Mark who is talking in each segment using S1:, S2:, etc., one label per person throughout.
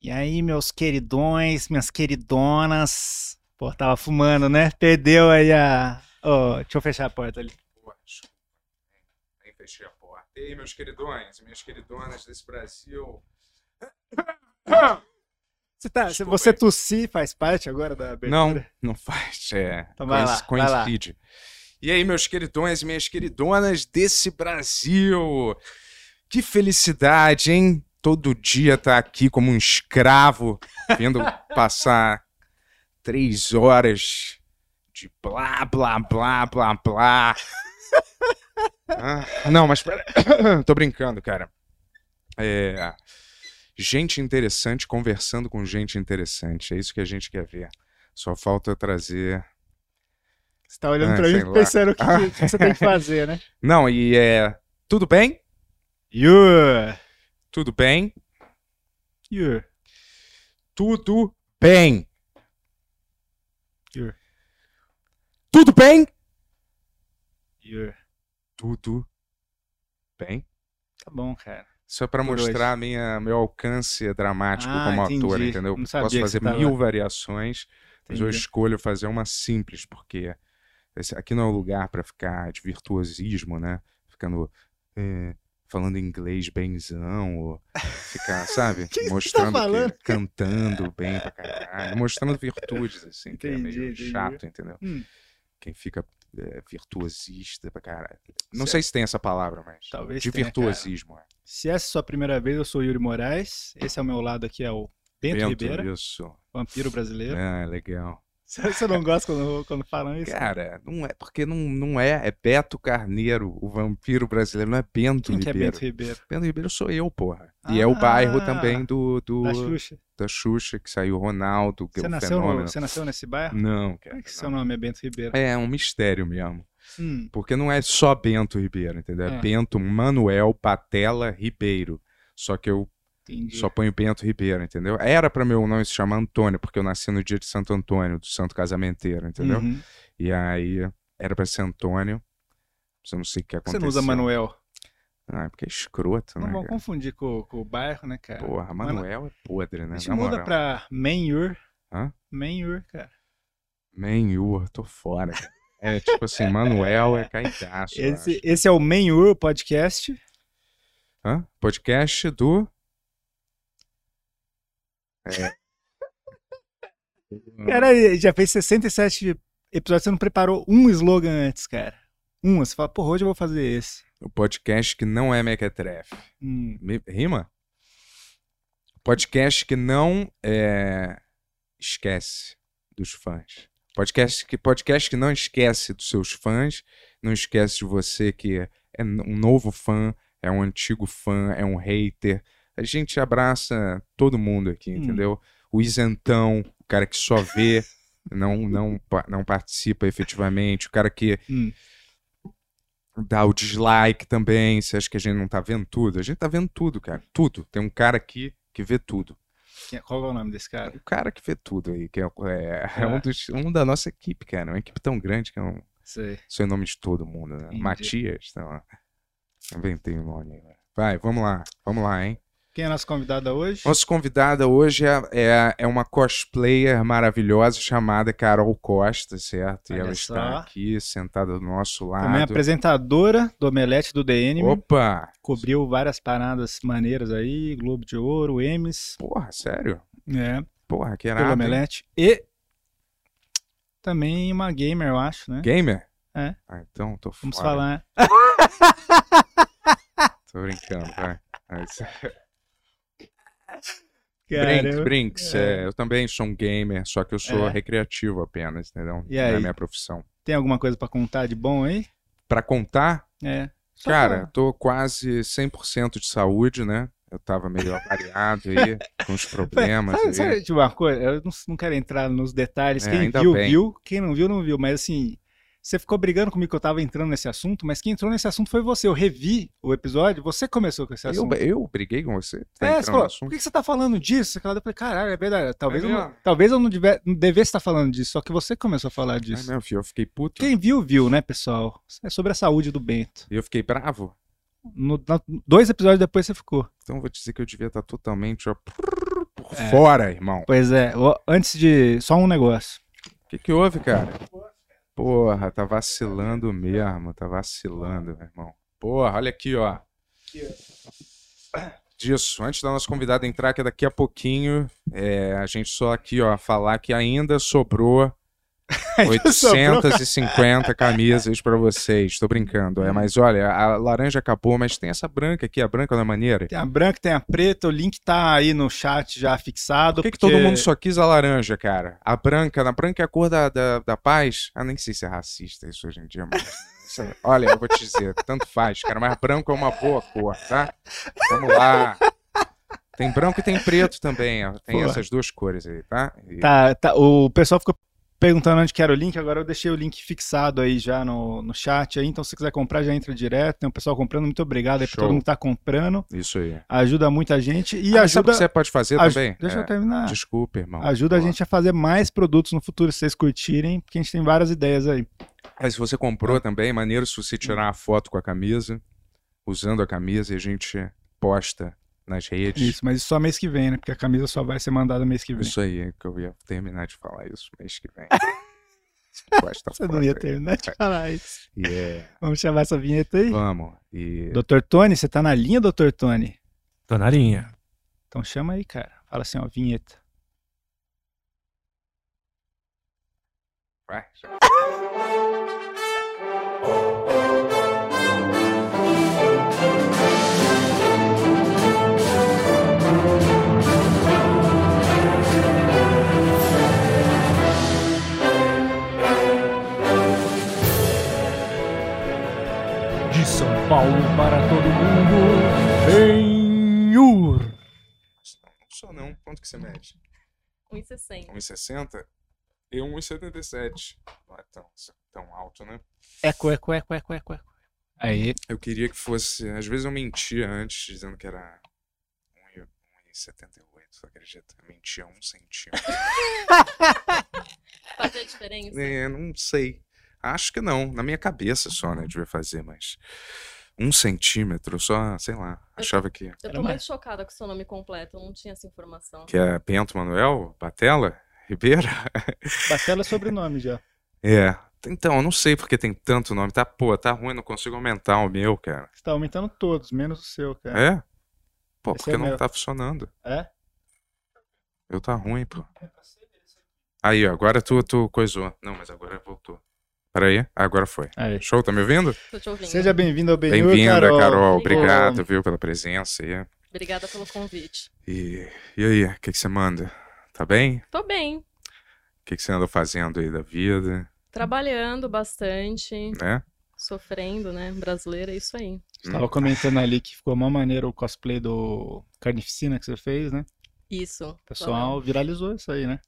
S1: E aí, meus queridões, minhas queridonas. Pô, tava fumando, né? Perdeu aí a. Ó, deixa eu fechar a porta ali.
S2: Pô, desculpa. Nem fechei a porta. E aí, meus queridões, minhas queridonas desse Brasil.
S1: Você, tá, se
S2: Desculpa
S1: você
S2: aí.
S1: tossir faz parte agora da abertura?
S2: Não, não faz. É,
S1: Então vai lá, vai lá.
S2: coincide. E aí, meus queridões e minhas queridonas desse Brasil. Que felicidade, hein? Todo dia tá aqui como um escravo, vendo passar três horas de blá, blá, blá, blá, blá. Ah, não, mas pera... tô brincando, cara. É, gente interessante conversando com gente interessante. É isso que a gente quer ver. Só falta trazer.
S1: Você tá olhando
S2: Ah,
S1: pra
S2: sei
S1: mim
S2: lá.
S1: pensando o que,
S2: Ah.
S1: o que você tem que fazer, né?
S2: Não, e é. Tudo bem?
S1: You're.
S2: Tudo bem?
S1: You're.
S2: Tudo bem.
S1: You're.
S2: Tudo bem?
S1: You're.
S2: Tudo bem.
S1: Tá bom, cara.
S2: Só pra
S1: Por
S2: mostrar minha, meu alcance dramático
S1: Ah,
S2: como
S1: entendi.
S2: ator, entendeu?
S1: Não sabia
S2: Posso
S1: que
S2: fazer
S1: você tava-
S2: mil variações, mas eu
S1: Entendi.
S2: escolho fazer uma simples, porque esse- aqui não é o lugar pra ficar de virtuosismo, né? Ficando é, falando inglês benzão, ou ficar, sabe?
S1: Que que você tá
S2: mostrando,
S1: falando?
S2: cantando bem pra caralho, mostrando virtudes, assim, que é
S1: Entendi,
S2: meio
S1: entendi.
S2: chato, entendeu?
S1: Hum.
S2: Quem fica é, virtuosista pra caralho. Não
S1: Certo.
S2: sei se tem essa palavra, mas
S1: Talvez
S2: de
S1: tenha, cara.
S2: virtuosismo, é.
S1: Se essa é a sua primeira vez, eu sou o Yuri Moraes. Esse ao meu lado aqui é o Bento, Ribeira,
S2: isso.
S1: vampiro brasileiro.
S2: Ah, legal.
S1: Você não gosta quando, quando falam isso?
S2: Cara, não é, porque não, não é, é Beto Carneiro, o vampiro brasileiro, não é Bento
S1: Quem que é
S2: Ribeiro.
S1: Bento Ribeiro? Ah,
S2: Bento Ribeiro sou eu, porra. E é o bairro também do, do
S1: Da Xuxa.
S2: da Xuxa, que saiu Ronaldo, que
S1: Você
S2: é um
S1: nasceu,
S2: fenômeno. Hum.
S1: no, você nasceu nesse bairro?
S2: Não,
S1: Como
S2: cara.
S1: é que seu
S2: não.
S1: nome é Bento Ribeiro?
S2: É um mistério mesmo.
S1: Hum,
S2: Porque não é só Bento Ribeiro, entendeu? É,
S1: É.
S2: Bento Manuel Patela Ribeiro. Só que eu
S1: entendi.
S2: só ponho Bento Ribeiro, entendeu? Era pra meu nome se chamar Antônio, porque eu nasci no dia de Santo Antônio, do Santo Casamenteiro, entendeu?
S1: Uhum.
S2: E aí era pra ser Antônio. Mas eu não sei o que
S1: Por que Você não usa
S2: aconteceu.
S1: Manuel?
S2: Ah, é porque é escroto,
S1: Não
S2: né?
S1: vão
S2: cara?
S1: confundir com, com o bairro, né, cara?
S2: Porra, Manuel é podre, né?
S1: a gente
S2: Na
S1: muda
S2: moral.
S1: pra Manure.
S2: Hã?
S1: Manure, cara.
S2: Menhur, tô fora. cara. É tipo assim, Manuel é caidaço. eu
S1: Esse,
S2: acho. Hum.
S1: esse é o Manure Podcast.
S2: Hã? Podcast do. É.
S1: Cara, ele já fez 67 episódios, você não preparou um slogan antes, cara. Um, você fala, porra, hoje eu vou fazer esse.
S2: O podcast que não é Mequetrefe.
S1: Hum,
S2: Me- Rima? Podcast que não é, esquece dos fãs. Podcast que, podcast que não esquece dos seus fãs, não esquece de você que é n- um novo fã, é um antigo fã, é um hater. A gente abraça todo mundo aqui,
S1: Hum.
S2: entendeu? O isentão, o cara que só vê, não, não, pa- não participa efetivamente, o cara que
S1: hum.
S2: dá o dislike também. Você acha que a gente não tá vendo tudo? A gente tá vendo tudo, cara. Tudo. Tem um cara aqui que vê tudo.
S1: Quem- Qual é o nome desse cara?
S2: O cara que vê tudo aí, que é, é- é um, dos, um da nossa equipe, cara. Uma equipe tão grande que é um eu não
S1: Sei.
S2: sei o nome de todo mundo, né?
S1: Entendi.
S2: Matias, tá lá. Inventei o nome agora. Vai, vamos lá. Vamos lá, hein?
S1: Quem é a nossa convidada hoje?
S2: Nossa convidada hoje é, é, é uma cosplayer maravilhosa chamada Carol Costa, certo? E
S1: Olha
S2: ela
S1: só.
S2: está aqui, sentada do nosso
S1: Também é
S2: lado.
S1: apresentadora do Omelete do The Enemy.
S2: Opa!
S1: Cobriu várias paradas maneiras aí, Globo de Ouro, Emmys,
S2: Porra, sério?
S1: né?
S2: Porra, que
S1: pelo
S2: irado, hein?
S1: Omelete. E também uma gamer, eu acho, né?
S2: Gamer?
S1: É.
S2: Ah, então tô
S1: Vamos
S2: fora.
S1: falar.
S2: Tô brincando, vai. É isso. Brinks,
S1: Cara,
S2: brinks. é, eu também sou um gamer, só que eu sou
S1: É.
S2: recreativo apenas, entendeu?
S1: E
S2: Não É
S1: aí?
S2: a minha profissão.
S1: tem alguma coisa pra contar de bom aí?
S2: Pra contar,
S1: É. Só
S2: cara, tô quase 100% de saúde, né? Eu tava meio avariado aí, com os
S1: pra-
S2: problemas.
S1: Sabe,
S2: aí.
S1: sabe de uma coisa? Eu não, não quero entrar nos detalhes.
S2: É,
S1: Quem
S2: ainda
S1: viu,
S2: bem.
S1: viu. Quem não viu, não viu. Mas assim, você ficou brigando comigo que eu tava entrando nesse assunto, mas quem entrou nesse assunto foi você. Eu revi o episódio, você começou com esse
S2: Eu,
S1: assunto.
S2: Tá assim, eu briguei com você? Tá
S1: é,
S2: entrando
S1: você
S2: no
S1: falou, por
S2: assunto?
S1: que que você tá falando disso? Eu falei, caralho, é verdade. Talvez,
S2: É
S1: eu, não,
S2: mesmo?
S1: talvez eu não, diver- não devesse estar falando disso, só que você começou a falar
S2: Ah,
S1: disso.
S2: meu filho, eu fiquei puto.
S1: Quem viu, viu, né, pessoal? É sobre a saúde do Bento.
S2: E eu fiquei bravo.
S1: No- na- dois episódios depois você ficou.
S2: Então eu vou dizer que eu devia estar totalmente tá ó,
S1: É.
S2: fora, irmão.
S1: Pois é, ó, antes de. Só um negócio.
S2: O que, que houve, cara? Porra, tá vacilando mesmo, tá vacilando, meu irmão. Porra, olha aqui, ó. Disso, antes da nossa convidada entrar, que é daqui a pouquinho, é, a gente só aqui, ó, falar que ainda sobrou 850 camisas pra vocês. Tô brincando, é, mas olha, a laranja acabou, mas tem essa branca aqui, a branca da maneira.
S1: Tem a branca, tem a preta, o link tá aí no chat já fixado.
S2: Por que, que
S1: porque-
S2: todo mundo só quis a laranja, cara? A branca, na branca é a cor da, da, da paz. Ah, nem sei se é racista isso hoje em dia, mano. Isso é- Olha, eu vou te dizer, tanto faz, cara, mas branco é uma boa cor, tá? Vamos lá. Tem branco e tem preto também, ó. Tem
S1: Boa.
S2: essas duas cores aí, tá? E-
S1: Tá, tá, o pessoal ficou perguntando onde que era o link, agora eu deixei o link fixado aí já no, no chat aí, então se quiser comprar já entra direto, tem o pessoal comprando, muito obrigado aí por
S2: Show.
S1: todo mundo que tá comprando,
S2: Isso aí.
S1: ajuda muita gente e
S2: Ah, Sabe
S1: ajuda...
S2: o que você pode fazer
S1: aj-
S2: também?
S1: Deixa
S2: É,
S1: eu terminar.
S2: Desculpa, irmão.
S1: Ajuda a
S2: Pô.
S1: gente a fazer mais produtos no futuro, se vocês curtirem, porque a gente tem várias ideias aí.
S2: Mas se você
S1: Hum.
S2: comprou também, é maneiro se você tirar a foto com a camisa, usando a camisa, e a gente posta nas redes.
S1: Isso, mas isso só mês que vem, né? Porque a camisa só vai ser mandada mês que vem.
S2: Isso aí, é que eu ia terminar de falar isso mês que vem.
S1: Você não
S2: é.
S1: ia terminar de falar isso. Vamos chamar essa vinheta aí?
S2: Vamos. E...
S1: Doutor Tony, você tá na linha, doutor Tony?
S3: Tô na linha.
S1: Então chama aí, cara. Fala assim, ó, vinheta.
S2: Vai, já.
S3: De São Paulo para todo mundo, Benhur.
S2: Não sou não. Quanto que você mede?
S4: 1,60.
S2: 1,60 e 1,77. Não é tão, tão alto, né?
S3: Eco, eco, eco, eco, eco. eco.
S1: Aí,
S2: Eu queria que fosse... Às vezes eu mentia antes, dizendo que era 1,78, você acredita? Eu mentia um centímetro.
S4: Faz a diferença?
S2: É, não sei. Acho que não. Na minha cabeça só,
S1: Uhum.
S2: né? Devia fazer, mas... Um centímetro só, sei
S1: Uhum.
S2: lá. Achava que...
S4: Eu
S1: Era
S4: tô
S1: uma-
S4: muito chocada com o seu nome completo, eu não tinha essa informação.
S2: que é Bento Manuel Batella Ribeira.
S1: Batela é sobrenome já.
S2: É. Então, eu não sei porque tem tanto nome. Tá, pô, tá ruim, não consigo aumentar o meu, cara.
S1: Você tá aumentando todos, menos o seu, cara.
S2: É? Pô,
S1: Tá. Esse
S2: porque
S1: é
S2: não
S1: meu.
S2: tá funcionando.
S1: É?
S2: Eu tá ruim, pô. Aí, ó, agora tu, tu coisou. Não, mas agora voltou. Peraí, agora foi.
S1: Aí.
S2: Show, tá me ouvindo?
S4: Tô te ouvindo.
S1: Seja bem-vindo ao Benhur,
S2: Bem-vinda, Carol.
S4: Obrigado.
S2: Obrigado, viu, pela presença aí.
S4: Obrigada pelo convite.
S2: E, e aí, o que que você manda? Tá bem? O
S4: Tô bem,
S2: que que você andou fazendo aí da vida,
S4: trabalhando bastante,
S2: né?
S4: sofrendo, né? Brasileira, é isso aí.
S1: Você tava comentando ali que ficou mó maneiro o cosplay do Carnificina que você fez, né?
S4: Isso.
S1: O pessoal viralizou isso aí, né?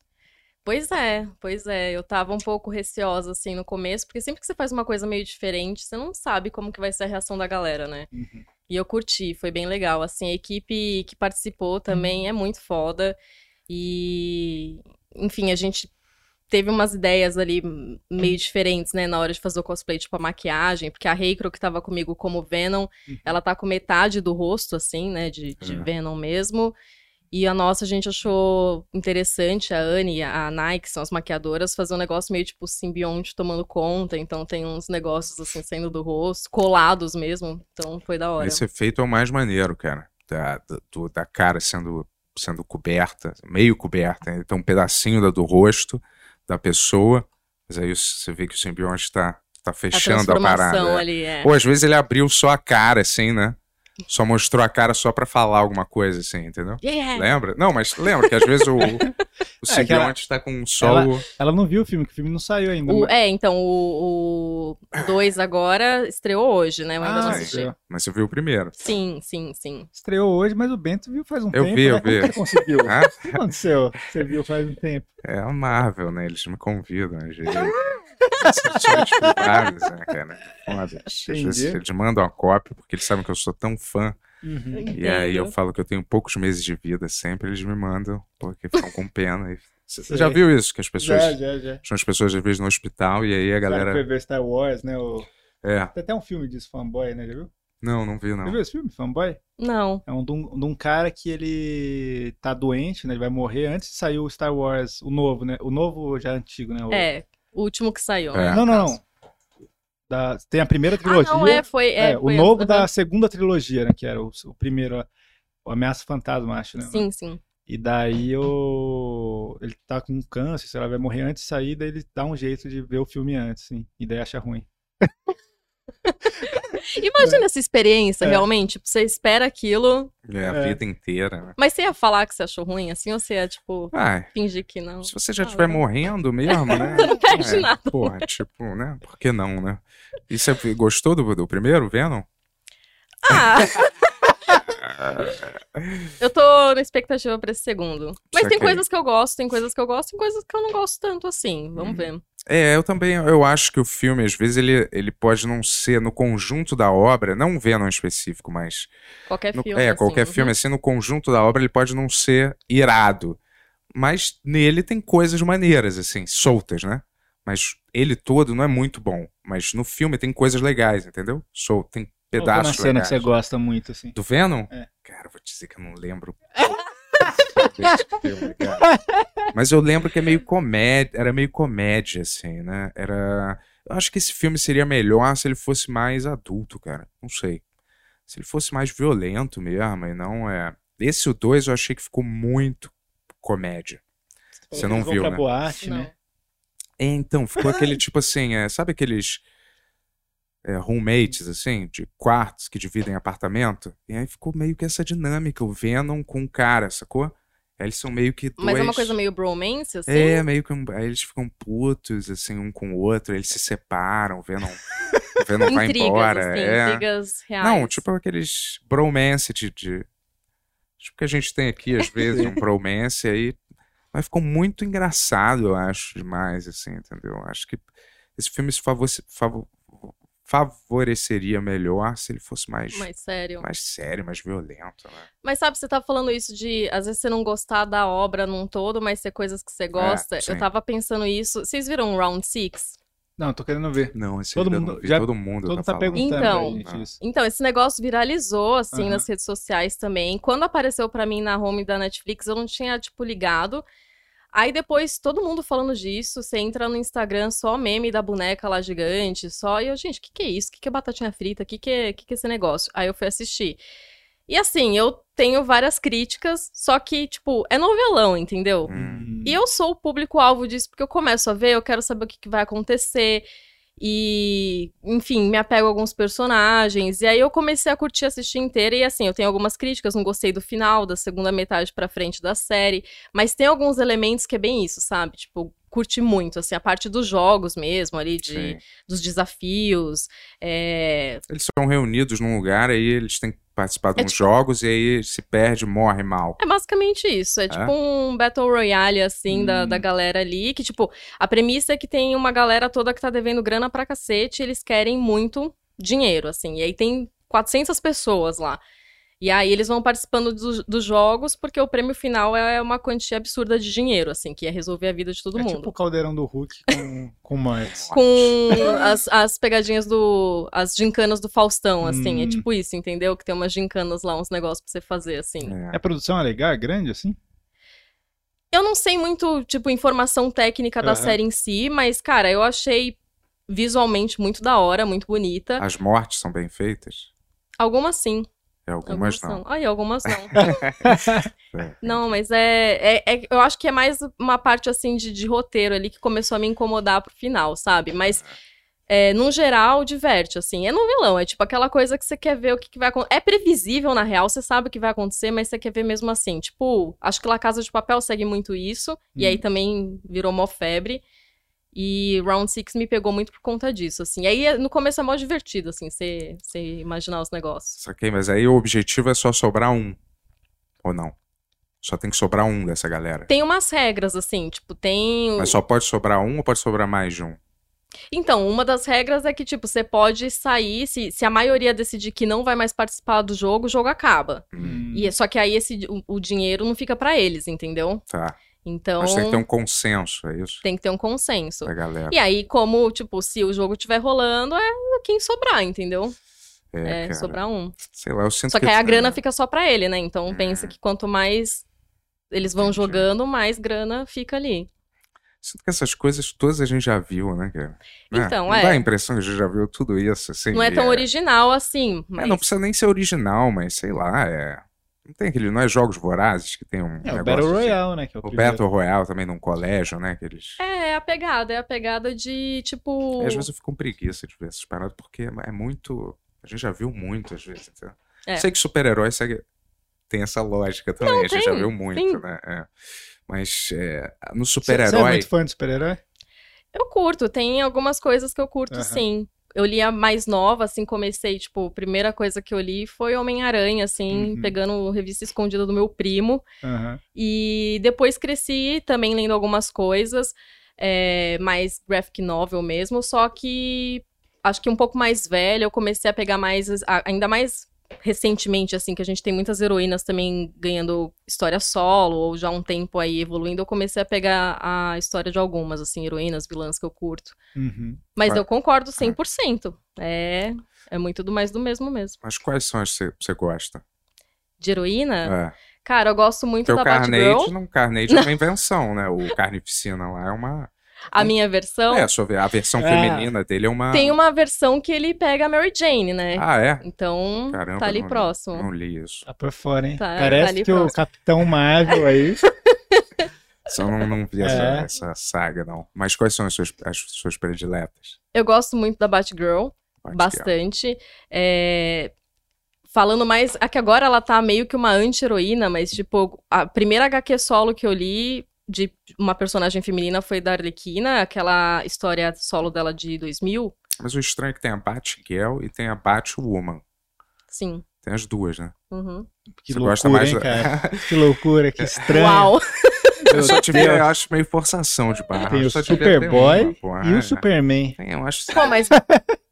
S4: Pois é, pois é. Eu tava um pouco receosa, assim, no começo, porque sempre que você faz uma coisa meio diferente, você não sabe como que vai ser a reação da galera, né?
S1: Uhum.
S4: E eu curti, foi bem legal. Assim, a equipe que participou também é muito foda. E, enfim, a gente teve umas ideias ali hum, meio diferentes, né, na hora de fazer o cosplay, tipo a maquiagem, porque a Reikro que tava comigo como Venom, ela tá com metade do rosto, assim, né, de, de
S2: É.
S4: Venom mesmo. E a nossa, a gente achou interessante, a Anne e a Nike, que são as maquiadoras, fazer um negócio meio tipo simbionte tomando conta. Então tem uns negócios assim saindo do rosto, colados mesmo. Então foi da hora.
S2: Esse efeito é o mais maneiro, cara. Da, da, do- da cara sendo, sendo coberta, meio coberta. né? Então, um pedacinho da, do rosto da pessoa. Mas aí você vê que o simbionte tá, tá
S4: A
S2: fechando a, parada.
S4: transformação
S2: né?
S4: ali, é.
S2: Ou às vezes ele abriu só a cara, assim, né? Só mostrou a cara só pra falar alguma coisa, assim, entendeu?
S4: Yeah.
S2: Lembra? Não, mas lembra que às vezes o, o
S1: É, que ela-
S2: simbionte tá com só
S1: ela-
S2: o.
S1: Ela não viu o filme, que o filme não saiu ainda.
S4: O-
S1: mas-
S4: é, então, o 2 agora estreou hoje, né? Eu ainda não
S2: Ah,
S4: assisti.
S1: estreou.
S2: Mas você viu o primeiro.
S4: Sim, sim, sim.
S1: Estreou hoje, mas o Bento viu faz um
S2: Eu
S1: tempo.
S2: vi, eu
S1: né? Como
S2: vi.
S1: que ele conseguiu?
S2: Ah,
S1: O que aconteceu? Você viu faz um tempo.
S2: É a Marvel, né? Eles me convidam, às vezes. Essas sessões privadas, né, cara? Foda. Às vezes
S1: Entendi.
S2: eles mandam a cópia, porque eles sabem que eu sou tão fã.
S4: Uhum.
S2: E aí eu
S4: Entendo.
S2: falo que eu tenho poucos meses de vida sempre, eles me mandam, porque ficam com pena. E Você
S1: Sei.
S2: já viu isso? Que as pessoas.
S1: Já, já, já.
S2: São as pessoas, às vezes, no hospital, e aí a
S1: Galera...
S2: galera.
S1: foi ver Star Wars, né? o-
S2: É.
S1: Tem até um filme disso, fanboy, né? Já viu?
S2: Não, não vi, não.
S1: Você viu esse filme, Fanboy?
S4: Não.
S1: É um de um, de um cara que ele tá doente, né? Ele vai morrer antes de sair o Star Wars, o novo, né? O novo já é antigo, né? O-
S4: É, o último que saiu. né?
S2: É.
S1: Não, não, não.
S2: tá.
S1: Da- tem a primeira
S4: Ah,
S1: trilogia.
S4: não, é, foi. É,
S1: é, o
S4: foi-
S1: novo
S4: aham.
S1: da segunda trilogia, né? Que era o, o primeiro, a- o Ameaça Fantasma, acho, né?
S4: Sim, sim.
S1: E daí o... ele tá com câncer, sei lá, vai morrer antes de sair, daí ele dá um jeito de ver o filme antes, sim. E daí acha ruim.
S4: Imagina essa experiência,
S1: É.
S4: realmente. Tipo, você espera aquilo,
S2: É a
S1: É.
S2: vida inteira, né?
S4: mas você ia falar que você achou ruim assim, ou você ia, tipo,
S2: Ah,
S4: fingir que não?
S2: se você já
S4: Ah,
S2: estiver
S4: eu-
S2: morrendo mesmo, né?
S4: Não perde
S2: É,
S4: nada.
S2: Porra, tipo, né? Por que não, né? E você gostou do, do primeiro, Venom?
S4: Ah! eu tô na expectativa pra esse segundo. Mas
S2: Saquei.
S4: tem coisas que eu gosto, tem coisas que eu gosto, tem coisas que eu não gosto tanto assim. Vamos ver.
S2: É, eu também, eu acho que o filme, às vezes, ele, ele pode não ser no conjunto da obra, não um Venom em específico, mas...
S4: Qualquer
S2: no-
S4: filme.
S2: é,
S4: assim,
S2: qualquer
S4: uhum.
S2: filme, assim, no conjunto da obra, ele pode não ser irado. Mas nele tem coisas maneiras, assim, soltas, né? Mas ele todo não é muito bom. Mas no filme tem coisas legais, entendeu? Sol, tem
S1: Qual foi uma
S2: pedaços
S1: cena que
S2: legais.
S1: você gosta muito, assim.
S2: Do Venom?
S1: É.
S2: Cara, eu vou te dizer que eu não lembro. desse filme, cara. Mas eu lembro que é meio comédia, era meio comédia, assim, né? Era. Eu acho que esse filme seria melhor se ele fosse mais adulto, cara. Não sei. Se ele fosse mais violento mesmo, e não é. Esse o 2 eu achei que ficou muito comédia. Você não
S1: Eles vão
S2: viu,
S1: pra
S2: né?
S1: boate,
S4: Não.
S1: né?
S2: É, então, ficou aquele tipo assim, é, sabe aqueles é, roommates, assim, de quartos que dividem apartamento? E aí ficou meio que essa dinâmica, o Venom com o cara, sacou? Aí eles são meio que dois...
S4: Mas é uma coisa meio bromance, assim?
S2: É, meio que um- aí eles ficam putos, assim, um com o outro, eles se separam, o Venom, o Venom vai
S4: Intrigas,
S2: embora.
S4: assim,
S2: é.
S4: intrigas reais.
S2: Não, tipo aqueles bromance de, de- Tipo que a gente tem aqui, às vezes, um bromance aí. Mas ficou muito engraçado, eu acho, demais, assim, entendeu? Acho que esse filme se favoce- favo- favoreceria melhor se ele fosse mais,
S4: Mas sério.
S2: mais sério, mais violento, né?
S4: Mas sabe, você tá falando isso de às vezes você não gostar da obra num todo, mas ser coisas que você gosta.
S2: É, sim.
S4: Eu tava pensando isso. Vocês viram Round Six?
S1: Não, tô querendo ver.
S2: Não, esse
S1: Todo
S2: ainda
S1: mundo-
S2: não vi,
S1: já-
S2: todo mundo
S1: Todo
S2: tá
S1: tá,
S2: falando. Ah,
S1: perguntando
S4: Então.
S1: pra gente isso.
S4: Então, esse negócio viralizou, assim,
S1: Aham.
S4: nas redes sociais também. Quando apareceu pra mim na home da Netflix, eu não tinha, tipo, ligado. Aí depois, todo mundo falando disso, você entra no Instagram, só meme da boneca lá gigante, só. E eu, gente, o que, que é isso? O que, que é batatinha frita? O que, que, é, que, que é esse negócio? Aí eu fui assistir. E assim, eu tenho várias críticas, só que, tipo, é novelão, entendeu?
S2: Hum,
S1: Hum.
S4: E eu sou o público-alvo disso, porque eu começo a ver, eu quero saber o que, que vai acontecer. E, enfim, me apego a alguns personagens. E aí eu comecei a curtir assistir inteira. E assim, eu tenho algumas críticas, não gostei do final, da segunda metade pra frente da série. Mas tem alguns elementos que é bem isso, sabe? Tipo, curti muito, assim, a parte dos jogos mesmo, ali, de,
S2: sim.
S4: dos desafios. É,
S2: Eles são reunidos num lugar, aí eles têm que participar de
S4: É
S2: uns
S4: tipo-
S2: jogos, e aí se perde, morre mal.
S4: É basicamente isso. É, tipo um Battle Royale, assim, da,
S1: Hum.
S4: da galera ali. Que, tipo, a premissa é que tem uma galera toda que tá devendo grana pra cacete. Eles querem muito dinheiro, assim. E aí tem 400 pessoas lá. E aí eles vão participando dos, dos jogos, porque o prêmio final é uma quantia absurda de dinheiro, assim, que ia resolver a vida de todo
S1: É
S4: mundo.
S1: tipo um o caldeirão do Hulk com, com o Muertes.
S4: Com as, as pegadinhas do. as gincanas do Faustão, assim. É
S1: Hum.
S4: tipo isso, entendeu? Que tem umas gincanas lá, uns negócios pra você fazer, assim.
S1: A produção é legal, é grande, assim?
S4: Eu não sei muito, tipo, informação técnica da
S1: Aham.
S4: série em si, mas, cara, eu achei visualmente muito da hora, muito bonita.
S2: As mortes são bem feitas?
S4: Algumas sim,
S2: É, algumas
S4: algumas
S2: não.
S4: não. Ai, algumas não. não, mas é, é- é- Eu acho que é mais uma parte, assim, de, de roteiro ali que começou a me incomodar pro final, sabe? Mas. É, num geral, diverte, assim. É novelão, é tipo aquela coisa que você quer ver o que, que vai acontecer. É previsível, na real, você sabe o que vai acontecer, mas você quer ver mesmo assim. Tipo, acho que La Casa de Papel segue muito isso, e aí também virou mó febre. E Round Six me pegou muito por conta disso, assim. E aí, no começo é mó divertido, assim, você você imaginar os negócios.
S2: Saquei, mas aí o objetivo é só sobrar um. Ou não? Só tem que sobrar um dessa galera.
S4: Tem umas regras, assim, tipo, tem. o-
S2: Mas só pode sobrar um ou pode sobrar mais de um?
S4: Então, uma das regras é que, tipo, você pode sair, se, se a maioria decidir que não vai mais participar do jogo, o jogo acaba.
S2: Hum,
S4: E é- só que aí esse, o, o dinheiro não fica pra eles, entendeu?
S2: tá.
S4: Então,
S2: Mas tem que ter um consenso, é isso?
S4: tem que ter um consenso.
S2: Da galera.
S4: E aí, como, tipo, se o jogo estiver rolando, é quem sobrar, entendeu?
S2: É,
S4: É,
S2: cara.
S4: sobrar um.
S2: Sei lá, eu sinto
S4: Só que aí a
S2: eu-
S4: grana fica só pra ele, né? Então
S2: Hum.
S4: pensa que quanto mais eles vão
S2: Entendi.
S4: jogando, mais grana fica ali.
S2: Sinto que essas coisas todas a gente já viu, né, cara? Né?
S4: Então,
S2: não
S4: é.
S2: Dá a impressão que a gente já viu tudo isso, assim.
S4: Não é tão
S2: e
S4: original assim,
S2: É,
S4: mas
S2: não precisa nem ser original, mas sei lá, é. Não tem aquele. Não é Jogos Vorazes que tem um.
S1: É,
S2: negócio
S1: o Battle
S2: de-
S1: Royale, né? Que é o,
S2: O
S1: primeiro.
S2: Battle Royale também num colégio, né? Que eles.
S4: é a pegada, é a pegada de tipo
S1: É
S2: Às vezes eu fico com preguiça de ver essas paradas, porque é muito. A gente já viu muito, às vezes. entendeu?
S4: É.
S2: Sei que super-herói segue... tem essa lógica também, a gente já
S4: tem,
S2: viu muito,
S4: tem.
S2: né? É. Mas é, no
S1: Você- Você é
S2: super-herói.
S1: muito fã de super-herói?
S4: Eu curto, tem algumas coisas que eu curto,
S1: Aham.
S4: sim. Eu li a mais nova, assim, comecei, tipo, a primeira coisa que eu li foi Homem-Aranha, assim,
S1: Uhum.
S4: pegando revista escondida do meu primo.
S1: Aham.
S4: E depois cresci também lendo algumas coisas, é, mais graphic novel mesmo, só que acho que um pouco mais velha eu comecei a pegar mais, as- a- ainda mais recentemente, assim, que a gente tem muitas heroínas também ganhando história solo, ou já há um tempo aí evoluindo, eu comecei a pegar a história de algumas, assim, heroínas, vilãs que eu curto.
S1: Uhum.
S4: Mas
S2: Claro.
S4: eu concordo 100%. É, é muito do mais do mesmo mesmo.
S2: Mas quais são as que você- você gosta?
S4: De heroína,
S2: É.
S4: cara, eu gosto muito
S2: Porque o
S4: da Batgirl,
S2: Carnage, não, Carnage é uma invenção, né? O Carnificina lá é uma.
S4: a minha versão.
S2: É, a sua- a versão
S1: É.
S2: feminina dele é uma.
S4: Então Tem um uma versão que ele pega a Mary Jane, né?
S2: Ah, é?
S4: Então,
S2: Caramba,
S4: tá ali
S2: não-
S4: próximo.
S2: Não li isso.
S1: Tá por fora, hein?
S4: Tá, tá
S1: Parece
S4: ali
S1: que o
S4: próximo.
S1: Capitão Marvel aí.
S2: Só não, não vi essa,
S1: É.
S2: essa saga, não. Mas quais são as suas, as suas prediletas?
S4: Eu gosto muito da Batgirl,
S2: Acho que é.
S4: bastante. É, Falando mais, a que agora ela tá meio que uma anti-heroína, mas, tipo, a primeira HQ solo que eu li de uma personagem feminina foi da Arlequina, aquela história solo dela de 2000.
S2: Mas o estranho é que tem a Batgirl e tem a Batwoman.
S4: Sim.
S2: Tem as duas, né?
S4: Uhum.
S1: Que
S2: Você gosta
S1: loucura,
S2: mais
S1: hein,
S2: da-
S1: cara? Que loucura, que estranho.
S4: Uau!
S2: Eu
S1: Meu
S2: só te vi,
S1: Deus.
S2: eu acho meio forçação de barra.
S1: Tem
S2: Eu
S1: o
S2: só te vi até
S1: Superboy
S2: uma, pô,
S1: E
S2: é.
S1: o Superman?
S2: Tem, eu acho.
S4: Pô, mas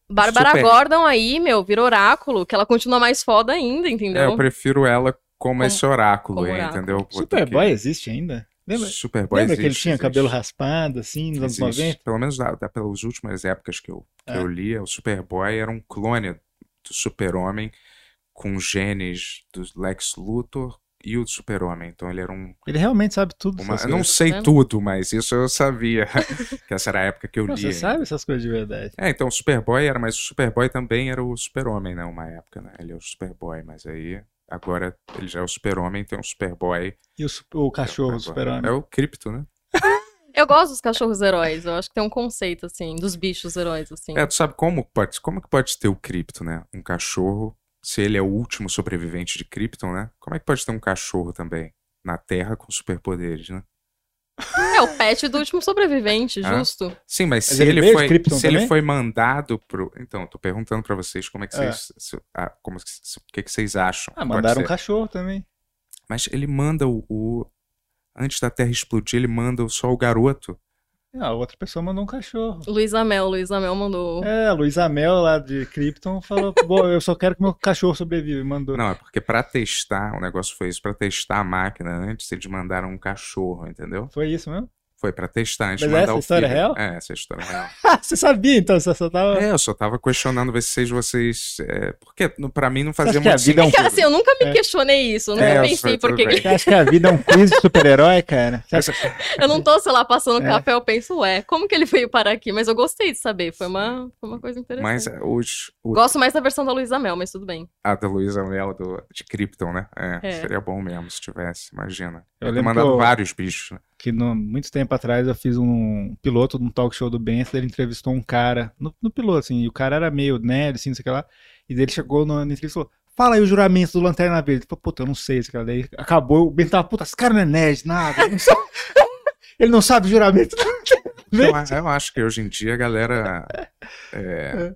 S4: Bárbara
S2: Super.
S4: Gordon aí, meu, vira oráculo, que ela continua mais foda ainda, entendeu?
S2: É, eu prefiro ela como,
S4: Como-
S2: esse oráculo,
S4: como
S2: hein,
S4: oráculo.
S2: entendeu? Vou ter
S1: Superboy existe ainda?
S2: que-
S1: Lembra,
S2: Superboy
S1: lembra que ele
S2: existe,
S1: tinha
S2: existe.
S1: cabelo raspado, assim, nos anos
S2: Existe.
S1: 90?
S2: Pelo menos da, da- pelas últimas épocas que eu, que
S1: É.
S2: eu li, o Superboy era um clone do Super-Homem com genes do Lex Luthor e o Super-Homem. Então ele era um.
S1: Ele realmente sabe tudo.
S2: uma-
S1: essas
S2: eu não
S1: coisas.
S2: sei
S4: vendo?
S2: tudo, mas isso eu sabia. que essa era a época que eu
S1: Não,
S2: li.
S1: você sabe essas coisas de verdade.
S2: É, então o Superboy era, mas o Superboy também era o Super-Homem, né? Uma época, né? Ele é o Superboy, mas aí. Agora ele já é o Super-Homem, tem o Superboy.
S1: E o, su- o cachorro, o super-homem.
S2: É o Cripto, né?
S4: Eu gosto dos cachorros heróis, eu acho que tem um conceito, assim, dos bichos heróis, assim.
S2: É, tu sabe como, pode, como que pode ter o Krypton, né? Um cachorro, se ele é o último sobrevivente de Krypton, né? Como é que pode ter um cachorro também na Terra com superpoderes, né?
S4: É, o pet do último sobrevivente,
S2: Ah.
S4: justo.
S2: Sim, mas,
S1: Mas
S2: se
S1: ele
S2: ele,
S1: veio de
S2: foi,
S1: Krypton
S2: se ele
S1: também?
S2: foi mandado pro, então, tô perguntando pra vocês como é que
S1: É.
S2: vocês, se- ah, como que- se- o que que vocês acham?
S1: Ah,
S2: Pode
S1: mandaram um
S2: ser.
S1: cachorro também.
S2: Mas ele manda o, o- antes da Terra explodir, ele manda só o garoto.
S1: Ah, a outra pessoa mandou um cachorro.
S4: Luísa Mel, Luísa Mel mandou.
S1: É, a Luísa Mel lá de Krypton falou: Bom, eu só quero que meu cachorro sobreviva. Mandou.
S2: Não, é porque pra testar, o negócio foi isso, pra testar a máquina antes, eles mandaram um cachorro, entendeu?
S1: Foi isso mesmo?
S2: Foi pra testar antes
S1: Mas
S2: de mandar
S1: essa
S2: o
S1: história é
S2: filho.
S1: real?
S2: É, essa história é real.
S1: Ah, você sabia então? Você só tava.
S2: é, eu só tava questionando ver se vocês. vocês é, porque no, pra mim não
S1: acha
S2: fazia
S1: que a
S2: muito
S1: vida é um
S2: sentido.
S4: Cara, assim, eu nunca me
S1: É.
S4: questionei isso, eu nunca
S2: É, eu
S4: pensei
S2: sei,
S4: por
S2: tudo
S4: que.
S2: bem.
S4: que-
S1: Você acha que a vida é um quiz de super-herói, cara? Você acha-
S4: Eu não tô, sei lá, passando
S1: É.
S4: café, eu penso, ué, como que ele veio parar aqui? Mas eu gostei de saber, foi uma, foi uma coisa interessante.
S2: Mas é, os, o,
S4: Gosto mais da versão da Luísa Mel, mas tudo bem.
S2: a Ah, da Luísa Mel do, de Krypton, né? É,
S4: É.
S2: Seria bom mesmo se tivesse, imagina.
S1: Eu
S2: Eu ter
S1: lembro
S2: mandado
S1: que eu-
S2: vários bichos. né?
S1: que no, muito tempo atrás eu fiz um piloto de um talk show do Benz, ele entrevistou um cara, no, no piloto, assim, e o cara era meio nerd, assim, não sei o que lá, e daí ele chegou no- na entrevista e falou, fala aí o juramento do Lanterna Verde. Ele falou, puta, eu não sei, esse cara, daí acabou, o Benz tava, puta, esse cara não é nerd, nada, não sabe." ele não sabe o juramento do Lanterna
S2: Eu,
S1: Verde.
S2: a- Então, eu acho que hoje em dia a galera é,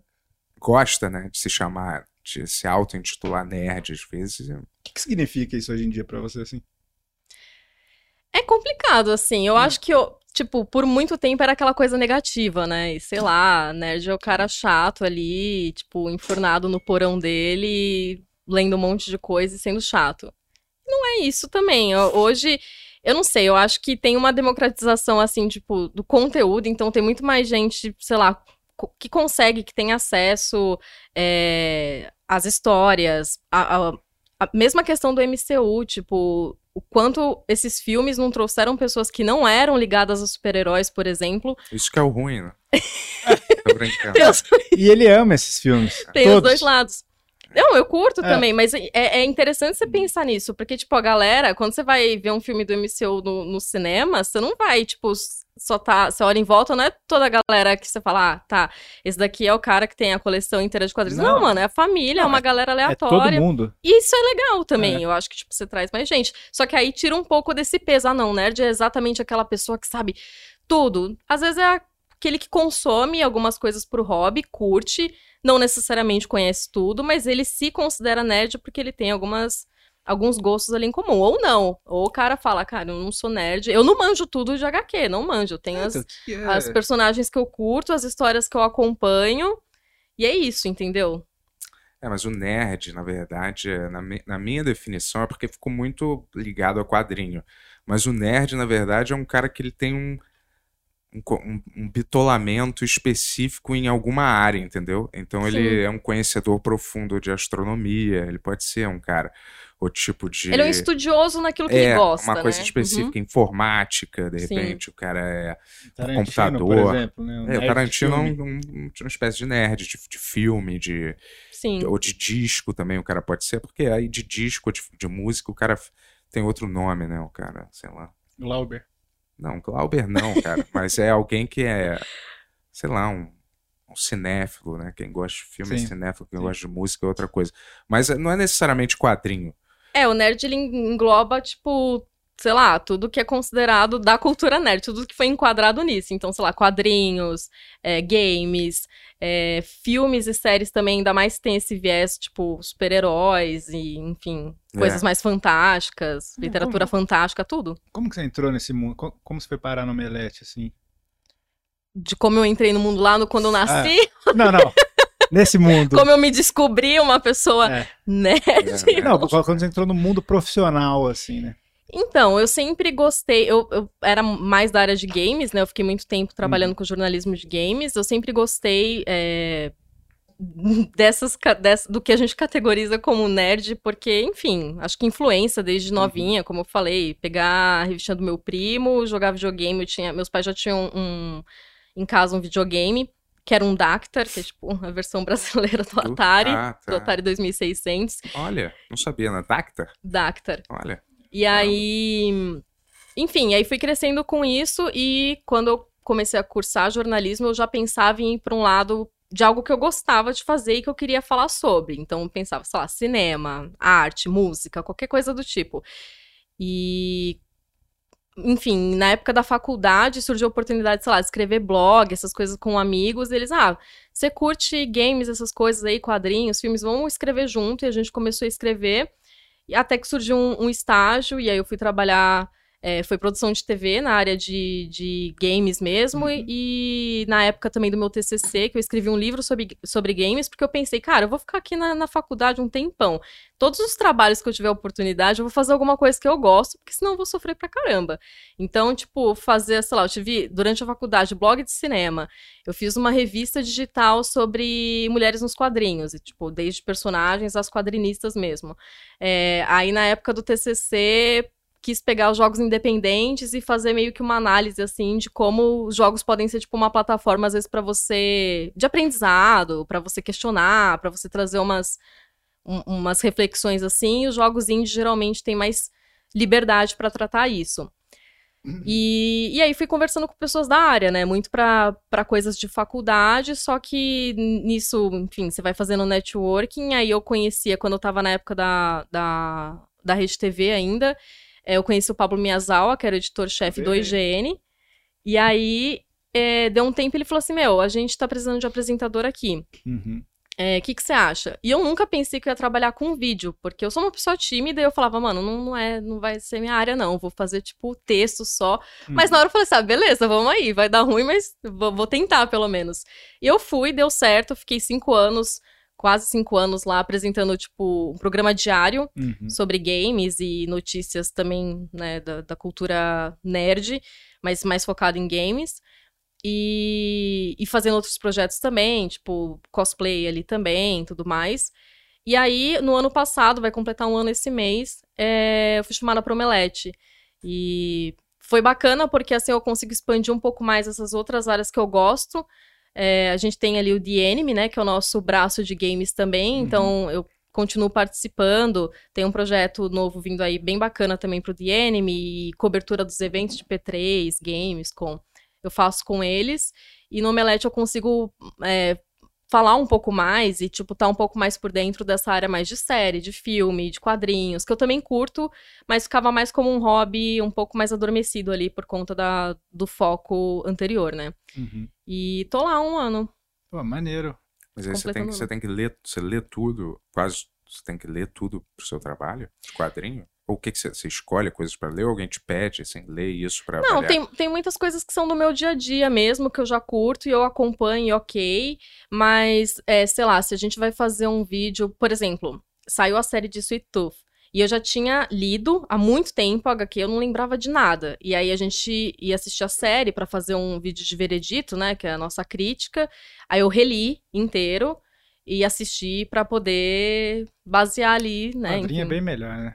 S2: gosta, né, de se chamar, de se auto-intitular nerd às vezes.
S1: O que, que significa isso hoje em dia pra você, assim?
S4: É complicado, assim. Eu acho que eu, tipo, por muito tempo era aquela coisa negativa, né? E sei lá, nerd é o cara chato ali, tipo, enfurnado no porão dele, lendo um monte de coisa e sendo chato. Não é isso também. Eu- hoje, eu não sei, eu acho que tem uma democratização, assim, tipo, do conteúdo, então tem muito mais gente, sei lá, co- que consegue, que tem acesso é, às histórias, a, a- a mesma questão do MCU, tipo, o quanto esses filmes não trouxeram pessoas que não eram ligadas a super-heróis, por exemplo.
S2: Isso que é o ruim, né? Tô brincando.
S4: Tem os,
S1: E ele ama esses filmes.
S4: tem os
S1: Ah, todos.
S4: dois lados. Não, eu curto
S1: É.
S4: também, mas é, é interessante você pensar nisso, porque, tipo, a galera, quando você vai ver um filme do MCU no, no cinema, você não vai, tipo, s- só tá. Você olha em volta, não é toda a galera que você fala, ah, tá, esse daqui é o cara que tem a coleção inteira de quadrinhos. Não,
S1: Não.
S4: mano, é a família, é
S1: Não,
S4: uma galera
S1: É todo
S4: aleatória.
S1: mundo.
S4: E isso é legal também. Eu acho que, tipo, você traz mais gente. Só que aí tira um pouco desse peso. Ah, não, nerd é exatamente aquela pessoa que sabe tudo. Às vezes é aquele que consome algumas coisas pro hobby, curte, não necessariamente conhece tudo, mas ele se considera nerd porque ele tem algumas. Alguns gostos ali em comum, ou não. Ou o cara fala, cara, eu não sou nerd. Eu não manjo tudo de HQ, não manjo. Eu tenho as,
S1: Então, que é-
S4: as personagens que eu curto, as histórias que eu acompanho. E é isso, entendeu?
S2: É, mas o nerd, na verdade, é, na, mi- na minha definição, é porque ficou muito ligado a quadrinho. Mas o nerd, na verdade, é um cara que ele tem um, um, co- um- um bitolamento específico em alguma área, entendeu? Então ele é um conhecedor profundo de astronomia, ele pode ser um cara, o tipo de.
S4: Ele é um estudioso naquilo que
S2: É,
S4: ele gosta.
S2: uma coisa
S4: né? Uhum.
S2: específica, informática, de
S4: Sim.
S2: repente, o cara é
S1: Tarantino,
S2: computador.
S1: por exemplo. Né?
S2: É, o
S1: nerd
S2: Tarantino é
S1: filme.
S2: um- um- uma espécie de nerd, de, de filme, de,
S4: Sim.
S2: ou de disco também o cara pode ser, porque aí de disco, de, de música, o cara f- tem outro nome, né? O cara, sei lá.
S1: Glauber.
S2: Não, Glauber não, cara, mas é alguém que é, sei lá, um, um cinéfilo, né? Quem gosta de filme é
S1: Sim,
S2: cinéfilo, quem
S1: sim.
S2: gosta de música é outra coisa. Mas eh, não é necessariamente quadrinho.
S4: É, o nerd ele engloba, tipo, sei lá, tudo que é considerado da cultura nerd, tudo que foi enquadrado nisso. Então, sei lá, quadrinhos, é, games, é, filmes e séries também, ainda mais tem esse viés, tipo, super-heróis e, enfim,
S2: É.
S4: coisas mais fantásticas,
S1: Hum,
S4: literatura fantástica, tudo.
S1: Como que você entrou nesse mundo? Co- Como você foi parar no Omelete, assim?
S4: De como eu entrei no mundo lá no, quando eu
S2: É,
S4: nasci,
S1: Não, não. Nesse mundo.
S4: como eu me descobri uma pessoa
S1: É.
S4: nerd.
S2: né?
S1: Não, quando você entrou no mundo profissional, assim, né?
S4: Então, eu sempre gostei. Eu, eu era mais da área de games, né? Eu fiquei muito tempo trabalhando com jornalismo de games. Eu sempre gostei é, dessas, ca- dessa- do que a gente categoriza como nerd, porque, enfim, acho que influência desde novinha, como eu falei, pegar a revista do meu primo, jogar videogame. eu tinha- meus pais já tinham um, em casa um videogame, que era um Dactar, que é tipo a versão brasileira do
S2: Do-
S4: Atari,
S2: Ah, tá.
S4: do Atari 2600,
S2: Olha, não sabia, na Dacta?
S4: Dactar.
S2: Olha.
S4: E aí, enfim, aí fui crescendo com isso e quando eu comecei a cursar jornalismo, eu já pensava em ir para um lado de algo que eu gostava de fazer e que eu queria falar sobre. Então, eu pensava, sei lá, cinema, arte, música, qualquer coisa do tipo. E enfim, na época da faculdade surgiu a oportunidade, sei lá, de escrever blog, essas coisas com amigos, e eles, ah, você curte games, essas coisas aí, quadrinhos, filmes, vamos escrever junto, e a gente começou a escrever, e até que surgiu um, um estágio, e aí eu fui trabalhar, eh, foi produção de TV na área de, de games mesmo,
S1: Uhum.
S4: e, e na época também do meu TCC, que eu escrevi um livro sobre, sobre games, porque eu pensei, cara, eu vou ficar aqui na, na faculdade um tempão, todos os trabalhos que eu tiver oportunidade, eu vou fazer alguma coisa que eu gosto, porque senão eu vou sofrer pra caramba. Então, tipo, fazer, sei lá, eu tive durante a faculdade blog de cinema. Eu fiz uma revista digital sobre mulheres nos quadrinhos, e, tipo, desde personagens às quadrinistas mesmo. É, aí na época do TCC quis pegar os jogos independentes e fazer meio que uma análise assim de como os jogos podem ser tipo uma plataforma às vezes pra você de aprendizado, pra você questionar, pra você trazer umas um- umas reflexões assim, e os jogos indie geralmente têm mais liberdade pra tratar isso. E, e aí fui conversando com pessoas da área, né? Muito pra pra coisas de faculdade, só que nisso, enfim, você vai fazendo networking. Aí eu conhecia, quando eu tava na época da, da, da Rede TV ainda, eh, eu conheci o Pablo Miyazawa, que era o editor-chefe do
S1: Beleza.
S4: IGN. E aí, eh, deu um tempo ele falou assim: Meu, a gente tá precisando de apresentador aqui.
S1: Uhum.
S4: É, o que que você acha? E eu nunca pensei que eu ia trabalhar com vídeo, porque eu sou uma pessoa tímida e eu falava, mano, não, não é, não vai ser minha área, não. Vou fazer, tipo, texto só. Mas na hora eu falei assim, ah, beleza, vamos aí, vai dar ruim, mas vou, vou tentar, pelo menos. E eu fui, deu certo, fiquei cinco anos, quase cinco anos lá, apresentando, tipo, um programa diário
S1: Uhum.
S4: sobre games e notícias também né, da, da cultura nerd, mas mais focado em games. e, e fazendo outros projetos também, tipo cosplay ali também, tudo mais. E aí, no ano passado, vai completar um ano esse mês, é, eu fui chamada para Omelete. E foi bacana porque assim eu consigo expandir um pouco mais essas outras áreas que eu gosto. É, a gente tem ali o The Anime, né, que é o nosso braço de games também, então eu continuo participando. Tem um projeto novo vindo aí bem bacana também pro The Anime e cobertura dos eventos de P3, games, com eu faço com eles. E no Omelete eu consigo é, falar um pouco mais e, tipo, tá um pouco mais por dentro dessa área mais de série, de filme, de quadrinhos, que eu também curto, mas ficava mais como um hobby um pouco mais adormecido ali por conta da, do foco anterior, né?
S1: Uhum.
S4: E tô lá um ano.
S1: Pô, maneiro.
S2: Mas aí você tem, que, você tem que ler, você lê tudo, quase você tem que ler tudo pro seu trabalho, de quadrinho? Ou o que, que você, você escolhe coisas pra ler? Ou alguém te pede, assim, lê isso pra
S4: Não,
S2: avaliar?
S4: tem, tem muitas coisas que são do meu dia a dia mesmo, que eu já curto e eu acompanho, ok. Mas, é, sei lá, se a gente vai fazer um vídeo, por exemplo, saiu a série de Sweet Tooth. E eu já tinha lido há muito tempo a HQ, eu não lembrava de nada. E aí a gente ia assistir a série pra fazer um vídeo de veredito, né, que é a nossa crítica. Aí eu reli inteiro e assisti pra poder basear ali, né?
S1: Quadrinho é
S4: enfim.
S1: bem melhor, né?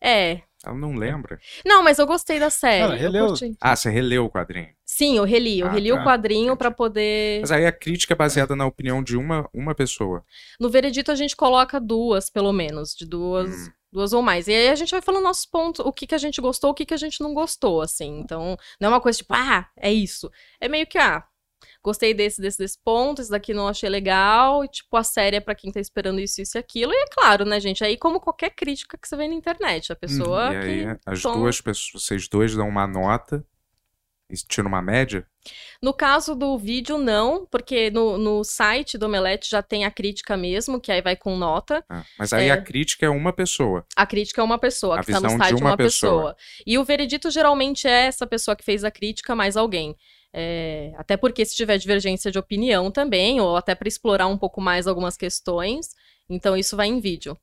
S4: É.
S2: Ela não lembra?
S4: Não, mas eu gostei da série.
S1: Ela releu?
S4: Eu curti.
S2: Ah, você releu o quadrinho.
S4: Sim, eu reli. Eu
S2: Ah,
S4: reli
S2: tá.
S4: o quadrinho pra
S2: Entendi.
S4: poder.
S2: Mas aí a crítica é baseada na opinião de uma, uma pessoa.
S4: No veredito a gente coloca duas, pelo menos, de duas,
S2: Hum.
S4: duas ou mais. E aí a gente vai falando nossos pontos, o que que a gente gostou, o que que a gente não gostou, assim. Então, não é uma coisa tipo, ah, é isso. É meio que ah, gostei desse, desse, desse ponto, esse daqui não achei legal, e tipo a série é pra quem tá esperando isso, isso e aquilo. E é claro, né, gente, aí como qualquer crítica que você vê na internet, a pessoa
S2: Hum, e aí é. eh,
S4: que
S2: as
S4: são-
S2: duas pessoas, vocês dois dão uma nota e tiram uma média?
S4: No caso do vídeo, não, porque no, no site do Omelete já tem a crítica mesmo, que aí vai com nota.
S2: Ah, mas aí
S4: É.
S2: a crítica é uma pessoa.
S4: A crítica é uma pessoa,
S2: A
S4: que tá no
S2: visão de
S4: site é
S2: uma
S4: uma pessoa.
S2: pessoa.
S4: E o veredito geralmente é essa pessoa que fez a crítica, mais alguém. É, até porque se tiver divergência de opinião também, ou até para explorar um pouco mais algumas questões, então isso vai em vídeo.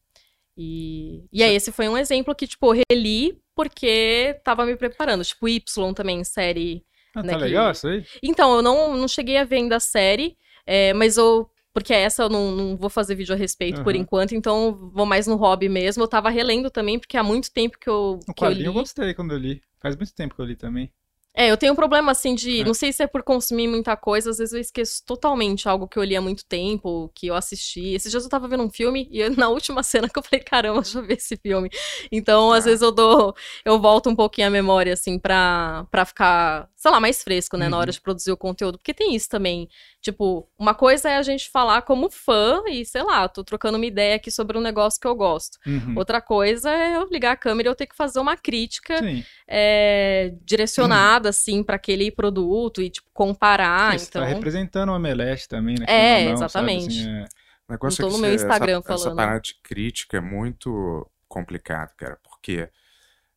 S4: E, e aí, esse foi um exemplo que, tipo, eu reli porque tava me preparando. Tipo, Y também, série
S1: Ah,
S4: Né,
S1: tá
S4: que-
S1: legal isso aí?
S4: então, eu não, não cheguei a ver ainda a série, é, mas eu. Porque essa eu não, não vou fazer vídeo a respeito por
S1: Aham.
S4: enquanto, então eu vou mais no hobby mesmo. Eu tava relendo também, porque há muito tempo que eu,
S1: No
S4: que eu
S1: quadrinho
S4: li.
S1: eu, gostei quando eu li. Faz muito tempo que eu li também.
S4: É, eu tenho um problema assim de.
S1: É.
S4: Não sei se é por consumir muita coisa, às vezes eu esqueço totalmente algo que eu li há muito tempo, que eu assisti. Esses dias eu tava vendo um filme e eu- na última cena que eu falei, caramba, deixa eu ver esse filme. Então, às
S1: Tá.
S2: Ah.
S4: vezes eu dou. Eu volto um pouquinho a memória, assim, pra, pra ficar, sei lá, mais fresco, né, na
S1: Uhum.
S4: hora de produzir o conteúdo. Porque tem isso também. Tipo, uma coisa é a gente falar como fã e, sei lá, tô trocando uma ideia aqui sobre um negócio que eu gosto.
S1: Uhum.
S4: Outra coisa é eu ligar a câmera e eu ter que fazer uma crítica
S1: Sim.
S4: é, direcionada, assim, para aquele produto e, tipo, comparar.
S1: Você
S4: então,
S1: tá representando o Omelete também, né?
S4: É,
S1: querendo ou não, sabe,
S4: exatamente.
S1: assim, é.
S2: O negócio
S4: Não
S2: é
S4: tô
S2: que
S4: no meu
S2: você-
S4: Instagram
S2: essa, essa
S4: falando.
S2: parada de crítica é muito complicado, cara, porque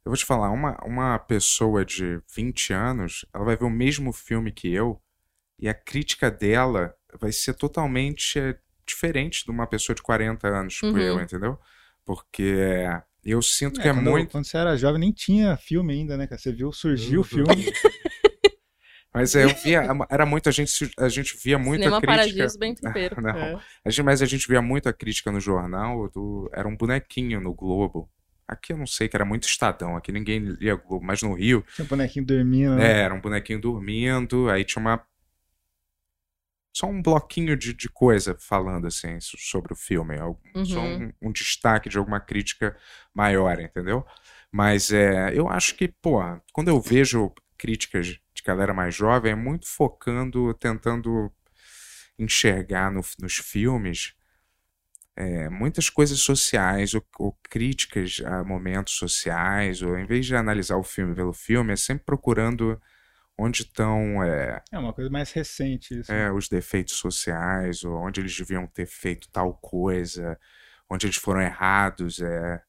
S2: eu vou te falar, uma, uma pessoa de 20 anos, ela vai ver o mesmo filme que eu e a crítica dela vai ser totalmente é, diferente de uma pessoa de 40 anos, tipo
S4: Uhum.
S2: eu, entendeu? Porque é, eu sinto que é
S1: quando, eu-
S2: muito.
S1: Quando você era jovem, nem tinha filme ainda, né? cara? Você viu, surgiu o filme.
S2: Mas é, eu via, era muito, a gente, se- a gente via muito
S4: cinema
S2: a crítica.
S4: Paradiso, bem tempero.
S2: Não.
S1: É.
S2: A gente- mas a gente via muito a crítica no jornal do. Era um bonequinho no Globo. Aqui eu não sei, que era muito Estadão. Aqui ninguém lia Globo, mas no Rio.
S1: Tinha um bonequinho dormindo. né?
S2: é, era um bonequinho dormindo, aí tinha uma. Só um bloquinho de, de coisa falando assim so- sobre o filme. al- Só
S4: Uhum.
S2: um, um destaque de alguma crítica maior, entendeu? Mas é, eu acho que, pô, quando eu vejo críticas de galera mais jovem, é muito focando, tentando enxergar no- nos filmes é, muitas coisas sociais ou, ou críticas a momentos sociais, ou em vez de analisar o filme pelo filme, é sempre procurando onde estão é,
S1: É uma coisa mais recente isso. né?
S2: é, os defeitos sociais, ou onde eles deviam ter feito tal coisa, onde eles foram errados é,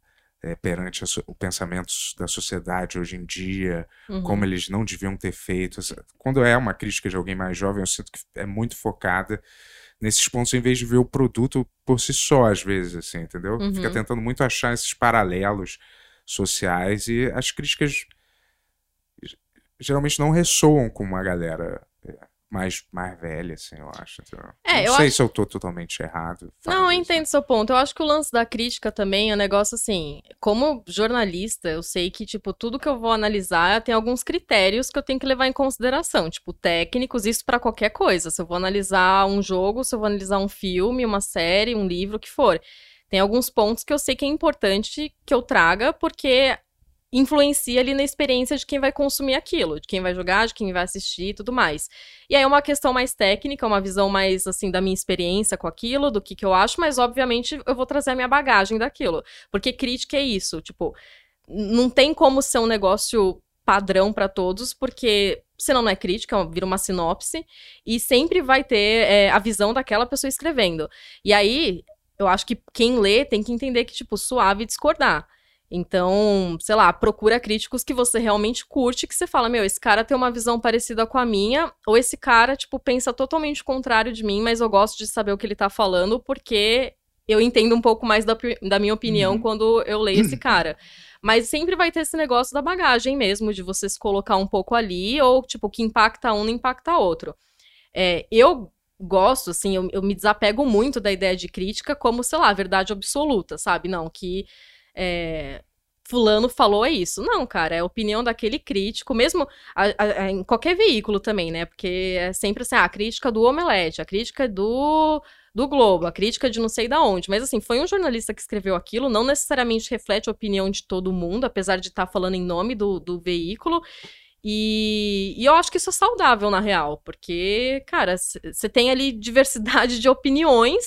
S2: é, perante a so- o pensamento s- da sociedade hoje em dia,
S4: Uhum.
S2: como eles não deviam ter feito. Essa- Quando é uma crítica de alguém mais jovem, eu sinto que é muito focada nesses pontos, em vez de ver o produto por si só, às vezes, assim, entendeu?
S4: Uhum.
S2: Fica tentando muito achar esses paralelos sociais e as críticas geralmente não ressoam com uma galera eh, mais, mais velha, assim, eu acho. Então,
S4: É,
S2: não
S4: eu
S2: sei
S4: acho-
S2: se eu tô totalmente errado. né? Fala
S4: Não, eu
S2: disso.
S4: entendo seu ponto. Eu acho que o lance da crítica também é um negócio assim. Como jornalista, eu sei que, tipo, tudo que eu vou analisar tem alguns critérios que eu tenho que levar em consideração. Tipo, técnicos, isso pra qualquer coisa. Se eu vou analisar um jogo, se eu vou analisar um filme, uma série, um livro, o que for. Tem alguns pontos que eu sei que é importante que eu traga, porque influencia ali na experiência de quem vai consumir aquilo, de quem vai jogar, de quem vai assistir e tudo mais. E aí é uma questão mais técnica, uma visão mais assim da minha experiência com aquilo, do que, que eu acho, mas obviamente eu vou trazer a minha bagagem daquilo. Porque crítica é isso, tipo, n- não tem como ser um negócio padrão pra todos, porque senão não é crítica, é uma- vira uma sinopse, e sempre vai ter é, a visão daquela pessoa escrevendo. E aí, eu acho que quem lê tem que entender que, tipo, suave discordar. Então, sei lá, procura críticos que você realmente curte, que você fala, meu, esse cara tem uma visão parecida com a minha, ou esse cara, tipo, pensa totalmente o contrário de mim, mas eu gosto de saber o que ele tá falando, porque eu entendo um pouco mais da, pi- da minha opinião
S1: Uhum.
S4: quando eu leio esse cara. Mas sempre vai ter esse negócio da bagagem mesmo, de você se colocar um pouco ali, ou, tipo, que impacta um não impacta outro. É, eu gosto, assim, eu, eu me desapego muito da ideia de crítica como, sei lá, verdade absoluta, sabe? Não, que é, fulano falou é isso. Não, cara, é a opinião daquele crítico, mesmo a- a- a- em qualquer veículo também, né? Porque é sempre assim, ah, a crítica do Omelete, a crítica do, do Globo, a crítica de não sei da onde. Mas, assim, foi um jornalista que escreveu aquilo, não necessariamente reflete a opinião de todo mundo, apesar de estar falando em nome do, do veículo. E, e eu acho que isso é saudável, na real, porque, cara, você tem ali diversidade de opiniões,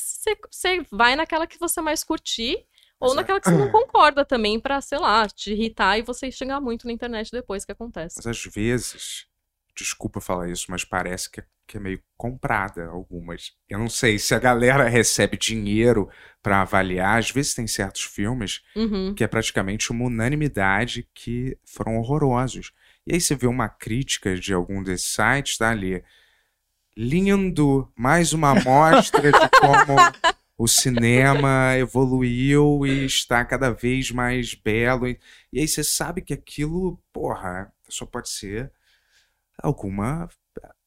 S4: você vai naquela que você mais curtir ou
S2: Pois é.
S4: naquela Então, que você não concorda também, pra, sei lá, te irritar e você xingar muito na internet depois que acontece.
S2: Mas às vezes, desculpa falar isso, mas parece que é, que é meio comprada algumas. Eu não sei se a galera recebe dinheiro pra avaliar. Às vezes tem certos filmes
S4: Uhum.
S2: que é praticamente uma unanimidade que foram horrorosos. E aí você vê uma crítica de algum desses sites, tá ali. Lindo, mais uma amostra de como o cinema evoluiu e está cada vez mais belo. E e aí você sabe que aquilo, porra, só pode ser alguma.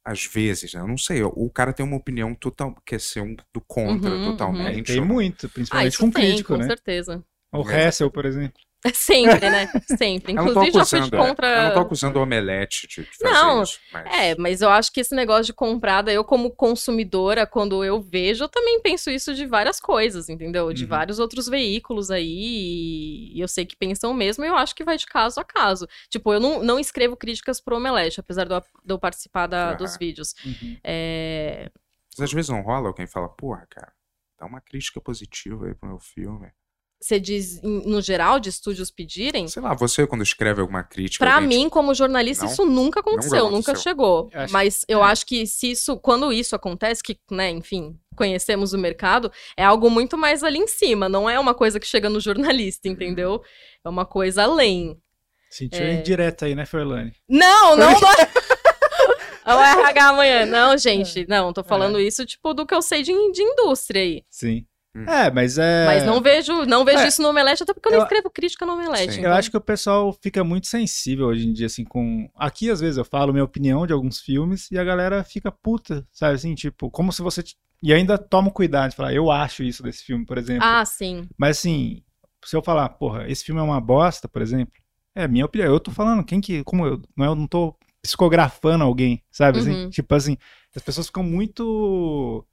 S2: Às vezes, né? Eu não sei. O cara tem uma opinião total. Quer ser um do contra
S4: Uhum, uhum.
S1: É,
S2: totalmente.
S1: tem
S2: ou-
S1: muito,
S4: Ah,
S1: principalmente
S4: isso
S1: com
S4: tem,
S1: crítico,
S4: com
S1: né?
S4: certeza.
S1: O Hessel, por exemplo.
S4: Sempre, né? Sempre.
S2: Eu não tô
S4: Inclusive, já fui
S2: acusando,
S4: de
S2: é. Eu não tô
S4: contra.
S2: acusando o Omelete de, de fazer
S4: Não,
S2: isso. Mas...
S4: É, mas eu acho que esse negócio de comprada, eu como consumidora, quando eu vejo, eu também penso isso de várias coisas, entendeu? De
S1: Uhum.
S4: vários outros veículos aí, e eu sei que pensam mesmo, e eu acho que vai de caso a caso. Tipo, eu não, não escrevo críticas pro Omelete, apesar de eu, de eu participar da-
S2: Aham.
S4: dos vídeos.
S1: Uhum.
S4: É,
S2: Mas às vezes não rola alguém fala, porra, cara, dá uma crítica positiva aí pro meu filme.
S4: Você diz, em- no geral, de estúdios pedirem?
S2: Sei lá, você quando escreve alguma crítica.
S4: Pra
S2: alguém,
S4: mim, como jornalista,
S2: tipo, Não.
S4: isso nunca aconteceu,
S2: Nunca
S4: nunca
S2: aconteceu.
S4: chegou.
S1: Eu acho-
S4: Mas eu
S1: é.
S4: acho que se isso, quando isso acontece, que, né, enfim, conhecemos o mercado, é algo muito mais ali em cima, não é uma coisa que chega no jornalista, entendeu? É uma coisa além.
S1: Sentiu
S4: É.
S1: indireta aí, né, Ferlane?
S4: Não, não dou. É o RH amanhã. Não, gente, não, tô falando isso, tipo, do que eu sei de, de indústria aí.
S1: Sim.
S2: Hum.
S1: É, mas é.
S4: Mas não vejo, não vejo
S1: É.
S4: isso no Omelete, até porque eu não
S1: Eu-
S4: escrevo crítica no Omelete.
S2: Sim.
S4: então-
S1: Eu acho que o pessoal fica muito sensível hoje em dia, assim, com. Aqui, às vezes, eu falo minha opinião de alguns filmes e a galera fica puta, sabe? Assim, tipo, como se você. t- E ainda toma cuidado de falar, eu acho isso desse filme, por exemplo.
S4: Ah, sim.
S1: Mas, assim, se eu falar, porra, esse filme é uma bosta, por exemplo, é a minha opinião. Eu tô falando, quem que. Como eu. Não, é- eu não tô psicografando alguém, sabe? assim?
S4: Uhum.
S1: tipo assim, as pessoas ficam muito.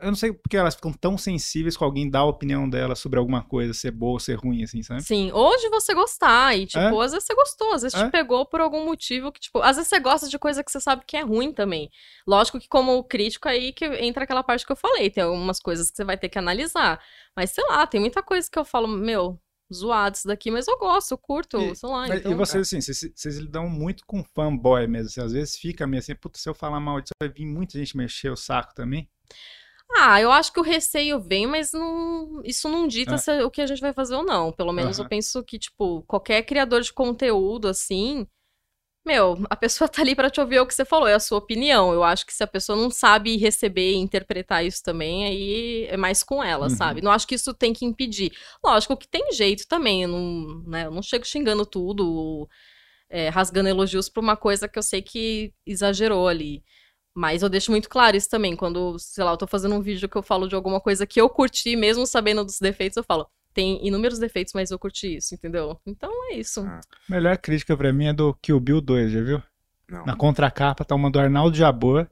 S1: Eu não sei porque elas ficam tão sensíveis com alguém dar a opinião dela sobre alguma coisa, ser boa ou ser ruim, assim, sabe?
S4: Sim, ou de você gostar, e tipo, às vezes você gostou, às vezes
S1: É.
S4: te pegou por algum motivo que, tipo, às vezes você gosta de coisa que você sabe que é ruim também. Lógico que como crítico aí que entra aquela parte que eu falei, tem algumas coisas que você vai ter que analisar, mas sei lá, tem muita coisa que eu falo, meu, zoado isso daqui, mas eu gosto, eu curto,
S1: E-
S4: sei lá,
S1: Mas-
S4: então...
S1: E vocês, assim, vocês, vocês lidam muito com fanboy mesmo. Assim, às vezes fica meio assim, puta, se eu falar mal disso, vai vir muita gente mexer o saco também.
S4: Ah, eu acho que o receio vem, mas não- isso não dita
S1: Ah.
S4: se- o que a gente vai fazer ou não. Pelo menos eu
S1: Aham.
S4: penso que, tipo, qualquer criador de conteúdo, assim, meu, a pessoa tá ali pra te ouvir o que você falou, é a sua opinião. Eu acho que se a pessoa não sabe receber e interpretar isso também, aí é mais com ela,
S1: Uhum.
S4: sabe? Não acho que isso tem que impedir. Lógico que tem jeito também, eu não, né, eu não chego xingando tudo, é, rasgando elogios pra uma coisa que eu sei que exagerou ali. Mas eu deixo muito claro isso também. Quando, sei lá, eu tô fazendo um vídeo que eu falo de alguma coisa que eu curti, mesmo sabendo dos defeitos, eu falo. Tem inúmeros defeitos, mas eu curti isso, entendeu? Então é isso.
S2: Ah.
S1: Melhor crítica pra mim é do Kill Bill 2, já viu?
S2: Não.
S1: Na contracapa tá uma do Arnaldo Jabor,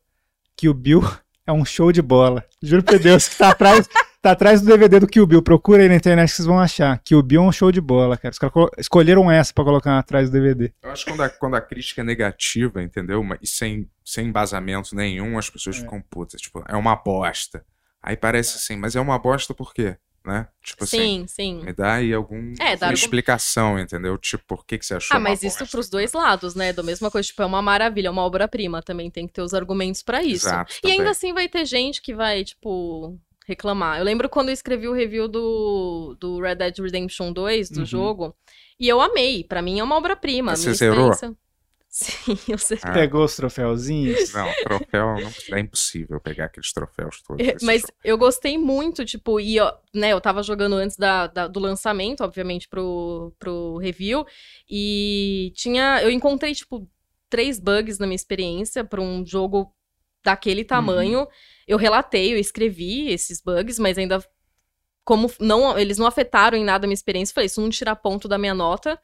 S1: Kill Bill é um show de bola. Juro por Deus que tá atrás, tá atrás do DVD do Kill Bill. Procura aí na internet que vocês vão achar. Kill Bill é um show de bola, cara. Os caras colo- escolheram essa pra colocar atrás do DVD.
S2: Eu acho que quando a, quando a crítica é negativa, entendeu? Mas- E sem, sem embasamento nenhum, as pessoas ficam putas. Tipo, é uma bosta. Aí parece assim, mas é uma bosta por quê? Né? Tipo assim,
S4: sim, sim.
S2: me dá aí algum,
S4: É,
S2: uma
S4: dá algum-
S2: explicação, entendeu? Tipo, por que, que você achou
S4: Ah,
S2: uma
S4: mas isso
S2: bosta?
S4: pros dois lados, né? Da mesma coisa, tipo, é uma maravilha, é uma obra-prima também, tem que ter os argumentos pra é isso.
S2: Exato,
S4: E ainda
S2: também.
S4: assim vai ter gente que vai, tipo, reclamar. Eu lembro quando eu escrevi o review do, do Red Dead Redemption 2, do
S1: Uhum.
S4: jogo, e eu amei. Pra mim é uma obra-prima.
S2: Mas
S4: a minha
S2: você zerou?
S4: experiência- Sim, eu zerei.
S2: Ah.
S1: Pegou os troféuzinhos.
S2: Não, troféu, não, é impossível pegar aqueles troféus todos.
S4: É,
S2: desse
S4: Mas
S2: jogo.
S4: eu gostei muito, tipo, e ó, né, eu tava jogando antes da, da- do lançamento, obviamente, pro, pro review, e tinha, eu encontrei, tipo, três bugs na minha experiência pra um jogo daquele tamanho. Eu relatei, eu escrevi esses bugs, mas ainda, como não, eles não afetaram em nada a minha experiência, eu falei, isso não tira ponto da minha nota,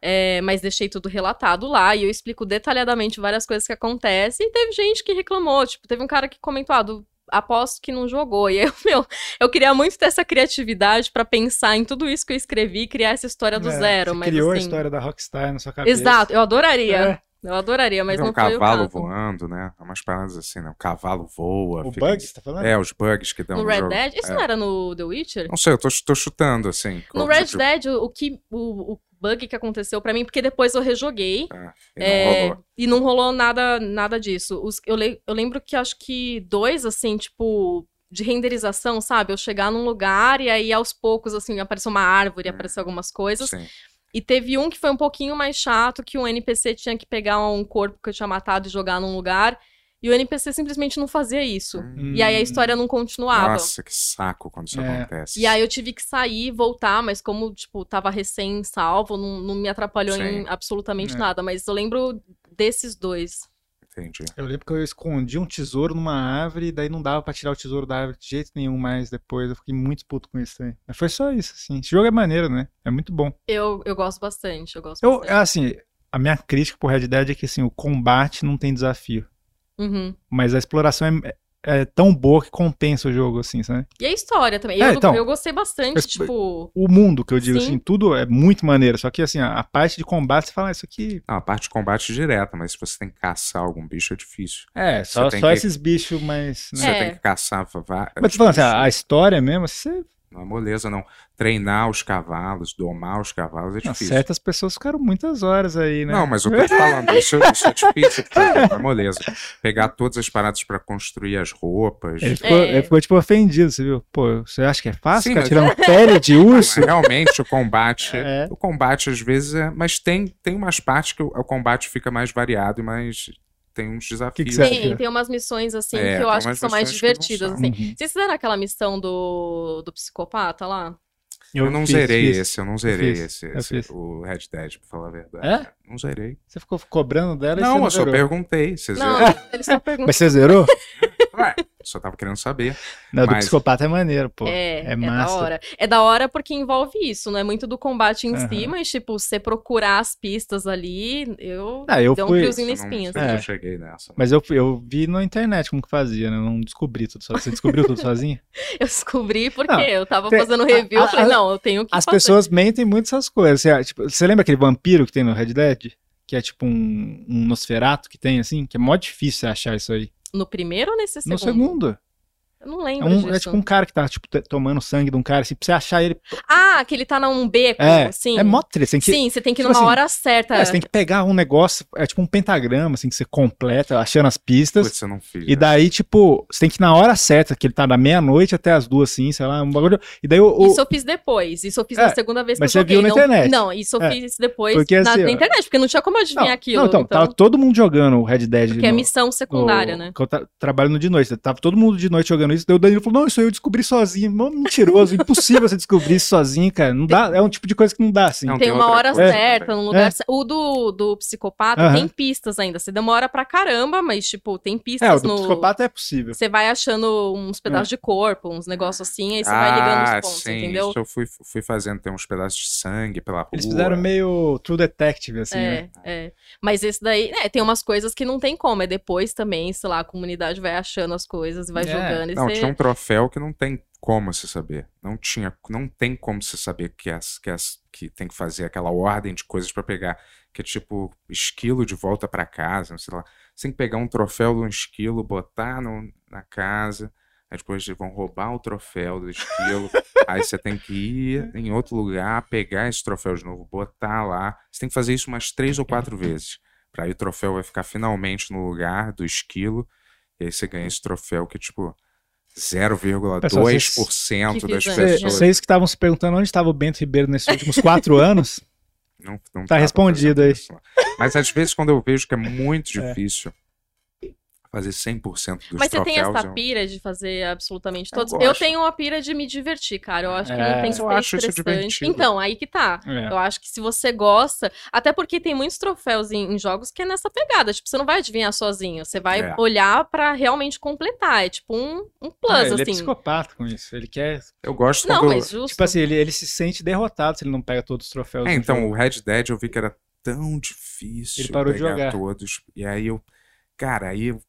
S4: é, mas deixei tudo relatado lá, e eu explico detalhadamente várias coisas que acontecem, e teve gente que reclamou, tipo, teve um cara que comentou, ah, do aposto que não jogou. E eu, meu, eu queria muito ter essa criatividade pra pensar em tudo isso que eu escrevi e criar essa história do
S1: É,
S4: zero.
S1: você
S4: mas
S1: criou a
S4: assim,
S1: história da Rockstar na sua cabeça.
S4: Exato, eu adoraria.
S1: É.
S4: Eu adoraria, mas
S2: Tem um
S4: não foi o
S2: cavalo
S4: caso.
S2: voando, né? Umas paradas assim, né? O cavalo voa.
S1: O
S2: fica-
S1: Bugs, você tá falando?
S2: É, os bugs que dão
S4: No
S2: no
S4: Red
S2: jogo.
S4: Dead? Isso
S2: É.
S4: não era no The Witcher?
S2: Não sei, eu tô, tô chutando, assim.
S4: No Red Dead, o, o que o, o bug que aconteceu pra mim, porque depois eu rejoguei
S2: Dead.
S4: é, e não rolou nada nada disso. Os- eu, le- eu lembro que acho que dois, assim, tipo, de renderização, sabe? Eu chegar num lugar e aí aos poucos, assim, apareceu uma árvore,
S2: Hum.
S4: apareceu algumas coisas.
S2: Sim.
S4: E teve um que foi um pouquinho mais chato, que o NPC tinha que pegar um corpo que eu tinha matado e jogar num lugar. E o NPC simplesmente não fazia isso.
S1: Hum.
S4: E aí a história não continuava.
S2: Nossa, que saco quando isso
S1: É.
S2: acontece.
S4: um E aí eu tive que sair, voltar, mas como, tipo, tava recém-salvo, não, não me atrapalhou em
S2: Sim.
S4: absolutamente
S1: É.
S4: nada. Mas eu lembro desses dois.
S2: Entendi.
S1: Eu lembro que eu escondi um tesouro numa árvore, e daí não dava pra tirar o tesouro da árvore de jeito nenhum mais depois. Eu fiquei muito puto com isso aí. Mas foi só isso, assim. Esse jogo é maneiro, né? É muito bom.
S4: Eu, eu gosto bastante, eu gosto
S1: Eu,
S4: bastante.
S1: assim, a minha crítica pro Red Dead é que, assim, o combate não tem desafio.
S4: Uhum.
S1: Mas a exploração é, é tão boa que compensa o jogo, assim, sabe?
S4: E a história também.
S1: É,
S4: eu,
S1: então.
S4: eu gostei bastante,
S1: Mas-
S4: tipo...
S1: O mundo, que eu digo,
S4: Sim.
S1: assim, tudo é muito maneiro. Só que, assim, a, a parte de combate, você fala, ah, isso aqui...
S2: Não, a parte de combate é direta, mas se você tem que caçar algum bicho é difícil.
S1: É, só,
S2: tem
S1: só
S2: que-
S1: esses bichos, mas... né?
S2: Você
S4: É.
S2: tem que caçar vários.
S1: Mas tô falando assim, a, a história mesmo, você,
S2: Não é moleza, não. Treinar os cavalos, domar os cavalos é
S1: não,
S2: difícil.
S1: certas pessoas ficaram muitas horas aí, né?
S2: Não, mas o que eu tô falando, isso, isso é difícil, porque não é moleza. Pegar todas as paradas pra construir as roupas.
S1: Ele ficou,
S4: É.
S1: ele ficou, tipo, ofendido, você viu? Pô, você acha que é fácil ficar
S2: Sim, mas-
S1: tirando pele de urso?
S2: Mas Realmente o combate.
S1: É.
S2: O combate às vezes é. Mas tem, tem umas partes que o, o combate fica mais variado, mas tem uns desafios.
S1: que você acha?
S4: Tem, tem umas missões, assim,
S2: É,
S4: que eu
S2: tem
S4: acho que
S2: umas
S4: são mais
S2: missões que não é.
S4: divertidas,
S2: são.
S4: assim.
S1: Uhum.
S4: Vocês fizeram aquela missão do, do psicopata lá?
S2: Eu, não
S1: fiz,
S2: zerei
S1: fiz.
S2: esse, eu não zerei
S1: fiz,
S2: esse,
S1: eu
S2: esse-
S1: fiz.
S2: o Red Dead, pra falar a verdade.
S1: É?
S2: Não zerei.
S1: Você ficou cobrando dela e
S2: não,
S1: você
S2: eu só
S1: zerou.
S2: perguntei. Você
S4: Não,
S2: zerou?
S4: ele só perguntou.
S1: Mas você zerou?
S2: Ué, só tava querendo saber.
S1: Não, do
S2: Mas-
S1: psicopata é maneiro, pô.
S4: É, é, da
S1: massa.
S4: hora. É da hora porque envolve isso, não é muito do combate em si,
S1: Aham.
S4: mas, tipo, você procurar as pistas ali, eu
S1: Ah, eu
S4: deu um
S1: fui-
S4: friozinho na
S2: Eu não,
S4: espinha.
S2: sei
S4: assim.
S2: se eu
S1: É.
S2: cheguei nessa.
S1: Mas eu, eu vi na internet como que fazia, né? Eu não descobri tudo sozinho. Você descobriu tudo sozinha?
S4: Eu descobri porque
S1: Não,
S4: eu tava
S1: tem-
S4: fazendo review,
S1: a-
S4: eu falei,
S1: a-
S4: não, eu tenho que
S1: As
S4: fazer.
S1: pessoas mentem muito essas coisas. Você, tipo, você lembra aquele vampiro que tem no Red Dead? Que é tipo um, um Nosferato que tem, assim? Que é mó difícil você achar isso aí.
S4: No primeiro ou nesse segundo?
S1: No segundo.
S4: Eu não
S1: É,
S4: lembro
S1: um- é
S4: disso.
S1: tipo um cara que tá, tipo, t- tomando sangue de um cara, assim, pra você achar ele.
S4: Ah, que ele tá num beco,
S1: É,
S4: assim.
S1: É mó treta. Você tem que
S4: Sim, você tem que ir
S1: tipo
S4: numa
S1: assim,
S4: hora certa.
S1: É, você tem que pegar um negócio, é tipo um pentagrama, assim, que você completa, achando as pistas.
S2: Putz, eu não fiz. né?
S1: E daí, tipo, você tem que ir na hora certa, que ele tá da meia-noite até as duas, assim, sei lá, um bagulho. E daí o. o-
S4: Isso eu fiz depois. Isso eu fiz
S1: É,
S4: na segunda vez que
S1: mas
S4: eu
S1: você
S4: joguei.
S1: viu na
S4: não,
S1: internet.
S4: não, isso eu
S1: É,
S4: fiz depois
S1: porque
S4: na,
S1: assim,
S4: na
S1: ó,
S4: internet, porque não tinha como adivinhar aquilo.
S1: Não, então, tava todo mundo jogando o Red Dead.
S4: porque é
S1: no-
S4: missão
S1: no-
S4: secundária, né?
S1: Que eu tra- trabalho no de noite. né? Tava todo mundo de noite jogando contando isso. Daí o Danilo falou: Não, isso aí eu descobri sozinho. Mó mentiroso, impossível você descobrir isso sozinho, cara. Não dá, é um tipo de coisa que não dá, assim.
S2: Não,
S4: Tem
S2: tem
S4: uma
S2: outra
S4: hora
S2: coisa
S4: certa, num lugar. cer- O do, do psicopata
S1: É. Aham.
S4: tem pistas ainda. Você demora pra caramba, mas, tipo, tem pistas
S1: é, o do
S4: no.
S1: psicopata é possível.
S4: Você vai achando uns pedaços de corpo, uns negócios assim, aí você
S2: Ah,
S4: vai ligando os pontos, entendeu?
S2: Isso eu fui, fui fazendo, tem uns pedaços de sangue pela rua.
S1: Eles fizeram meio True Detective, assim, né?
S4: É, é. Mas esse daí, né, tem umas coisas que não tem como. É depois também, sei lá, a comunidade vai achando as coisas e vai
S1: É.
S4: jogando. E
S2: Não,
S4: você-
S2: tinha um troféu que não tem como se saber. Não tinha, não tem como se saber que as, que as que tem que fazer aquela ordem de coisas pra pegar, que é tipo esquilo de volta pra casa, sei lá. Você tem que pegar um troféu de um esquilo, botar no- na casa, aí depois eles vão roubar o troféu do esquilo, aí você tem que ir em outro lugar, pegar esse troféu de novo, botar lá. Você tem que fazer isso umas três ou quatro vezes. Pra aí o troféu vai ficar finalmente no lugar do esquilo, e aí você ganha esse troféu que, tipo,
S1: Pessoal, vocês-
S2: 0,2% das
S4: Difícil, né?
S1: Cê-
S2: pessoas.
S1: Vocês que estavam se perguntando onde estava o Bento Ribeiro nesses últimos quatro anos,
S2: Não, não
S1: Tá
S2: dá pra
S1: respondido
S2: fazer
S1: aí.
S2: isso, não. Mas às vezes, quando eu vejo que é muito difícil fazer 100% dos
S4: Mas você
S2: troféus...
S4: tem essa
S2: eu-
S4: pira de fazer absolutamente
S2: Eu
S4: todos. Eu,
S2: gosto.
S4: tenho uma pira de me divertir, cara. Eu acho que
S1: É.
S4: não tem que
S2: Eu
S4: ser
S2: acho isso
S4: estressante.
S2: divertido.
S4: Então, aí que tá.
S1: É.
S4: Eu acho que se você gosta. Até porque tem muitos troféus em, em jogos que é nessa pegada. Tipo, você não vai adivinhar sozinho. Você vai
S2: É.
S4: olhar pra realmente completar. É tipo um, um plus,
S1: Ah, ele é
S4: assim.
S1: psicopata com isso. Ele quer.
S2: Eu gosto
S4: não,
S2: quando...
S4: mas justo.
S1: Tipo assim, ele, ele se sente derrotado se ele não pega todos os troféus.
S2: É,
S1: do
S2: então,
S1: jogo.
S2: o Red Dead eu vi que era tão difícil
S1: Ele parou de
S2: pegar
S1: jogar.
S2: todos. E aí eu... Cara, aí eu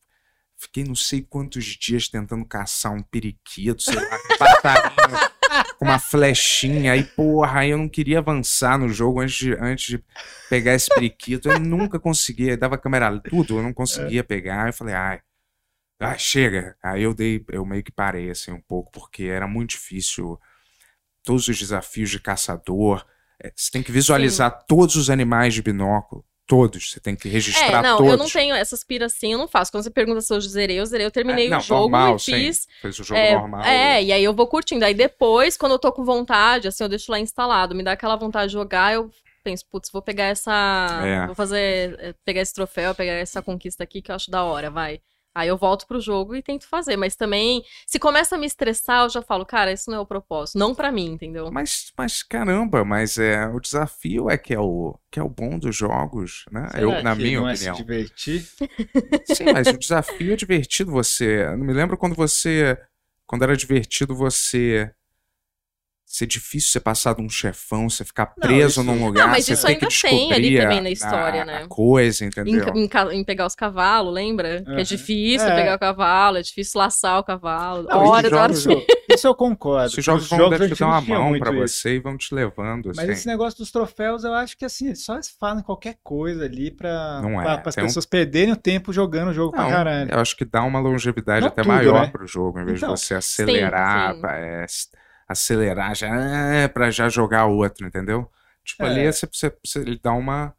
S2: fiquei não sei quantos dias tentando caçar um periquito, sei lá, um passarinho com uma flechinha. Aí, porra, aí eu não queria avançar no jogo antes de, antes de pegar esse periquito. Eu nunca conseguia, dava câmera tudo,
S4: É.
S2: eu não conseguia pegar. Eu falei, ai... Ah, chega. Aí eu dei, eu meio que parei assim um pouco, porque era muito difícil. Todos os desafios de caçador. é, Você tem que visualizar todos os animais de binóculo. Todos. Você tem que registrar
S4: É, não,
S2: todos.
S4: eu não tenho essas piras assim, eu não faço. Quando você pergunta se eu zerei, eu zerei, eu terminei
S2: É, não,
S4: o jogo
S2: normal,
S4: e
S2: sim.
S4: fiz.
S2: Fez o jogo
S4: é,
S2: normal.
S4: é, e aí eu vou curtindo. Aí depois, quando eu tô com vontade, assim, eu deixo lá instalado. Me dá aquela vontade de jogar, eu penso, putz, vou pegar essa.
S2: É.
S4: Vou fazer. eh, Pegar esse troféu, pegar essa conquista aqui que eu acho da hora, vai. Aí eu volto pro jogo e tento fazer. Mas também, se começa a me estressar, eu já falo, cara, isso não é o propósito. Não pra mim, entendeu?
S2: Mas, mas caramba, mas é, o desafio é que é o, que é o bom dos jogos, né?
S1: Será
S2: eu, na
S1: que
S2: minha
S1: não é
S2: opinião.
S1: se divertir.
S2: Sim, mas o desafio é divertido você. Eu não me lembro quando você. Quando era divertido você. Ser difícil você passar de um chefão, você ficar
S1: Não,
S2: preso
S1: isso-
S2: num lugar,
S4: mas
S2: você
S4: isso
S2: tem
S4: ainda
S2: que
S4: tem
S2: descobrir
S4: ali também
S2: a-
S4: na história,
S2: a-
S4: né?
S2: a coisa, entendeu?
S4: Em, em ca- em pegar os cavalos, lembra? Que é
S1: Aham.
S4: difícil
S1: É.
S4: pegar o cavalo, é difícil laçar o cavalo.
S1: Não,
S4: horas,
S1: esses
S4: e horas.
S1: jogos- Isso eu concordo.
S2: Esses jogos
S1: Os
S2: vão
S1: jogos
S2: dar
S1: a
S2: te
S1: gente
S2: dar
S1: não
S2: uma
S1: tinha
S2: mão
S1: muito
S2: pra
S1: isso.
S2: você e vão te levando,
S1: Mas
S2: assim.
S1: esse negócio dos troféus, eu acho que assim, só eles fazem qualquer coisa ali pra,
S2: Não é,
S1: pra- pras
S2: tem um-
S1: pessoas perderem o tempo jogando o jogo pra
S2: Não,
S1: caralho.
S2: eu acho que dá uma longevidade
S1: é Não
S2: até
S1: tudo,
S2: maior
S1: né?
S2: pro jogo, em vez
S1: Então,
S2: de você acelerar,
S4: sim.
S2: pra- é, s- acelerar já ah, pra já jogar outro, entendeu? Tipo,
S1: É.
S2: ali você, você, você- ele dá
S1: Eu
S2: uma, dá é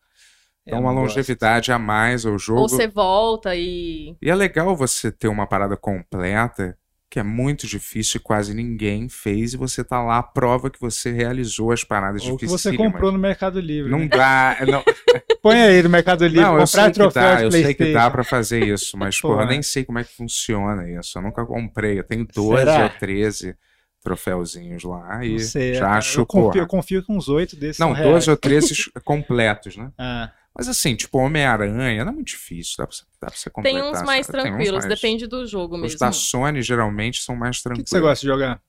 S2: Então, uma
S1: não gosto.
S2: longevidade a mais ao jogo.
S4: É Ou você volta e.
S2: E é legal você ter uma parada completa, que é muito difícil e quase ninguém fez, e você tá lá, prova que você realizou as paradas
S1: Ou o que
S2: difíceis.
S1: você comprou no Mercado Livre.
S2: Não
S1: né?
S2: dá. é, Não,
S1: Põe aí no Mercado Livre,
S2: não, eu sei
S1: comprar
S2: que
S1: troféu
S2: dá,
S1: de
S2: eu
S1: Playstation.
S2: sei que dá pra fazer isso, mas
S1: Pô,
S2: porra, eu
S1: né?
S2: nem sei como é que funciona isso. Eu nunca comprei, eu tenho 12
S1: Será?
S2: ou 13 troféuzinhos lá e
S1: Não sei,
S2: já
S1: cara,
S2: acho,
S1: eu confio,
S2: porra.
S1: eu confio que uns oito desses
S2: Não,
S1: são reais.
S2: 12 ou 13 completos, né?
S1: Ah,
S2: Mas assim, tipo, Homem-Aranha não é muito difícil, dá pra, você- dá pra você completar.
S4: Tem uns mais
S2: sabe? Tem uns
S4: tranquilos,
S2: mais-
S4: depende do jogo
S2: Os
S4: mesmo.
S2: da Sony geralmente são mais
S1: o que,
S2: tranquilos.
S1: que você gosta de jogar?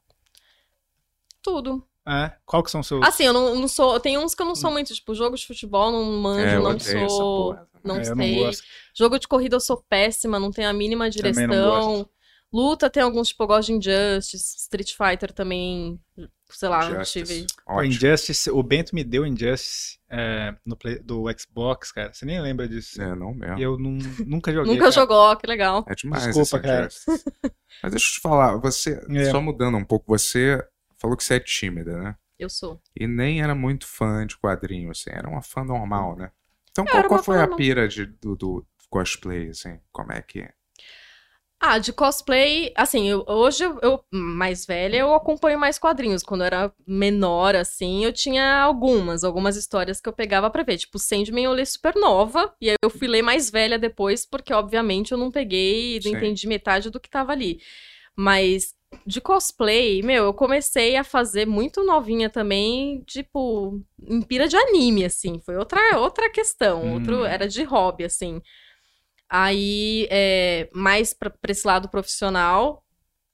S4: Tudo.
S1: Ah, qual que são os seus...
S4: Assim, eu não, não sou. Tem uns que eu não sou muito, tipo, jogo de futebol, não manjo,
S2: É, eu
S4: não
S2: odeio essa
S4: sou.
S2: porra.
S4: Não
S1: É, eu não
S4: sei.
S1: gosto.
S4: jogo de corrida eu sou péssima, não tenho a mínima
S1: Também não
S4: direção. Luta tem alguns, tipo, eu gosto de Injustice, Street Fighter também, sei lá, não
S2: Justice.
S4: tive.
S1: O
S2: Ótimo.
S1: Injustice, o Bento me deu Injustice é, no play- do Xbox, cara. Você nem lembra disso.
S2: É, não mesmo.
S1: E eu nun- nunca joguei.
S4: Nunca
S1: cara.
S4: jogou, que legal.
S2: É demais
S1: Desculpa,
S2: esse
S1: cara.
S2: Injustice. Mas deixa eu te falar, você,
S1: É.
S2: só mudando um pouco, você falou que você é tímida, né?
S4: Eu sou.
S2: E nem era muito fã de quadrinho, assim, era uma fã normal, né? Então
S4: Eu
S2: qual,
S4: era
S2: qual
S4: uma
S2: foi
S4: fã
S2: a
S4: normal.
S2: pira de- do, do cosplay, assim? Como é que é?
S4: Ah, de cosplay, assim, eu- hoje eu, eu, mais velha, eu acompanho mais quadrinhos. Quando eu era menor, assim, eu tinha algumas, algumas histórias que eu pegava pra ver. Tipo, Sandman eu li super nova, e aí eu fui ler mais velha depois, porque obviamente eu não peguei e não
S2: Sim.
S4: entendi metade do que tava ali. Mas de cosplay, meu, eu comecei a fazer muito novinha também, tipo, em pira de anime, assim. Foi outra, outra questão,
S1: Hum.
S2: Uhum.
S4: outro era de hobby, assim. Aí, é, mais pra, pra esse lado profissional,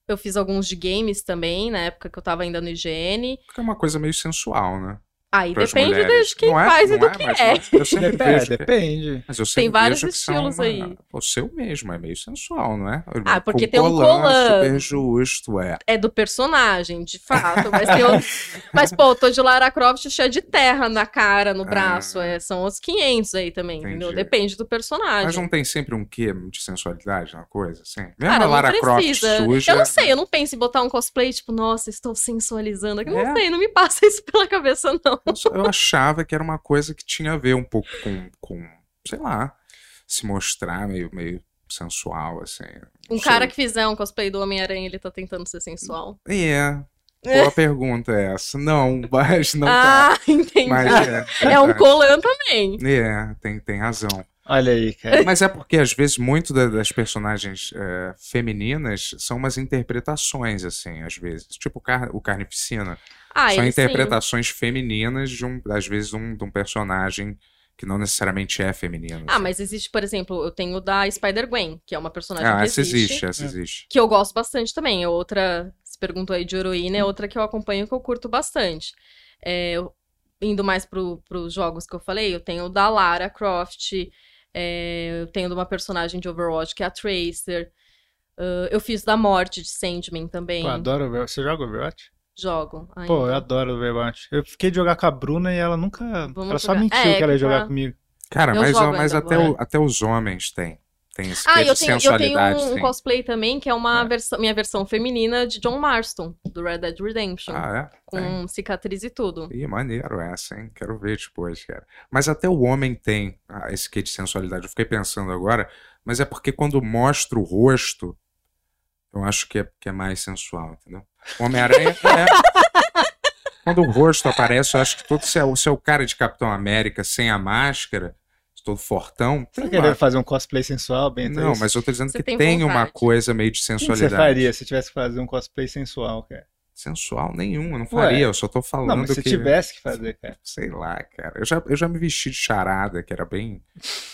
S4: eu fiz alguns de games também, na época que eu tava ainda no IGN.
S2: Porque é uma coisa meio sensual, né?
S4: Aí
S2: Pras
S4: depende
S2: mulheres.
S4: de quem
S2: Não é-
S4: faz e
S2: não
S4: do
S2: é,
S4: que
S2: mas
S4: é.
S2: Eu sempre
S1: Depende,
S2: vejo. que-
S1: depende.
S2: Mas eu sempre
S4: vários
S2: vejo que são ah,
S4: estilos aí.
S2: O seu mesmo, é meio sensual, não é?
S4: Ah, porque
S2: Com
S4: tem um colã.
S2: Super justo, é.
S4: É do personagem, de fato. Mas, tem outros- mas pô, eu tô de Lara Croft cheia de terra na cara, no braço. é, são os 500 aí também, entendeu?
S2: Ah. Entendi.
S4: Depende do personagem.
S2: Mas não tem sempre um quê de sensualidade na coisa, assim? Mesmo
S4: Cara,
S2: a Lara
S4: não
S2: Croft
S4: precisa.
S2: suja.
S4: Eu não sei, eu não penso em botar um cosplay, tipo, nossa, estou sensualizando aqui.
S2: É.
S4: Não sei, não me passa isso pela cabeça, não.
S2: Eu, só- eu achava que era uma coisa que tinha a ver um pouco com, com sei lá, se mostrar meio, meio sensual, assim.
S4: Um
S2: Sei.
S4: cara que fizer um cosplay do Homem-Aranha, ele tá tentando ser sensual.
S2: E é. Boa pergunta essa. Não, mas não tá.
S4: ah, entendi.
S2: Mas é,
S4: é um
S2: verdade.
S4: colã também.
S2: É, tem, tem razão.
S1: Olha aí, cara.
S2: Mas é porque, às vezes, muito da- das personagens é, femininas são umas interpretações, assim, às vezes. Tipo o, car o Carnificina.
S4: Ah,
S2: são
S4: ele sim.
S2: interpretações femininas, de um, às vezes, um, de um personagem que não necessariamente é feminino.
S4: Ah,
S2: assim.
S4: mas existe, por exemplo, eu tenho da Spider-Gwen, que é uma personagem
S2: Ah,
S4: que
S2: essa
S4: existe,
S2: existe, essa existe.
S4: Que eu gosto bastante também. É outra, se perguntou aí de heroína,
S2: Hum.
S4: é outra que eu acompanho que eu curto bastante. É, eu- indo mais pro, pros jogos que eu falei, eu tenho o da Lara Croft, é, eu tenho de uma personagem de Overwatch que é a Tracer. ah, eu fiz da Morte de Sandman também.
S1: Pô, adoro Overwatch. Você joga Overwatch?
S4: Jogo. ainda.
S1: Pô, eu adoro Overwatch. Eu fiquei de jogar com a Bruna e ela nunca.
S4: Vamos
S1: ela só
S4: jogar.
S1: mentiu
S4: É,
S1: que ela ia
S4: que
S1: jogar
S4: tá-
S1: comigo.
S2: Cara,
S4: Eu
S2: mas,
S4: jogo
S2: mas
S4: ainda
S2: até,
S4: agora.
S2: o- até os homens têm. Tem esse
S4: Ah,
S2: quê
S4: eu
S2: de
S4: tenho, eu tenho
S2: sensualidade.
S4: um, um
S2: tem.
S4: cosplay também, que é uma
S2: É.
S4: versão, minha versão feminina de John Marston, do Red Dead Redemption.
S2: Ah, é? Tem.
S4: com cicatriz e tudo.
S2: Ih, maneiro essa, hein? Quero ver depois, cara. Mas até o homem tem ah, esse quê de sensualidade. Eu fiquei pensando agora, mas é porque quando mostra o rosto, eu acho que é, que é mais sensual, entendeu? O Homem-Aranha é. Quando o rosto aparece, eu acho que todo seu, o seu cara de Capitão América sem a máscara, todo fortão.
S1: Você tá
S2: sei
S1: querendo
S2: lá.
S1: fazer um cosplay sensual, Bento? É
S2: Não,
S1: isso?
S2: mas eu tô dizendo
S4: Você
S2: que
S4: tem
S2: tem, uma
S4: vontade.
S2: coisa meio de
S1: O que que
S2: sensualidade.
S1: você faria se tivesse que fazer um cosplay sensual, cara?
S2: Sensual nenhum, eu não faria, eu só tô falando
S1: Não, mas se
S2: que.
S1: tivesse que fazer, cara.
S2: Sei lá, cara. Eu já, eu já me vesti de charada, que era bem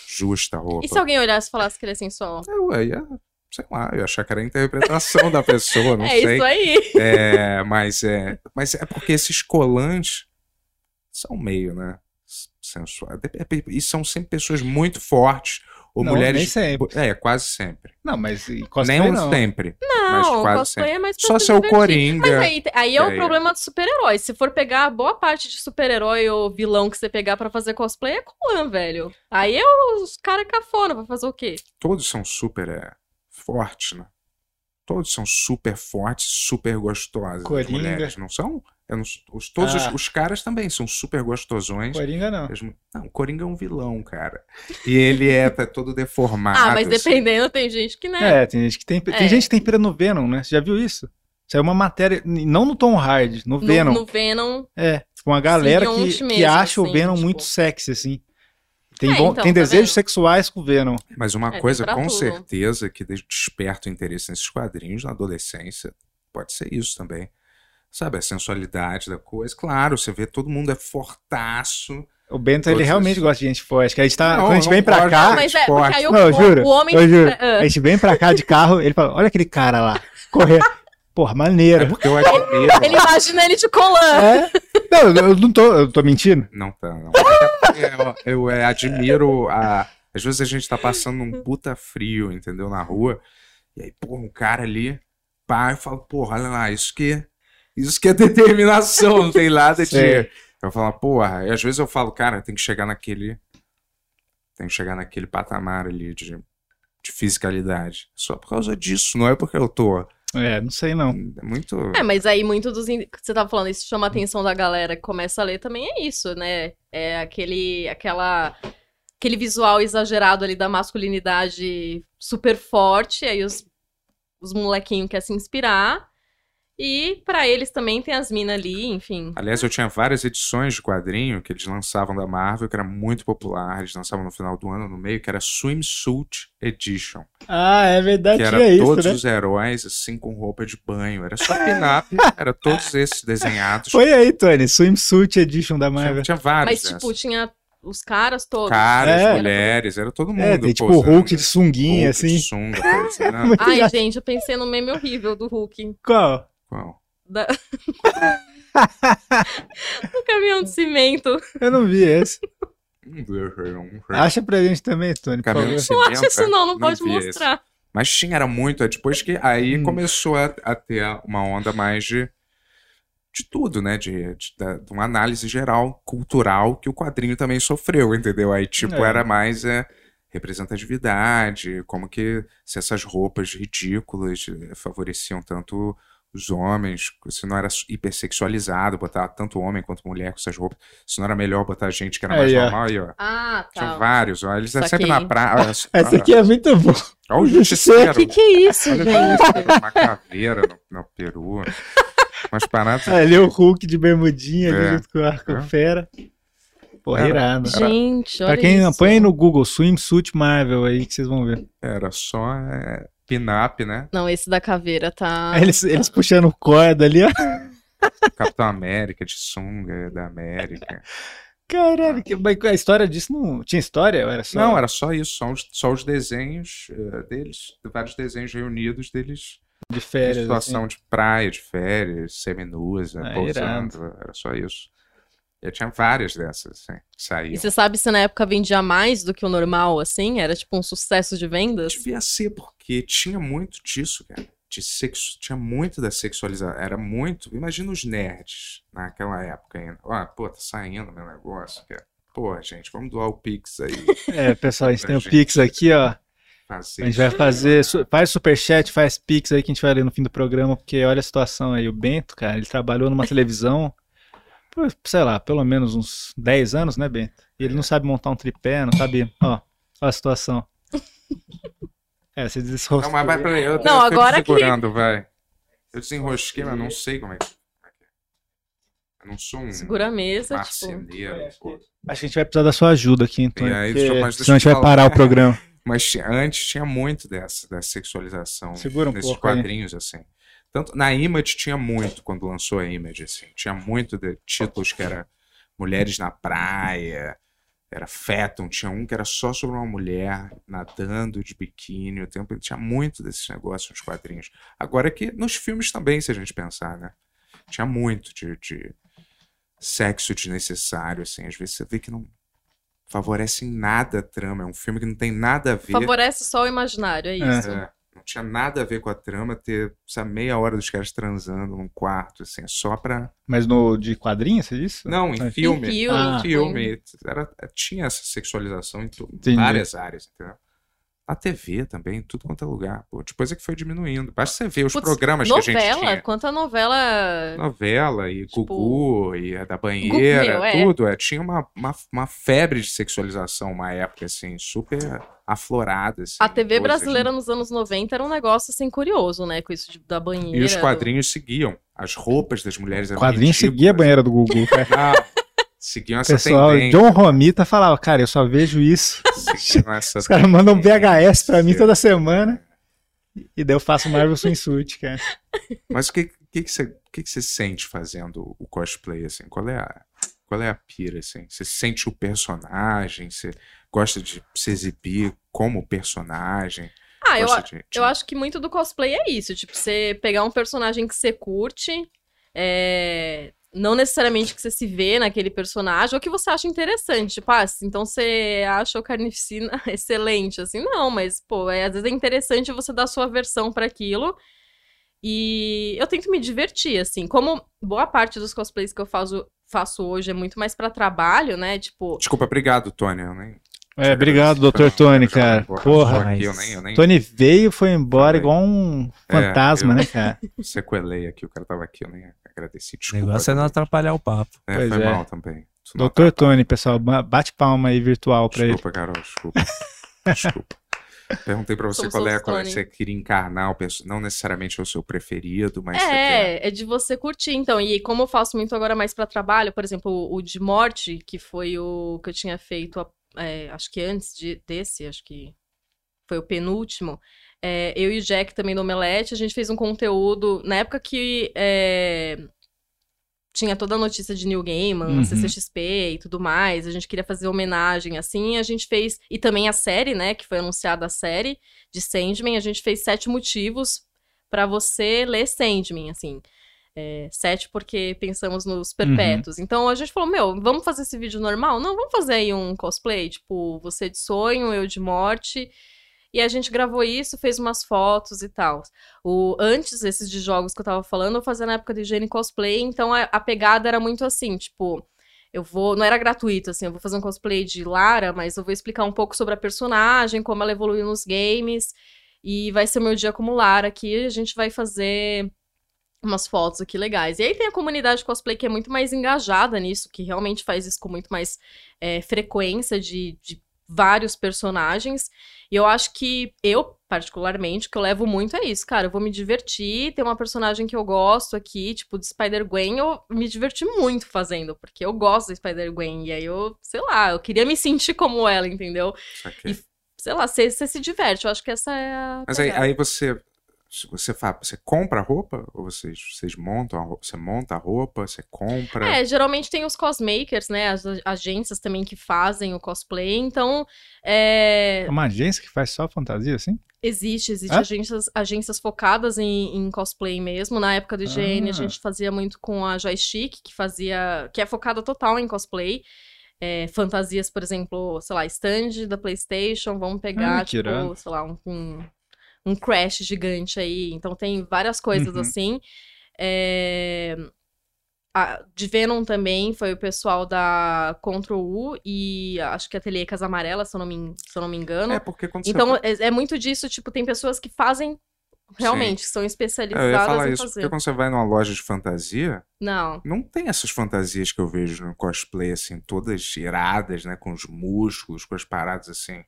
S2: justa a roupa.
S4: E se alguém olhasse e falasse que ele é sensual?
S2: Eu, eu ia, sei lá, eu ia achar que era a interpretação da pessoa, não
S4: é
S2: sei.
S4: isso aí.
S2: É, mas é. Mas é porque esses colantes são meio, né? Sensuais. é, E são sempre pessoas muito fortes. Ou
S1: Não,
S2: mulheres.
S1: nem sempre.
S2: É, quase sempre.
S1: Não, mas e cosplay
S2: nem um
S1: não.
S2: sempre. mas
S4: Não, Ah, o
S2: quase
S4: cosplay
S2: sempre.
S4: é mais pra
S2: Só
S4: se
S2: seu
S4: divertir. Mas
S2: Coringa.
S4: aí, aí é
S2: É,
S4: o
S2: é.
S4: problema dos super-heróis. Se for pegar boa parte de super-herói ou vilão que você pegar pra fazer cosplay, é Colan, velho. Aí é os caras cafona, vai fazer o quê?
S2: todos são super é, fortes, né? Todos são super fortes, super gostosos.
S1: Coringa.
S2: mulheres, não são? Eu não- os, todos os,
S1: Ah.
S2: os caras também são super gostosões.
S1: Coringa não.
S2: Eles mu- Não, o Coringa é um vilão, cara. E ele é tá todo deformado.
S4: Ah, mas
S2: assim.
S4: dependendo, tem gente que, né?
S1: É, tem gente que tem. Tem
S4: É.
S1: gente que tem pira no Venom, né? Você já viu isso? Saiu uma matéria, n- não no Tom Hardy, no
S4: No-
S1: Venom.
S4: No, Venom.
S1: É, tipo, uma galera que,
S4: Simbionte
S1: que
S4: mesmo,
S1: acha o
S4: assim,
S1: Venom
S4: tipo.
S1: muito sexy, assim. Tem,
S4: É,
S1: bom-
S4: então,
S1: tem
S4: tá
S1: desejos
S4: vendo?
S1: sexuais com o Venom.
S2: Mas uma
S4: É, tem
S2: coisa
S4: pra
S2: com
S4: tudo.
S2: certeza que des- desperta o interesse nesses quadrinhos na adolescência, pode ser isso também. Sabe, a sensualidade da coisa. Claro, você vê todo mundo é fortaço.
S1: O Bento, ele
S2: Todos
S1: realmente
S2: esses.
S1: gosta de gente forte. Que a gente tá,
S2: Não,
S1: quando a gente
S2: não
S1: vem pra
S2: gosto.
S1: cá,
S4: Não, mas é,
S2: esporte.
S4: porque aí o,
S1: Não, eu
S4: o-
S1: juro,
S4: o homem.
S1: eu juro.
S4: Ah,
S1: a gente vem pra cá de carro, ele fala, olha aquele cara lá, correr. Porra,
S2: É
S1: maneiro.
S2: porque eu admiro.
S4: é. Ele imagina ele de Colan.
S1: É? Não, eu não tô, eu tô mentindo.
S2: Não tá, não. É, eu, eu, é, admiro a. Às vezes a gente tá passando um puta frio, entendeu? Na rua. E aí, pô, um cara ali, pá, eu falo, porra, olha lá, isso que. Isso que é determinação, não tem nada de.
S1: Sei.
S2: Eu falo, porra, e às vezes eu falo, cara, tem que chegar naquele. Tem que chegar naquele patamar ali de, de fisicalidade. Só por causa disso, não é porque eu tô.
S1: É, não sei não.
S2: É muito.
S4: É, mas aí muito dos in- que você tava falando, isso chama a atenção da galera que começa a ler também é isso, né? É aquele aquela aquele visual exagerado ali da masculinidade super forte, aí os os molequinhos quer se inspirar E pra eles também tem as minas ali, enfim.
S2: Aliás, eu tinha várias edições de quadrinho que eles lançavam da Marvel, que era muito popular. Eles lançavam no final do ano, no meio, que era Swimsuit Edition.
S1: Ah, é verdade,
S2: que
S1: tinha
S2: era
S1: isso,
S2: todos
S1: né? É.
S2: os heróis, assim, com roupa de banho. Era só pin-up, era todos esses desenhados.
S1: Foi aí, Tony, Swimsuit Edition da
S2: Tinha,
S1: Marvel.
S2: tinha vários
S4: Mas, tipo,
S2: dessas.
S4: tinha os caras todos. né?
S2: Caras,
S1: É.
S2: mulheres, era todo mundo.
S1: É, tem tipo
S2: posando. né?
S1: Hulk de sunguinha,
S2: Hulk
S1: assim.
S2: de sunga, posando.
S1: Muito
S4: Ai,
S1: engraçado.
S4: gente, eu pensei no meme horrível do Hulk.
S1: Qual?
S2: Qual?
S4: Da... no Um caminhão de cimento.
S1: Eu não vi esse.
S2: Um
S1: Acha pra gente também, Tony, Ah, por
S2: Cabelo
S1: favor.
S2: de
S4: Acho isso
S2: cimento,
S4: não, não,
S2: não
S4: pode
S2: vi esse.
S4: mostrar.
S2: Mas tinha, era muito. É depois que aí
S1: Hum.
S2: começou a, a ter uma onda mais de, de tudo, né? De, de, da- de uma análise geral, cultural, que o quadrinho também sofreu, entendeu? Aí, tipo,
S1: É.
S2: era mais é, representatividade, como que se essas roupas ridículas eh, favoreciam tanto os homens, se não era su- hipersexualizado botar tanto homem quanto mulher com essas roupas, se não era melhor botar gente que era mais
S1: Aí, é. ó.
S2: normal, aí, ó.
S4: Ah,
S2: Tinha
S4: tá.
S2: vários, ó. Eles
S4: Saquei.
S2: sempre na praia.
S1: Essa aqui é muito boa.
S2: Olha o justiceiro.
S4: Que que é isso,
S2: Olha
S4: gente?
S2: que isso, é uma caveira no, no peru. Umas paradas.
S1: Ali é o Hulk de bermudinha, ali
S2: É.
S1: junto com o arco
S2: É.
S1: fera. Porra,
S2: Era-
S1: irado.
S4: Gente, olha
S1: Pra quem
S4: isso.
S1: põe aí no Google Swimsuit Marvel aí, que vocês vão ver.
S2: Era só é, pin-up, né?
S4: Não, esse da caveira tá...
S1: Aí Eles, eles puxando corda ali, ó.
S2: Capitão América, de sunga eh, da América.
S1: Caralho, que- mas a história disso não. Tinha história? Ou era só...
S2: Não, é era só isso. Só os, só os desenhos eh, deles. Vários desenhos reunidos deles.
S1: de
S2: Em
S1: férias. assim.
S2: situação de praia, de férias, seminuas,
S1: Ah,
S2: pousando. Era só isso. Eu tinha várias dessas, assim. que
S4: E
S2: Saíam.
S4: você sabe se na época vendia mais do que o normal, assim? Era tipo um sucesso de vendas?
S2: Devia ser é assim, porque tinha muito disso, cara. De sexo, tinha muito da sexualização. Era muito. Imagina os nerds naquela época ainda. Ó, pô, tá saindo meu negócio, cara. Pô, gente, vamos doar o Pix aí.
S1: assim. É, pessoal, a gente
S2: Pra
S1: tem o
S2: gente.
S1: Pix aqui, ó.
S2: Fazer.
S1: A gente vai fazer. su- Faz superchat, faz Pix aí que a gente vai ler no fim do programa, porque olha a situação aí. O Bento, cara, ele trabalhou numa televisão por, sei lá, pelo menos uns 10 anos, né, Bento? E ele não sabe montar um tripé, não sabe. Ó, ó a situação. É, você desrostou.
S2: Não, mas vai pra eu,
S4: Não,
S2: eu
S4: agora que-
S2: tô segurando, vai. Eu desenrosquei, mas não sei como é que. Eu não sou um
S4: Segura a mesa, tipo...
S2: marceneiro, pô.
S1: Acho que é. a gente vai precisar da sua ajuda aqui, então.
S2: E aí,
S1: porque
S2: só- mas deixa
S1: senão a gente
S2: eu
S1: vai
S2: falar.
S1: parar o programa.
S2: Mas ti- antes tinha muito dessa, da sexualização
S1: Segura um
S2: nesses
S1: pouco aí.
S2: quadrinhos, assim. Tanto, na Image tinha muito, quando lançou a Image, assim. Tinha muito de títulos que era Mulheres na Praia, era Fetum, tinha um que era só sobre uma mulher nadando de biquíni, o tempo, tinha muito desses negócios nos quadrinhos. Agora que nos filmes também, se a gente pensar, né? Tinha muito de, de sexo desnecessário, assim. Às vezes você vê que não favorece em nada a trama, é um filme que não tem nada a ver.
S4: Favorece só o imaginário, é isso.
S2: É, não tinha nada a ver com a trama ter essa meia hora dos caras transando num quarto, assim, só pra.
S1: Mas no de quadrinho, você disse?
S2: Não, Tá. em filme.
S4: Em
S2: Em
S4: filme,
S1: Ah.
S4: em
S2: filme. Era, tinha essa sexualização em tu-
S1: Entendi.
S2: várias áreas, entendeu? Na TV também, em tudo quanto é lugar. Pô, depois é que foi diminuindo. Basta você ver os
S4: Putz,
S2: programas que a gente
S4: Novela?
S2: tinha.
S4: Quanta novela...
S2: Novela e
S4: Tipo,
S2: Gugu e a da banheira,
S4: meu, é.
S2: tudo. É. Tinha uma, uma, uma febre de sexualização, uma época, assim, super aflorada. assim,
S4: A TV
S2: coisas.
S4: brasileira nos anos 90 era um negócio assim curioso, né? Com isso de- da banheira.
S2: E os
S4: do-
S2: quadrinhos seguiam. As roupas das mulheres
S1: O
S2: eram
S1: quadrinho seguia a
S2: ridículas.
S1: banheira do Gugu, cara.
S2: Não, seguiam essa
S1: Pessoal,
S2: tendência.
S1: John Romita falava, cara, eu só vejo isso.
S2: seguiam essa
S1: Os caras mandam VHS pra mim
S2: tendência.
S1: toda semana. E daí eu faço Marvel Swimsuit, cara.
S2: Mas o que que que você que que você sente fazendo o cosplay assim? Qual é a qual é a pira assim? Você sente o personagem, você gosta de se exibir como personagem?
S4: Ah, eu,
S2: Gosta de- de-
S4: eu acho que muito do cosplay é isso. Tipo, você pegar um personagem que você curte, é, não necessariamente que você se vê naquele personagem, ou que você acha interessante. Tipo, ah, se- então você acha o Carnificina excelente, assim. Não, mas, pô, é- às vezes é interessante você dar a sua versão pra aquilo. E eu tento me divertir, assim. Como boa parte dos cosplays que eu faço, faço hoje é muito mais pra trabalho, né? Tipo,
S2: Desculpa, obrigado, Tony. Eu nem
S1: É, obrigado, doutor Tony, cara. Porra.
S2: Aqui, eu
S3: mas-
S2: nem, eu nem
S1: Tony veio e foi embora
S2: Também.
S1: igual um
S2: É,
S1: fantasma,
S2: eu-
S1: né, cara?
S2: sequelei aqui, o cara tava aqui, eu nem agradeci.
S3: O
S2: Desculpa.
S3: negócio é não atrapalhar o papo.
S2: É,
S1: Pois
S2: foi
S1: é.
S2: mal também. Tu não
S1: Doutor Tony, pessoal, ba- bate palma aí virtual pra ele.
S2: Desculpa, Carol, desculpa. Desculpa. Perguntei pra você
S4: Somos
S2: qual é
S4: todos
S2: qual é que você
S4: clone.
S2: queria encarnar, o perso- não necessariamente é o seu preferido, mas você quer.
S4: É, é de você curtir, então. E como eu faço muito agora mais pra trabalho, por exemplo, o- o de morte, que foi o que eu tinha feito, a- é, acho que antes de- desse, acho que foi o penúltimo. é, eu e o Jack também do Omelete, a gente fez um conteúdo na época que é, tinha toda a notícia de New Gaiman,
S1: Uhum.
S4: CCXP e tudo mais. A gente queria fazer homenagem assim, a gente fez. E também a série, né? Que foi anunciada a série de Sandman, a gente fez sete motivos pra você ler Sandman, assim. É, sete porque pensamos nos perpétuos. Então a gente falou, meu, vamos fazer esse vídeo normal? Não, vamos fazer aí um cosplay, tipo, você de sonho, eu de morte. E a gente gravou isso, fez umas fotos e tal. O, antes, esses de jogos que eu tava falando, eu fazia na época do higiene cosplay, então a, a pegada era muito assim, tipo, eu vou. Não era gratuito, assim, eu vou fazer um cosplay de Lara, mas eu vou explicar um pouco sobre a personagem, como ela evoluiu nos games. E vai ser meu dia como Lara aqui, a gente vai fazer umas fotos aqui legais. E aí tem a comunidade cosplay que é muito mais engajada nisso, que realmente faz isso com muito mais é, frequência de- de vários personagens. E eu acho que eu, particularmente, o que eu levo muito é isso, cara. Eu vou me divertir, tem uma personagem que eu gosto aqui, tipo, de Spider-Gwen, eu me diverti muito fazendo, porque eu gosto da Spider-Gwen. E aí eu, sei lá, eu queria me sentir como ela, entendeu?
S2: saquei.
S4: E- Sei lá, você você se diverte, eu acho que essa é a.
S2: Mas aí,
S4: pegada.
S2: aí você. Você, fala, você compra a roupa? Ou vocês, vocês montam a roupa? Você monta a roupa? Você compra?
S4: É, geralmente tem os cosmakers, né? As a- agências também que fazem o cosplay. Então, é,
S1: É uma agência que faz só fantasia, assim?
S4: Existe, existe
S1: Hã?
S4: agências, agências focadas em, em cosplay mesmo. Na época do IGN,
S1: Ah.
S4: a gente fazia muito com a Joystick, que fazia. que é focada total em cosplay. É, fantasias, por exemplo, sei lá, stand da Playstation, vamos pegar,
S1: Ah, que
S4: tipo,
S1: irado.
S4: sei lá, um, um, um crash gigante aí. Então tem várias coisas
S1: Uhum.
S4: assim. É, a- de Venom também foi o pessoal da Control U e acho que Ateliê Casa Amarela, se eu não me, en- se eu não me engano.
S2: É, porque quando
S4: Então,
S2: você.
S4: é, é muito disso, tipo, tem pessoas que fazem realmente, que são
S2: É, Eu ia
S4: especializadas
S2: falar
S4: em
S2: isso,
S4: fazer.
S2: porque quando você vai numa loja de fantasia,
S4: Não.
S2: não tem essas fantasias que eu vejo no cosplay, assim, todas iradas, né? Com os músculos, com as paradas assim,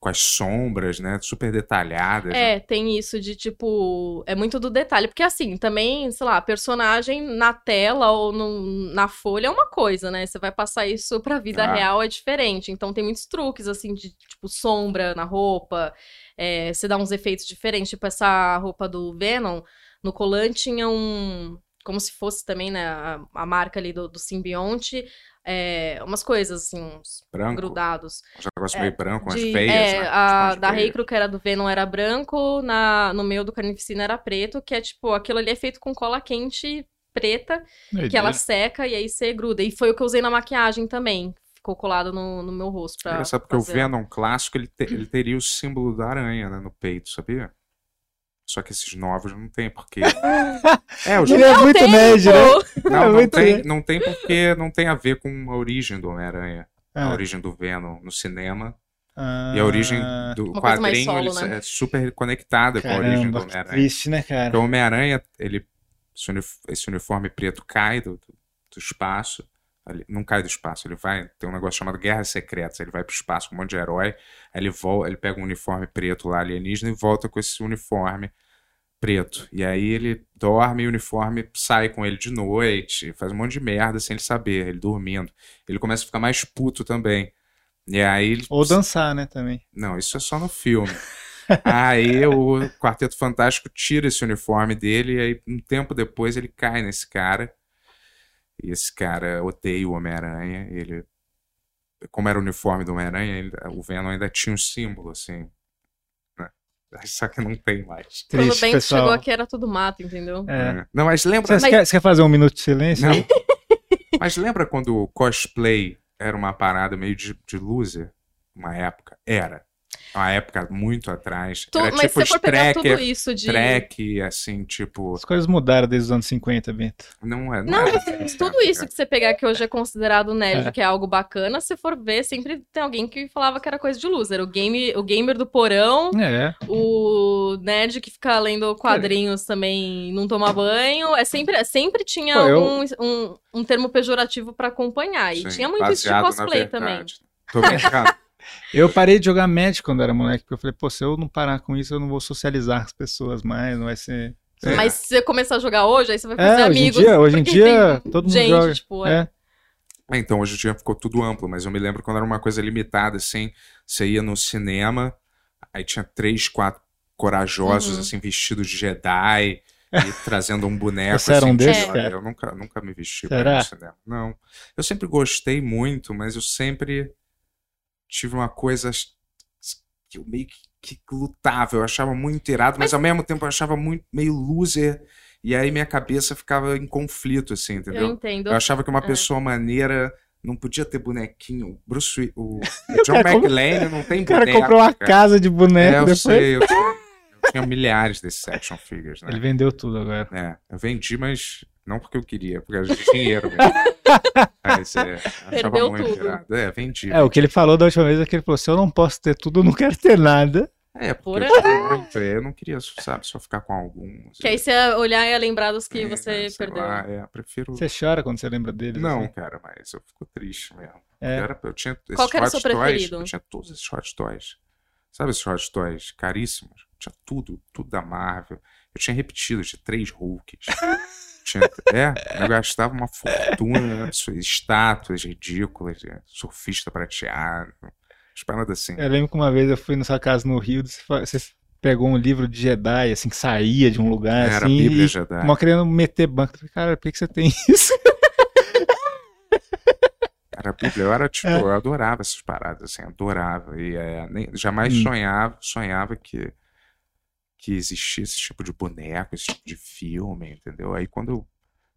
S2: com as sombras, né? Super detalhadas. né?
S4: É, tem isso de tipo. É muito do detalhe. Porque assim, também, sei lá, personagem na tela ou no- na folha é uma coisa, né? Você vai passar isso pra vida
S2: Ah.
S4: real é diferente. Então tem muitos truques, assim, de tipo sombra na roupa. É, você dá uns efeitos diferentes. Tipo, essa roupa do Venom, no colante tinha um. Como se fosse também, né? A, a marca ali do, do simbionte. é, umas coisas, assim, uns
S2: Branco.
S4: grudados.
S2: Uns negócios meio branco, umas
S4: De-
S2: feias,
S4: é,
S2: né?
S4: a
S2: Umas
S4: da
S2: feias.
S4: Reikro, que era do Venom, era branco, na, no meu do Carnificina era preto, que é tipo, aquilo ali é feito com cola quente preta, que ela seca e aí você gruda. E foi o que eu usei na maquiagem também, ficou colado no, no meu rosto pra
S2: Engraçado, porque
S4: fazer.
S2: o Venom clássico, ele, te- ele teria o símbolo da aranha, né? No peito, sabia? Só que esses novos não tem, porque... é, os...
S1: Ele é muito
S4: Tem,
S1: nerd, né?
S4: pô!
S2: Não, não
S1: muito
S2: tem,
S1: bem.
S2: não tem porque não tem a ver com a origem do Homem-Aranha. A
S1: Ah,
S2: origem do Venom no cinema
S1: ah,
S2: e a origem do
S4: Uma coisa mais
S2: quadrinho
S4: solo,
S2: eles-
S4: né?
S2: é super conectada com a origem do
S1: Caramba, que
S2: Homem-Aranha.
S1: triste, né, cara?
S2: Então, o Homem-Aranha, ele, esse, unif- esse uniforme preto cai do, do- do espaço. ali- não cai do espaço, ele vai. Tem um negócio chamado Guerras Secretas. Ele vai pro espaço com um monte de herói. Aí ele, vol, ele pega um uniforme preto lá alienígena e volta com esse uniforme preto. E aí ele dorme e o uniforme sai com ele de noite. Faz um monte de merda sem ele saber, ele dormindo. Ele começa a ficar mais puto também. E aí ele
S1: Ou dançar, né, também.
S2: não, isso é só no filme. aí o Quarteto Fantástico tira esse uniforme dele e aí um tempo depois ele cai nesse cara. E esse cara odeia o Homem-Aranha. Ele, como era o uniforme do Homem-Aranha, ele- o Venom ainda tinha um símbolo assim. né? Só que não tem mais.
S4: Quando o
S1: Triste,
S4: Banks
S1: pessoal.
S4: chegou aqui era tudo mato, entendeu?
S1: É.
S2: É. Não, mas lembra
S1: Você
S4: Mas-
S1: quer, você quer fazer um minuto de silêncio?
S2: Não. Mas lembra quando o cosplay era uma parada meio de, de loser? Uma época? Era. Uma época muito atrás.
S4: Tu-
S2: era
S4: mas
S2: tipo
S4: se você for pegar
S2: Strecker,
S4: tudo isso de.
S2: track, assim, tipo.
S1: As coisas mudaram desde os anos 50, Bento.
S2: Não é.
S4: Não,
S2: é
S4: mas
S2: dessa
S4: tudo
S2: época.
S4: isso que você pegar que hoje é considerado nerd,
S1: É.
S4: que é algo bacana, se for ver, sempre tem alguém que falava que era coisa de loser. O, game, o gamer do porão,
S1: É.
S4: O nerd que fica lendo quadrinhos também e não toma banho. É sempre, sempre tinha
S1: Pô, eu-
S4: um, um, um termo pejorativo pra acompanhar. E
S2: Sim,
S4: tinha muito isso de
S2: baseado na
S4: cosplay também. tipo,
S2: verdade. Tô brincando.
S1: Eu parei de jogar Magic quando era moleque, porque eu falei, pô, se eu não parar com isso, eu não vou socializar com as pessoas mais, não vai ser.
S2: É.
S4: Mas se você começar a jogar hoje, aí você vai fazer
S1: É, hoje em
S4: amigos.
S1: dia, hoje em
S4: porque
S1: dia,
S4: tem
S1: todo mundo
S4: gente,
S1: joga.
S4: tipo, é.
S1: É.
S2: Ah, então hoje em dia ficou tudo amplo, mas eu me lembro quando era uma coisa limitada, assim, você ia no cinema, aí tinha três, quatro corajosos,
S4: Uhum.
S2: assim, vestidos de Jedi, e trazendo um boneco,
S1: Você era
S2: assim,
S1: um
S2: de
S1: desses,
S2: Jedi.
S1: cara?
S2: Eu nunca, nunca me vesti
S1: Será?
S2: pra ir no cinema. Não, eu sempre gostei muito, mas eu sempre tive uma coisa que eu meio que, que lutava, eu achava muito irado, mas, ao mesmo tempo eu achava muito, meio loser, e aí minha cabeça ficava em conflito, assim, entendeu?
S4: Eu entendo.
S2: Eu achava que uma
S4: É.
S2: pessoa maneira não podia ter bonequinho. O Bruce Wi- o o John
S1: cara comprou-
S2: McLean não tem
S1: O cara
S2: boneco.
S1: comprou uma
S2: cara.
S1: casa de boneco
S2: É, eu
S1: depois.
S2: sei, eu tinha, eu tinha milhares desses action figures,
S1: Ele
S2: né?
S1: vendeu tudo agora.
S2: É, eu vendi, mas não porque eu queria, porque era de dinheiro mesmo. Mas é, achava
S4: Perdeu
S2: muito
S4: tudo.
S2: irado. É, vendi.
S1: É, o que ele falou da última vez é que ele falou: se eu não posso ter tudo, eu não quero ter nada.
S2: É, porque
S4: Por-
S2: eu tinha muito, é, eu não queria, sabe, só ficar com alguns.
S4: Que aí você olhar e é lembrar dos que
S2: É,
S4: você
S2: sei
S4: perdeu.
S2: lá, é, prefiro...
S1: Você chora quando você lembra dele? assim?
S2: Não, assim, cara, mas eu fico triste mesmo.
S1: É.
S2: Eu, era- eu tinha esses
S4: Qual que era o
S2: hot
S4: seu
S2: toys,
S4: preferido?
S2: Eu tinha todos esses hot toys. Sabe esses hot toys caríssimos? Eu tinha tudo, tudo da Marvel. Eu tinha repetido, eu tinha três Hulks. Tinha- é, eu gastava uma fortuna, su- estátuas ridículas, é, surfista prateado, umas paradas assim.
S1: Eu lembro que uma vez eu fui na sua casa no Rio, você fa- você pegou um livro de Jedi, assim, que saía de um lugar,
S2: Era
S1: assim,
S2: Bíblia
S1: e
S2: Jedi.
S1: uma querendo meter banco. Eu falei, cara, por que, que você tem isso?
S2: Era Bíblia, eu era tipo,
S1: É.
S2: eu adorava essas paradas, assim, adorava. E é, nem- jamais
S1: Hum.
S2: sonhava, sonhava que, que existia esse tipo de boneco, esse tipo de filme, entendeu? Aí quando eu,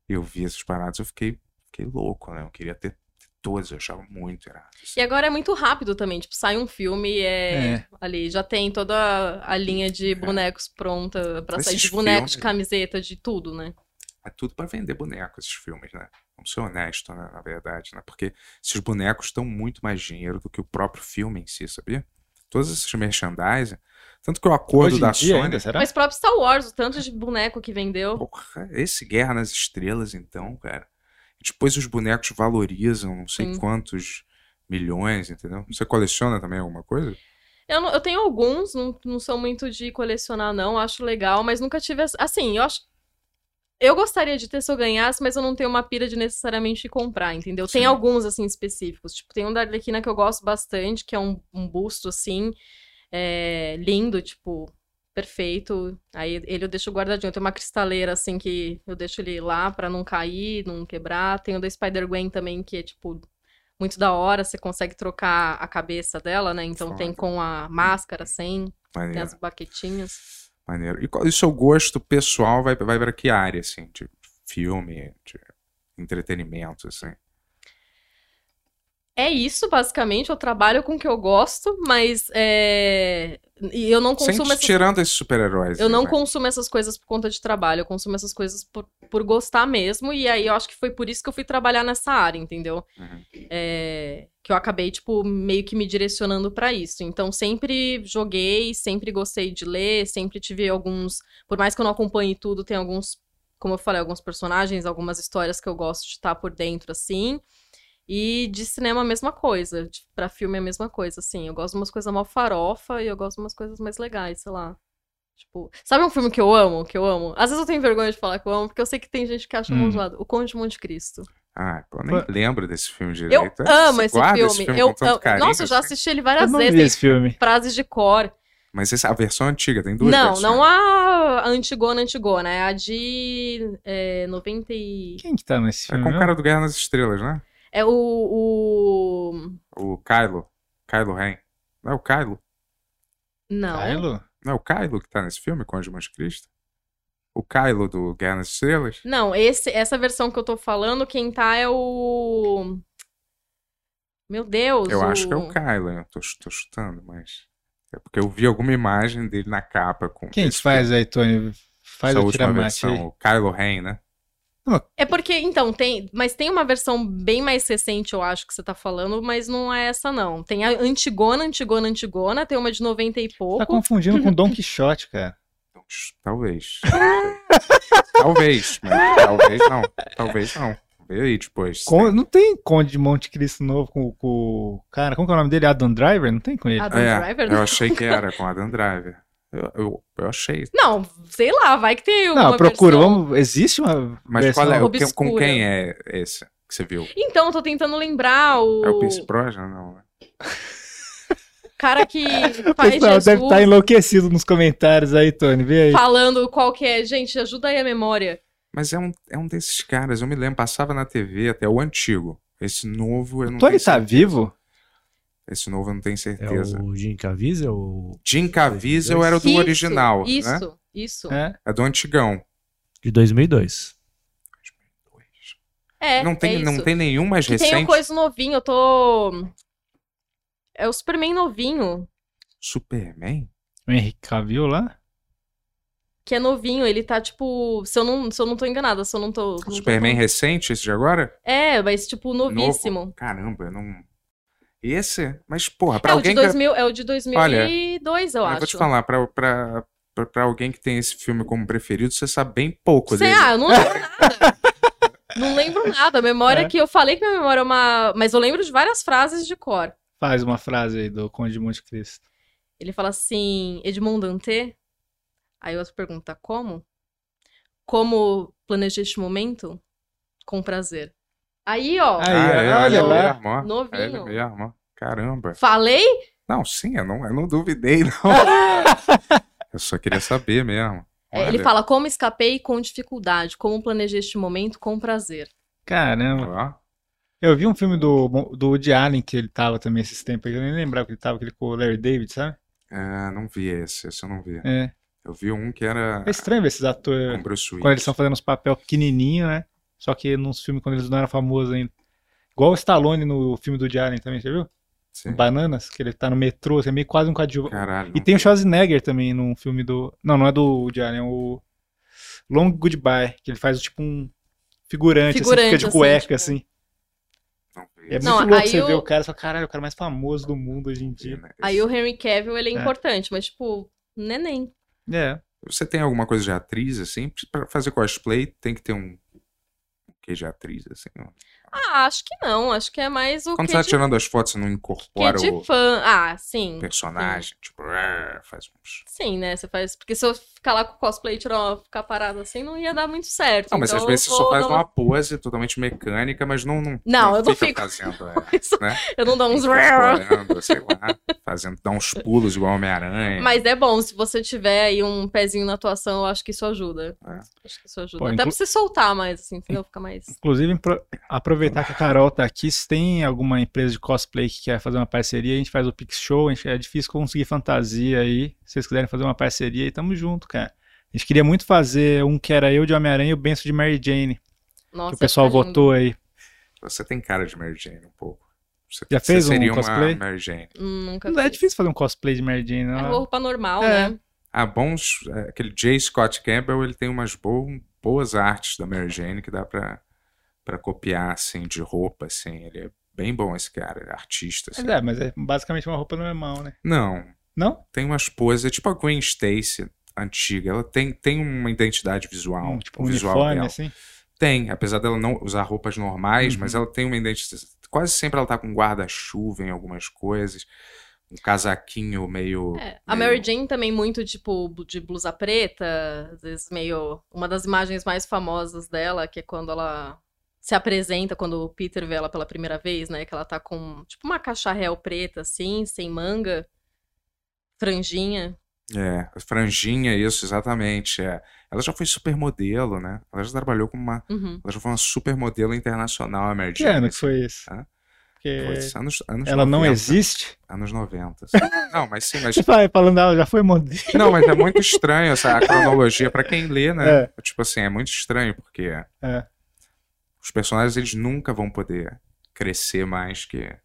S2: eu vi essas paradas, eu fiquei, fiquei louco, né? Eu queria ter, ter todas, eu achava muito irado. assim.
S4: E agora é muito rápido também, tipo, sai um filme é, ali, já tem toda a- a linha de bonecos pronta pra sair de
S2: É. Esses
S4: boneco,
S2: filmes-
S4: de camiseta, de tudo, né?
S2: É tudo pra vender boneco, esses filmes, né? Vamos ser honestos, né? na verdade, né? Porque esses bonecos dão muito mais dinheiro do que o próprio filme em si, sabia? Todos esses merchandising. Tanto que o acordo
S1: Hoje em
S2: da
S1: dia
S2: Sony.
S1: ainda, será?
S4: Mas próprio Star Wars, o tanto de boneco que vendeu.
S2: Porra, esse Guerra nas Estrelas, então, cara. E depois os bonecos valorizam não sei
S4: Sim.
S2: quantos milhões, entendeu? Você coleciona também alguma coisa?
S4: Eu, não- eu tenho alguns, não, não sou muito de colecionar, não, acho legal, mas nunca tive. as- Assim, eu acho. Eu gostaria de ter se eu ganhasse, mas eu não tenho uma pira de necessariamente comprar, entendeu? Tem
S2: Sim.
S4: alguns, assim, específicos. Tipo, tem um da Arlequina que eu gosto bastante, que é um, um busto, assim, é, lindo, tipo, perfeito. Aí ele eu deixo guardadinho. Tem uma cristaleira, assim, que eu deixo ele lá pra não cair, não quebrar. Tem o da Spider-Gwen também, que é, tipo, muito da hora. Você consegue trocar a cabeça dela, né? Então tem
S2: Foda. É.
S4: com a máscara, sem, tem
S2: Maneiro.
S4: as baquetinhas.
S2: Maneiro. E qual- e o seu gosto pessoal vai, vai pra que área, assim? De filme, de entretenimento, assim?
S4: É isso, basicamente. Eu trabalho com o que eu gosto, mas é... e eu não
S2: Sem né?
S4: consumo essas...
S2: tirando esses super-heróis.
S4: eu
S2: aí,
S4: não
S2: vai.
S4: consumo essas coisas por conta de trabalho. Eu consumo essas coisas por, por gostar mesmo. E aí eu acho que foi por isso que eu fui trabalhar nessa área, entendeu?
S2: Uhum.
S4: É, Que eu acabei, tipo, meio que me direcionando pra isso. Então, sempre joguei, sempre gostei de ler, sempre tive alguns. Por mais que eu não acompanhe tudo, tem alguns, como eu falei, alguns personagens, algumas histórias que eu gosto de estar por dentro, assim. E de cinema a mesma coisa, de- Pra filme a mesma coisa, assim. Eu gosto de umas coisas mal farofa e eu gosto de umas coisas mais legais, sei lá. Tipo, sabe um filme que eu amo, que eu amo? Às vezes eu tenho vergonha de falar que eu amo, porque eu sei que tem gente que acha
S1: Hum.
S4: hum. zoado. O Conde de Monte Cristo.
S2: Ah, pô, eu nem
S1: Pô.
S2: lembro desse filme
S4: Eu
S2: direito.
S4: amo
S2: Você
S4: esse
S2: guarda
S4: filme.
S2: com
S4: eu
S2: tanto
S4: amo.
S2: carinho,
S4: Nossa, eu já
S2: assim?
S4: assisti ele
S1: Eu
S4: várias
S1: não
S4: vezes.
S1: vi esse filme.
S4: Tem frases de cor.
S2: Mas essa, a versão antiga, tem duas né?
S4: não,
S2: versões.
S4: não a a antigona, antigona. É a de é, 90 e...
S1: Quem que tá nesse
S2: É
S1: filme?
S2: com o
S1: mesmo?
S2: cara do Guerra nas Estrelas, né?
S4: É o... o...
S2: O Kylo. Kylo Ren. Não é o Kylo?
S4: Não.
S1: Kylo?
S2: Não é o Kylo que tá nesse filme, Conde de Monte Cristo? O Kylo do Guerra nas Estrelas?
S4: Não, esse, essa versão que eu tô falando, quem tá é o... Meu Deus.
S2: Eu acho que é o Kylo, eu tô, tô chutando, mas. É porque eu vi alguma imagem dele na capa com.
S1: Quem que
S2: esse
S1: faz aí, Tony? Faz
S2: essa
S1: o
S2: última
S1: tiramate
S2: versão,
S1: aí.
S2: o Kylo Ren, né?
S4: É porque, então, tem. Mas tem uma versão bem mais recente, eu acho, que você tá falando, mas não é essa, não. Tem a antigona, antigona, antigona, tem uma de 90 e pouco.
S1: Tá confundindo com Don Quixote, cara.
S2: Então, Talvez. talvez, mas talvez não. Talvez não. E aí, depois?
S1: Con- Não tem Conde de Monte Cristo novo com com o. Cara, como que é o nome dele? Adam Driver? Não tem com ele.
S4: Adam-
S2: É,
S4: Driver? né?
S2: eu achei que era com Adam Driver. Eu, eu, eu achei.
S4: Não, sei lá, vai que tem uma
S1: não, procura.
S4: versão.
S1: Vamos... Existe uma.
S2: Mas
S1: versão-
S2: qual é? o
S4: obscura.
S2: que- com quem é esse que você viu?
S4: Então, eu tô tentando lembrar o,
S2: É o Pierce Brosnan? Não.
S4: cara que
S1: O
S4: faz
S1: pessoal
S4: Jesus
S1: deve
S2: tá
S1: estar enlouquecido nos comentários aí, Tony. Vê aí.
S4: falando qual que é. Gente, ajuda aí a memória.
S2: Mas é um, é um desses caras, eu me lembro, passava na TV até o antigo. Esse novo eu não
S1: Tony
S2: tenho
S1: tá
S2: certeza.
S1: vivo?
S2: Esse novo eu não tenho
S3: É
S2: certeza.
S3: o Jim Caviezel? O...
S2: Jim Caviezel era o do
S4: Isso,
S2: original,
S4: Isso,
S2: né?
S4: isso.
S1: É.
S2: É do antigão.
S3: De 2002.
S4: É,
S2: não,
S4: é
S2: tem,
S4: isso.
S2: não tem nenhum mais
S4: Que
S2: recente.
S4: tem o coisa novinho, eu tô... É o Superman novinho,
S2: Superman?
S1: O Henrique Cavill lá?
S4: que é novinho, ele tá tipo... Se eu não, se eu não tô enganada, se eu não tô... não tô
S2: Superman
S4: falando-
S2: recente, esse de agora?
S4: É, mas tipo, novíssimo.
S2: Novo? Caramba, eu não. Esse? Mas, porra, pra
S4: É o, de
S2: alguém. que-
S4: 2000, é o de 2002, eu
S2: eu
S4: acho.
S2: vou te falar, pra, pra, pra, pra alguém que tem esse filme como preferido, você sabe bem pouco
S4: Sei
S2: dele.
S4: lá, eu não lembro nada. não lembro nada. A memória
S1: É.
S4: que eu falei que minha memória é uma. Mas eu lembro de várias frases de cor.
S1: Faz uma frase aí do Conde de Monte Cristo.
S4: Ele fala assim: Edmond Dante. Aí o outro pergunta: como? Como planejei este momento? Com prazer. Aí, ó,
S1: Aí,
S2: é,
S1: olha
S2: ele
S1: lá.
S2: mesmo, ó. É ele
S4: novinho.
S2: mesmo, ó. Caramba.
S4: Falei?
S2: Não, sim, eu não, eu não duvidei, não. eu só queria saber mesmo.
S4: É, ele
S2: Olha,
S4: fala: como escapei com dificuldade, como planejei este momento com prazer.
S1: Caramba.
S2: ó.
S1: Eu vi um filme do, do Woody Allen que ele tava também esses tempos aí. Eu nem lembrava que ele tava, aquele com o Larry David, sabe?
S2: Ah, não vi esse, esse eu não vi.
S1: É.
S2: Eu vi um que era
S1: É estranho ver esses atores
S2: com Bruce Willis.
S1: quando eles estão fazendo uns papel pequenininho, né? Só que nos filmes quando eles não eram famosos ainda. Igual o Stallone no filme do Woody Allen também, você viu?
S2: Sim.
S1: Bananas, que ele tá no metrô, assim, é meio quase um coadjuvante.
S2: Caralho.
S1: E
S2: não
S1: tem o
S2: vi.
S1: Schwarzenegger também num filme do. Não, não é do Woody Allen, é o Long Goodbye, que ele faz tipo um figurante,
S4: Figurante,
S1: assim, fica de
S4: assim,
S1: cueca,
S4: tipo-
S1: assim.
S2: Não vi.
S1: É muito
S4: Não,
S1: louco
S4: aí
S1: você
S4: o-
S1: ver o cara e falar, caralho, é o cara mais famoso do mundo hoje em dia.
S2: Pena.
S4: Aí o Henry Cavill, ele é,
S1: É.
S4: importante, mas, tipo, neném.
S1: É.
S2: Você tem alguma coisa de atriz, assim? Pra fazer cosplay tem que ter um. um quê de atriz, assim? ó.
S4: Ah, acho que não. Acho que é mais o
S2: Quando
S4: que
S2: você tá
S4: de
S2: tirando as fotos, você não
S4: Que é
S2: incorpora
S4: de
S2: o
S4: fã. Ah, sim.
S2: personagem. Tipo, ah, faz uns.
S4: Sim, né? Você faz. Porque se eu ficar lá com o cosplay e tirar uma- ficar parado assim, não ia dar muito certo.
S2: Não, mas
S4: Então
S2: às vezes você
S4: eu
S2: só
S4: vou
S2: faz
S4: dar
S2: uma pose totalmente mecânica, mas não. Não,
S4: Não, eu não
S2: fica
S4: fico-
S2: Fazendo, é, né?
S4: Eu não dou uns.
S2: Incorporando, sei lá. Fazendo, dá uns pulos igual Homem-Aranha.
S4: Mas é bom, se você tiver aí um pezinho na atuação, eu acho que isso ajuda.
S2: É.
S4: Acho que isso ajuda.
S1: Pô,
S4: Até
S1: inclu-
S4: pra você soltar mais, assim, entendeu? Fica mais.
S1: Inclusive, pro- aproveitar que a Carol tá aqui, se tem alguma empresa de cosplay que quer fazer uma parceria, a gente faz o Pix Show, a gente, é difícil conseguir fantasia aí. Se vocês quiserem fazer uma parceria, aí tamo junto, cara. A gente queria muito fazer um que era eu de Homem-Aranha e o Benço de Mary Jane,
S4: Nossa, um
S1: que o pessoal
S4: fica lindo.
S1: votou aí.
S2: Você tem cara de Mary Jane um pouco. Você,
S1: Já
S2: você
S1: fez um
S2: seria
S1: cosplay?
S2: uma Mary Jane.
S4: Hum, Nunca
S1: Não é
S4: fiz.
S1: difícil fazer um cosplay de Mary Jane, né?
S4: É
S1: não.
S4: roupa normal,
S1: É.
S4: né?
S2: Ah, bons. é, Aquele J. Scott Campbell, ele tem umas bo- boas artes da Mary Jane que dá pra, pra copiar, assim, de roupa, assim. Ele é bem bom esse cara, ele é artista, assim.
S4: né?
S1: Mas é, mas é basicamente uma roupa normal, né?
S2: Não,
S1: Não?
S2: tem umas poses, é tipo a Gwen Stacy antiga. Ela tem, tem uma identidade visual,
S1: Um, tipo um
S2: o É visual
S1: uniforme,
S2: dela.
S1: assim.
S2: Tem, apesar dela não usar roupas normais,
S1: Uhum.
S2: mas ela tem uma identidade. Quase sempre ela tá com guarda-chuva em algumas coisas, um casaquinho meio.
S4: É. A
S2: meio-
S4: Mary Jane também muito, tipo, blu- de blusa preta, às vezes meio... Uma das imagens mais famosas dela, que é quando ela se apresenta, quando o Peter vê ela pela primeira vez, né? Que ela tá com, tipo, uma cacharel preta, assim, sem manga, franjinha.
S2: É, franjinha, isso, exatamente. É. Ela já foi supermodelo, né? Ela já trabalhou como uma.
S4: Uhum.
S2: Ela já foi uma supermodelo internacional, a Mary
S1: Que
S2: Jane,
S1: ano que
S2: assim.
S1: É, foi isso?
S2: Hã?
S1: Porque
S2: Foi isso, anos, anos
S1: ela não
S2: 90,
S1: existe?
S2: Anos 90. assim. Não, mas sim, mas.
S1: Você vai falando, ah, já foi modelo.
S2: Não, mas é muito estranho essa cronologia pra quem lê, né?
S1: É.
S2: Tipo assim, é muito estranho, porque
S1: É.
S2: os personagens eles nunca vão poder crescer mais que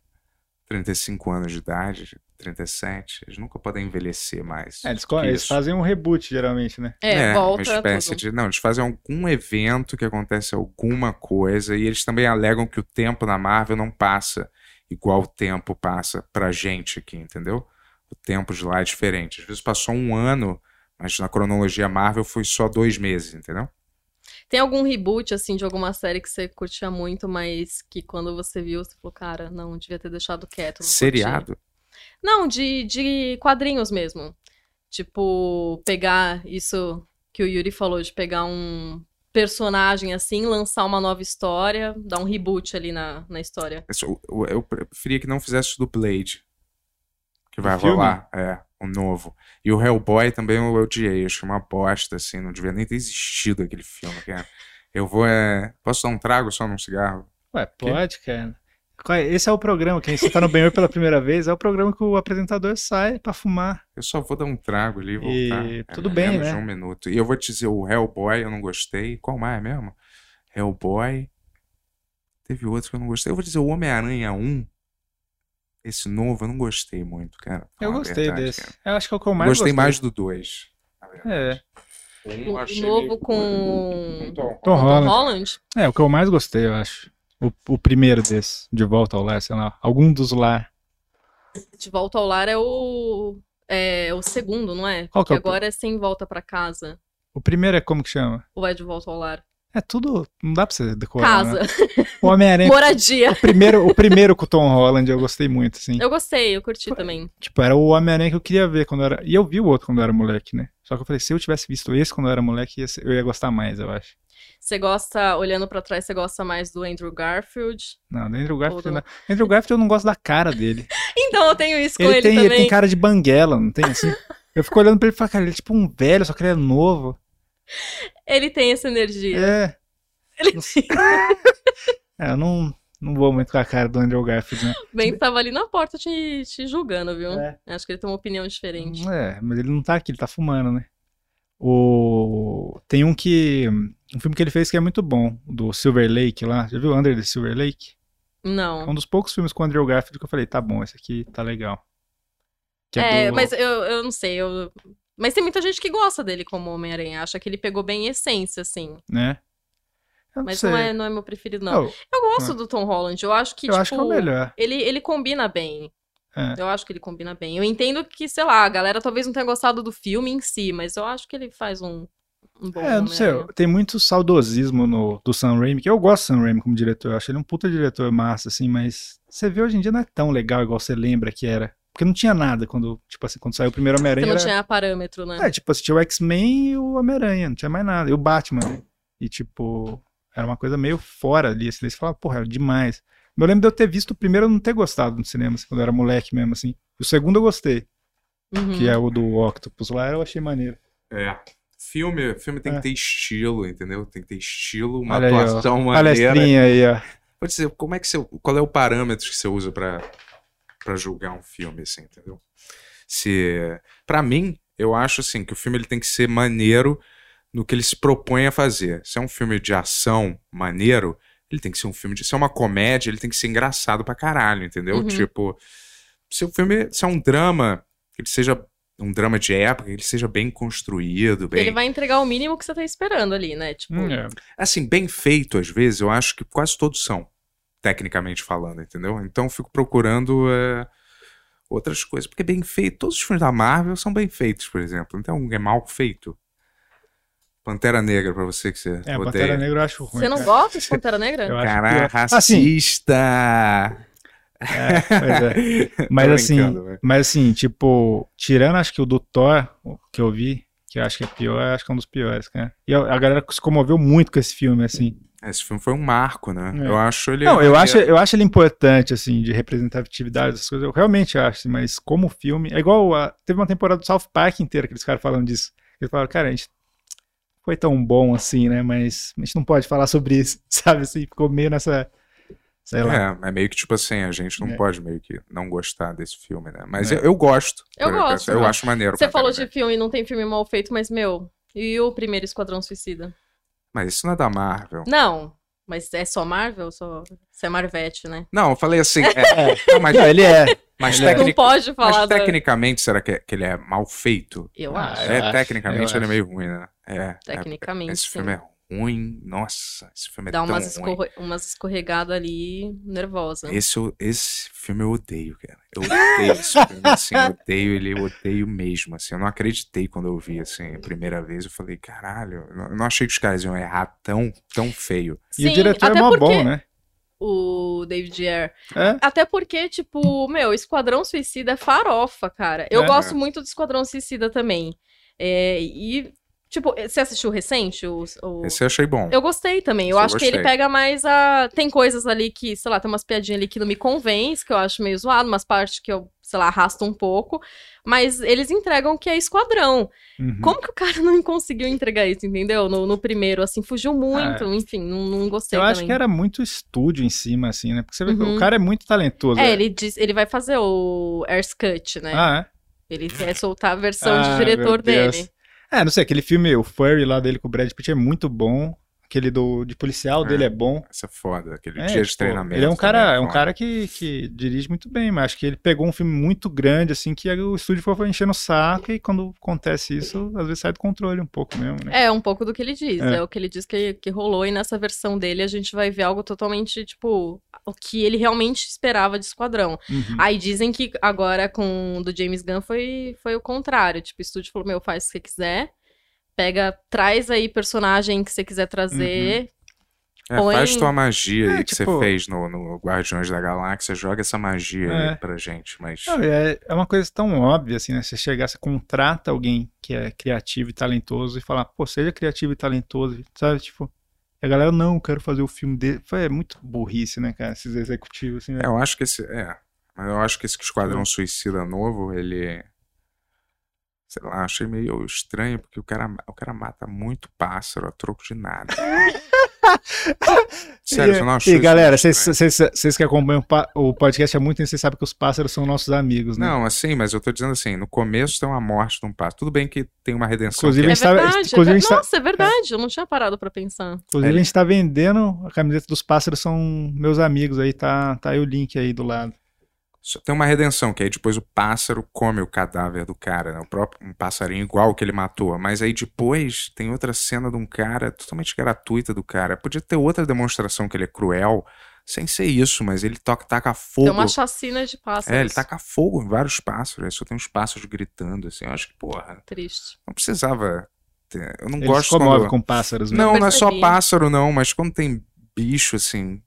S2: 35 anos de idade, 37. Eles nunca podem envelhecer mais.
S1: É, eles,
S2: que
S1: eles
S2: isso.
S1: fazem um reboot, geralmente, né?
S4: É, volta
S2: uma espécie
S4: tudo.
S2: de. Não, eles fazem algum evento que acontece alguma coisa e eles também alegam que o tempo na Marvel não passa igual o tempo passa pra gente aqui, entendeu? O tempo de lá é diferente. Às vezes passou um ano, mas na cronologia Marvel foi só dois meses, entendeu?
S4: Tem algum reboot, assim, de alguma série que você curtia muito, mas que quando você viu, você falou, cara, não, devia ter deixado quieto. não curti."
S2: Seriado?
S4: Não, de, de quadrinhos mesmo. Tipo, pegar isso que o Yuri falou, de pegar um personagem assim, lançar uma nova história, dar um reboot ali na, na história.
S2: Eu sou- É Eu, eu preferia que não fizesse do Blade. Que vai
S1: O filme?
S2: rolar. É, o novo. E o Hellboy também eu odiei. Achei uma bosta, assim. Não devia nem ter existido aquele filme, cara. Eu vou. É... Posso dar um trago só num cigarro?
S1: Ué, pode, cara. Qual é? Esse é o programa, quem está no banheiro pela primeira vez, é o programa que o apresentador sai pra fumar.
S2: Eu só vou dar um trago ali e voltar.
S1: E
S2: É
S1: tudo bem,
S2: menos
S1: né?
S2: de um minuto. E eu vou te dizer, o Hellboy eu não gostei. Qual mais mesmo? Hellboy. Teve outro que eu não gostei. Eu vou dizer o Homem-Aranha 1. Esse novo eu não gostei muito, cara.
S1: Eu
S2: Falar a
S1: gostei
S2: verdade,
S1: desse.
S2: cara.
S1: Eu acho que é o que eu mais
S2: gostei
S1: gostei.
S2: mais do 2.
S1: É.
S4: O o novo com
S1: Tom
S4: Tom
S1: Holland.
S4: Holland.
S1: É, o que eu mais gostei, eu acho. O, o primeiro desse, De Volta ao Lar, sei lá. Algum dos lar.
S4: De Volta ao Lar é o. É o segundo, não é?
S1: Qual que
S4: Porque
S1: é o-
S4: agora é sem volta pra casa.
S1: O primeiro é como que chama?
S4: Ou é de volta ao lar?
S1: É tudo. Não dá pra você decorar.
S4: casa.
S1: né? O Homem-Aranha.
S4: Moradia.
S1: o, primeiro, o primeiro com o Tom Holland eu gostei muito, assim.
S4: Eu gostei, eu curti também.
S1: Tipo, era o Homem-Aranha que eu queria ver quando eu era. E eu vi o outro quando eu era moleque, né? Só que eu falei, se eu tivesse visto esse quando eu era moleque, ia ser- eu ia gostar mais, eu acho.
S4: Você gosta, olhando pra trás, você gosta mais do Andrew Garfield.
S1: Não, do Andrew Garfield.
S4: Ou do-
S1: não. Andrew Garfield eu não gosto da cara dele.
S4: Então eu tenho isso com
S1: Ele,
S4: ele,
S1: tem,
S4: também.
S1: ele tem cara de banguela, não tem assim? Eu fico olhando pra ele e falo, cara, ele é tipo um velho, só que ele é novo.
S4: Ele tem essa energia.
S1: É.
S4: Ele
S1: É, eu não, não vou muito com a cara do Andrew Garfield, né?
S4: O Ben tava ali na porta te, te julgando, viu?
S1: É.
S4: Acho que ele tem uma opinião diferente.
S1: É, mas ele não tá aqui, ele tá fumando, né? O... Tem um que. Um filme que ele fez que é muito bom, do Silver Lake lá. Já viu Under the Silver Lake? É
S4: Não.
S1: um dos poucos filmes com o Andrew Garfield que eu falei, tá bom, esse aqui tá legal. Que
S4: É,
S1: do-
S4: mas eu, eu não sei, eu... Mas tem muita gente que gosta dele como Homem-Aranha. Acha que ele pegou bem essência, assim.
S1: Né? Eu não
S4: Mas
S1: sei.
S4: não é, não é meu preferido,
S1: Não,
S4: não. Eu gosto do Tom Holland. Eu acho que,
S1: é. eu
S4: tipo,
S1: acho que é o melhor.
S4: Ele, ele combina bem.
S1: É.
S4: Eu acho que ele combina bem. Eu entendo que, sei lá, a galera talvez não tenha gostado do filme em si, mas eu acho que ele faz um, um bom
S1: É, eu não sei,
S4: Homem-Aranha.
S1: tem muito saudosismo no, do Sam Raimi, que eu gosto do Sam Raimi como diretor, eu acho ele um puta diretor massa, assim, mas você vê hoje em dia não é tão legal igual você lembra que era. Porque não tinha nada quando, tipo assim, quando saiu o primeiro
S4: Porque
S1: Homem-Aranha.
S4: não
S1: era-
S4: tinha parâmetro, né?
S1: É, tipo, assistia o X-Men e o Homem-Aranha, não tinha mais nada. E o Batman. né? E, tipo, era uma coisa meio fora ali. Assim, daí você falava, porra, era demais. Eu lembro de eu ter visto o primeiro e não ter gostado no cinema, assim, quando eu era moleque mesmo, assim. O segundo eu gostei,
S4: Uhum.
S1: que é o do Octopus lá, eu achei maneiro.
S2: É. Filme, filme tem
S1: É.
S2: que ter estilo, entendeu? Tem que ter estilo, uma
S1: Olha aí, ó.
S2: atuação maneira.
S1: Palestrinha aí, ó.
S2: Vou dizer, como é que você, qual é o parâmetro que você usa pra para julgar um filme assim, entendeu? Se para mim, eu acho assim que o filme ele tem que ser maneiro no que ele se propõe a fazer. Se é um filme de ação maneiro, ele tem que ser um filme de, se é uma comédia, ele tem que ser engraçado pra caralho, entendeu?
S4: Uhum.
S2: Tipo, se o filme, se é um drama, que ele seja um drama de época, que ele seja bem construído, bem
S4: Ele vai entregar o mínimo que você tá esperando ali, né? Tipo,
S1: Hum, é.
S2: assim, bem feito às vezes, eu acho que quase todos são, tecnicamente falando, entendeu? Então eu fico procurando é, outras coisas, porque é bem feito, todos os filmes da Marvel são bem feitos, por exemplo, não tem um que é mal feito. Pantera Negra, pra você que você
S1: É,
S2: odeia.
S1: Pantera Negra eu acho ruim.
S4: você não
S1: cara.
S4: gosta de Pantera Negra?
S1: Eu acho
S2: Caralho,
S1: pior. Assim,
S2: racista!
S1: é, pois é. Mas
S2: Tô
S1: assim,
S2: brincando, né? velho.
S1: Mas assim, tipo, tirando acho que o do Thor, o que eu vi, que eu acho que é pior, eu acho que é um dos piores, cara. E a a galera se comoveu muito com esse filme, assim.
S2: Esse filme foi um marco, né?
S1: É.
S2: Eu acho ele.
S1: Não, eu acho, eu acho ele importante, assim, de representatividade, essas coisas. Eu realmente acho, assim, mas como filme. É igual. a- teve uma temporada do South Park inteira que eles ficaram falando disso. Eles falaram, cara, a gente foi tão bom assim, né? Mas a gente não pode falar sobre isso, sabe? Assim, ficou meio nessa. Sei lá.
S2: É, é meio que tipo assim, a gente não
S1: É.
S2: pode meio que não gostar desse filme, né? Mas
S1: É.
S2: eu, eu gosto.
S4: Eu
S2: por
S4: gosto.
S2: Eu acho maneiro.
S4: Você
S2: Pantera
S4: falou
S2: Negra.
S4: de filme, não tem filme mal feito, mas, meu, e o primeiro Esquadrão Suicida?
S2: Mas isso não é da Marvel.
S4: Não, mas é só Marvel? Só... Você é Marvete, né?
S2: Não, eu falei assim. é, não, mas,
S1: Não, ele é.
S2: mas
S1: ele é-
S4: Não
S2: tecnic-
S4: pode
S2: mas
S4: falar da-
S2: tecnicamente, será que, é- que ele é mal feito?
S4: Eu
S1: Ah,
S4: acho,
S1: eu
S2: é,
S1: acho,
S2: tecnicamente
S1: eu
S2: ele é
S1: acho.
S2: meio ruim, né? É. é,
S4: tecnicamente,
S2: esse
S4: sim.
S2: filme é ruim. Nossa, esse filme é
S4: Dá
S2: tão
S4: umas,
S2: ruim.
S4: escorre... umas escorregadas ali, nervosa.
S2: Esse, eu- esse filme eu odeio, cara. Eu odeio esse filme, assim, eu odeio ele, eu odeio mesmo, assim. Eu não acreditei quando eu vi, assim, a primeira vez. Eu falei, caralho, eu não- eu não achei que os caras iam errar tão, tão feio.
S1: E o diretor é
S4: até
S1: mó
S4: porque
S1: bom, né?
S4: O David Ayer
S1: É?
S4: Até porque, tipo, meu, Esquadrão Suicida é farofa, cara. Eu
S1: É.
S4: gosto muito do Esquadrão Suicida também. É, e, tipo, você assistiu o recente? O, o-
S2: Esse eu achei bom.
S4: Eu gostei também. Eu
S2: Esse eu
S4: acho que ele
S2: gostei.
S4: pega mais a. Tem coisas ali que, sei lá, tem umas piadinhas ali que não me convence, que eu acho meio zoado, umas partes que eu, sei lá, arrasto um pouco. Mas eles entregam que é Esquadrão.
S1: Uhum.
S4: Como que o cara não conseguiu entregar isso, entendeu? No, no primeiro, assim, fugiu muito. Enfim, não, não gostei
S1: É. Eu
S4: também.
S1: acho que era muito estúdio em cima, assim, né? Porque você vê que
S4: Uhum.
S1: o cara é muito talentoso.
S4: É,
S1: né?
S4: ele, diz, ele vai fazer o Airscut, né?
S1: Ah, é?
S4: Ele quer soltar a versão
S1: Ah,
S4: de diretor
S1: meu Deus.
S4: dele.
S1: É, não sei, aquele filme, o Furry lá dele com o Brad Pitt é muito bom. Aquele do, de policial
S2: É.
S1: dele é bom.
S2: Essa é foda, aquele
S1: É,
S2: dia de
S1: tipo,
S2: treinamento.
S1: Ele é um cara,
S2: também
S1: é um
S2: foda.
S1: cara que, que dirige muito bem, mas acho que ele pegou um filme muito grande, assim, que o estúdio foi enchendo o saco, e quando acontece isso, às vezes sai do controle um pouco mesmo, né?
S4: É um pouco do que ele diz.
S1: É.
S4: É, o que ele diz que, que rolou, e nessa versão dele a gente vai ver algo totalmente, tipo, o que ele realmente esperava de Esquadrão.
S1: Uhum.
S4: Aí dizem que agora com o do James Gunn foi, foi o contrário. Tipo, o estúdio falou: meu, faz o que você quiser. Pega, traz aí personagem que você quiser
S1: Uhum.
S4: trazer.
S2: É,
S4: Põe-
S2: faz tua magia
S1: É,
S2: aí que
S1: tipo-
S2: você fez no, no Guardiões da Galáxia, joga essa magia
S1: É.
S2: aí pra gente, mas.
S1: Não, é, é uma coisa tão óbvia, assim, né? Você chegar, você contrata alguém que é criativo e talentoso e falar, pô, seja criativo e talentoso, sabe? Tipo, e a galera, não, eu quero fazer o filme dele. Foi, é muito burrice, né, cara? Esses executivos, assim, né?
S2: É, eu acho que esse. É. Mas eu acho que esse
S1: Hum.
S2: Esquadrão Suicida novo, ele. Sei lá, achei meio estranho, porque o cara, o cara mata muito pássaro a troco de nada. Sério,
S1: E-
S2: você não achou?
S1: E
S2: isso
S1: galera,
S2: meio
S1: vocês
S2: estranho?
S1: vocês- vocês que acompanham o pa- o podcast há muito tempo, vocês sabem que os pássaros são nossos amigos, né?
S2: Não, assim, mas eu tô dizendo assim, no começo tem uma morte de um pássaro. Tudo bem que tem uma redenção.
S1: Inclusive,
S2: que
S1: a
S4: É
S1: gente tava-
S4: verdade.
S1: inclusive a
S4: é
S1: gente tá-
S4: ver- Nossa, é verdade. Eu não tinha parado pra pensar.
S2: é.
S1: Inclusive, a gente tá vendendo a camiseta dos pássaros, são meus amigos aí, tá, tá aí o link aí do lado.
S2: Só tem uma redenção, que aí depois o pássaro come o cadáver do cara, né? O próprio um passarinho igual que ele matou. Mas aí depois tem outra cena de um cara totalmente gratuita do cara. Podia ter outra demonstração que ele é cruel, sem ser isso, mas ele toca, taca fogo.
S4: Tem É uma chacina de pássaros.
S2: É, ele taca fogo em vários pássaros, aí só tem uns pássaros gritando, assim. Eu acho que, porra,
S4: Triste.
S2: não precisava. ter- Eu não
S1: Ele se
S2: gosto
S1: comove
S2: quando.
S1: com pássaros, né?
S2: Não, não é só
S4: Percebi.
S2: pássaro, não, mas quando tem bicho, assim,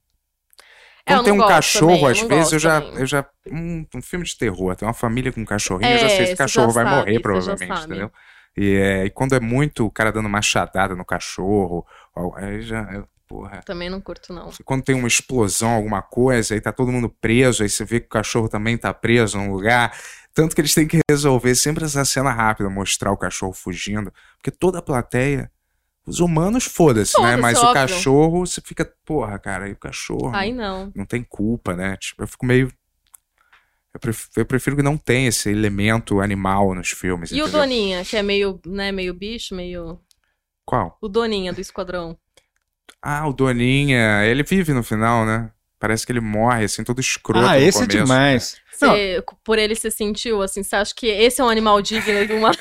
S2: quando
S4: É, eu
S2: tem um
S4: não gosto
S2: cachorro,
S4: também, eu
S2: às
S4: não
S2: vezes,
S4: gosto
S2: eu já.
S4: também.
S2: Eu já um, um filme de terror, tem uma família com um cachorrinho, eu já
S4: É,
S2: sei
S4: você
S2: se
S4: já
S2: o cachorro vai
S4: sabe,
S2: morrer,
S4: você já
S2: provavelmente,
S4: sabe.
S2: entendeu? E, é, e quando é muito o cara dando machadada no cachorro, ó, aí já. eu- porra.
S4: Também não curto, não.
S2: Quando tem uma explosão, alguma coisa, aí tá todo mundo preso, aí você vê que o cachorro também tá preso num lugar. Tanto que eles têm que resolver sempre essa cena rápida, mostrar o cachorro fugindo. Porque toda a plateia, os humanos, foda-se, né?
S4: Foda-se,
S2: Mas o
S4: óbvio.
S2: cachorro, você fica, porra, cara, e o cachorro.
S4: Aí não.
S2: não tem culpa, né? Tipo, eu fico meio. Eu pref- eu prefiro, que não tenha esse elemento animal nos filmes.
S4: E o
S2: entendeu?
S4: Doninha, que é meio, né, meio bicho, meio.
S2: Qual?
S4: O Doninha do Esquadrão.
S2: Ah, o Doninha. Ele vive no final, né? Parece que ele morre, assim, todo escroto.
S1: Ah,
S2: no
S1: esse é
S2: começo.
S1: demais. Não.
S4: Você, por ele se sentiu, assim, você acha que esse é um animal digno de uma.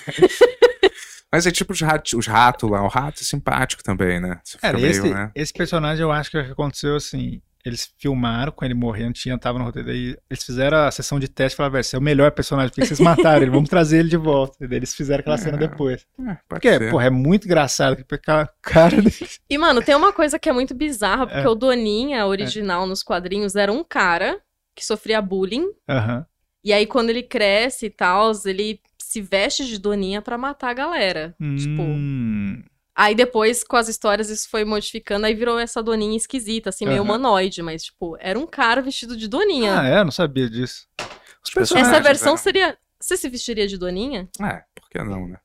S2: Mas é tipo os ratos, os ratos lá. O rato é simpático também, né? Você fica
S1: Cara,
S2: meio,
S1: esse,
S2: né?
S1: esse personagem eu acho que o que aconteceu assim. Eles filmaram com ele morrendo, tinha, tava no roteiro daí. Eles fizeram a sessão de teste e falaram, velho, você é o melhor personagem, por que que vocês mataram ele? Vamos trazer ele de volta. E daí eles fizeram aquela cena
S2: É,
S1: depois.
S2: É, pode
S1: Porque,
S2: ser.
S1: porra, é muito engraçado que aquela cara dele.
S4: E, mano, tem uma coisa que é muito bizarra, porque
S1: É.
S4: o Doninha original nos quadrinhos era um cara que sofria bullying.
S1: Aham.
S4: E aí, quando ele cresce e tal, ele se veste de Doninha pra matar a galera. Tipo.
S1: Hum.
S4: Aí depois, com as histórias, isso foi modificando, aí virou essa doninha esquisita, assim, meio
S1: Aham.
S4: humanoide, mas, tipo, era um cara vestido de doninha.
S1: Ah, é, eu não sabia disso. Os personagens.
S4: Essa
S2: personagens,
S4: versão
S2: né?
S4: seria. Você se vestiria de doninha?
S2: É, por que não, né?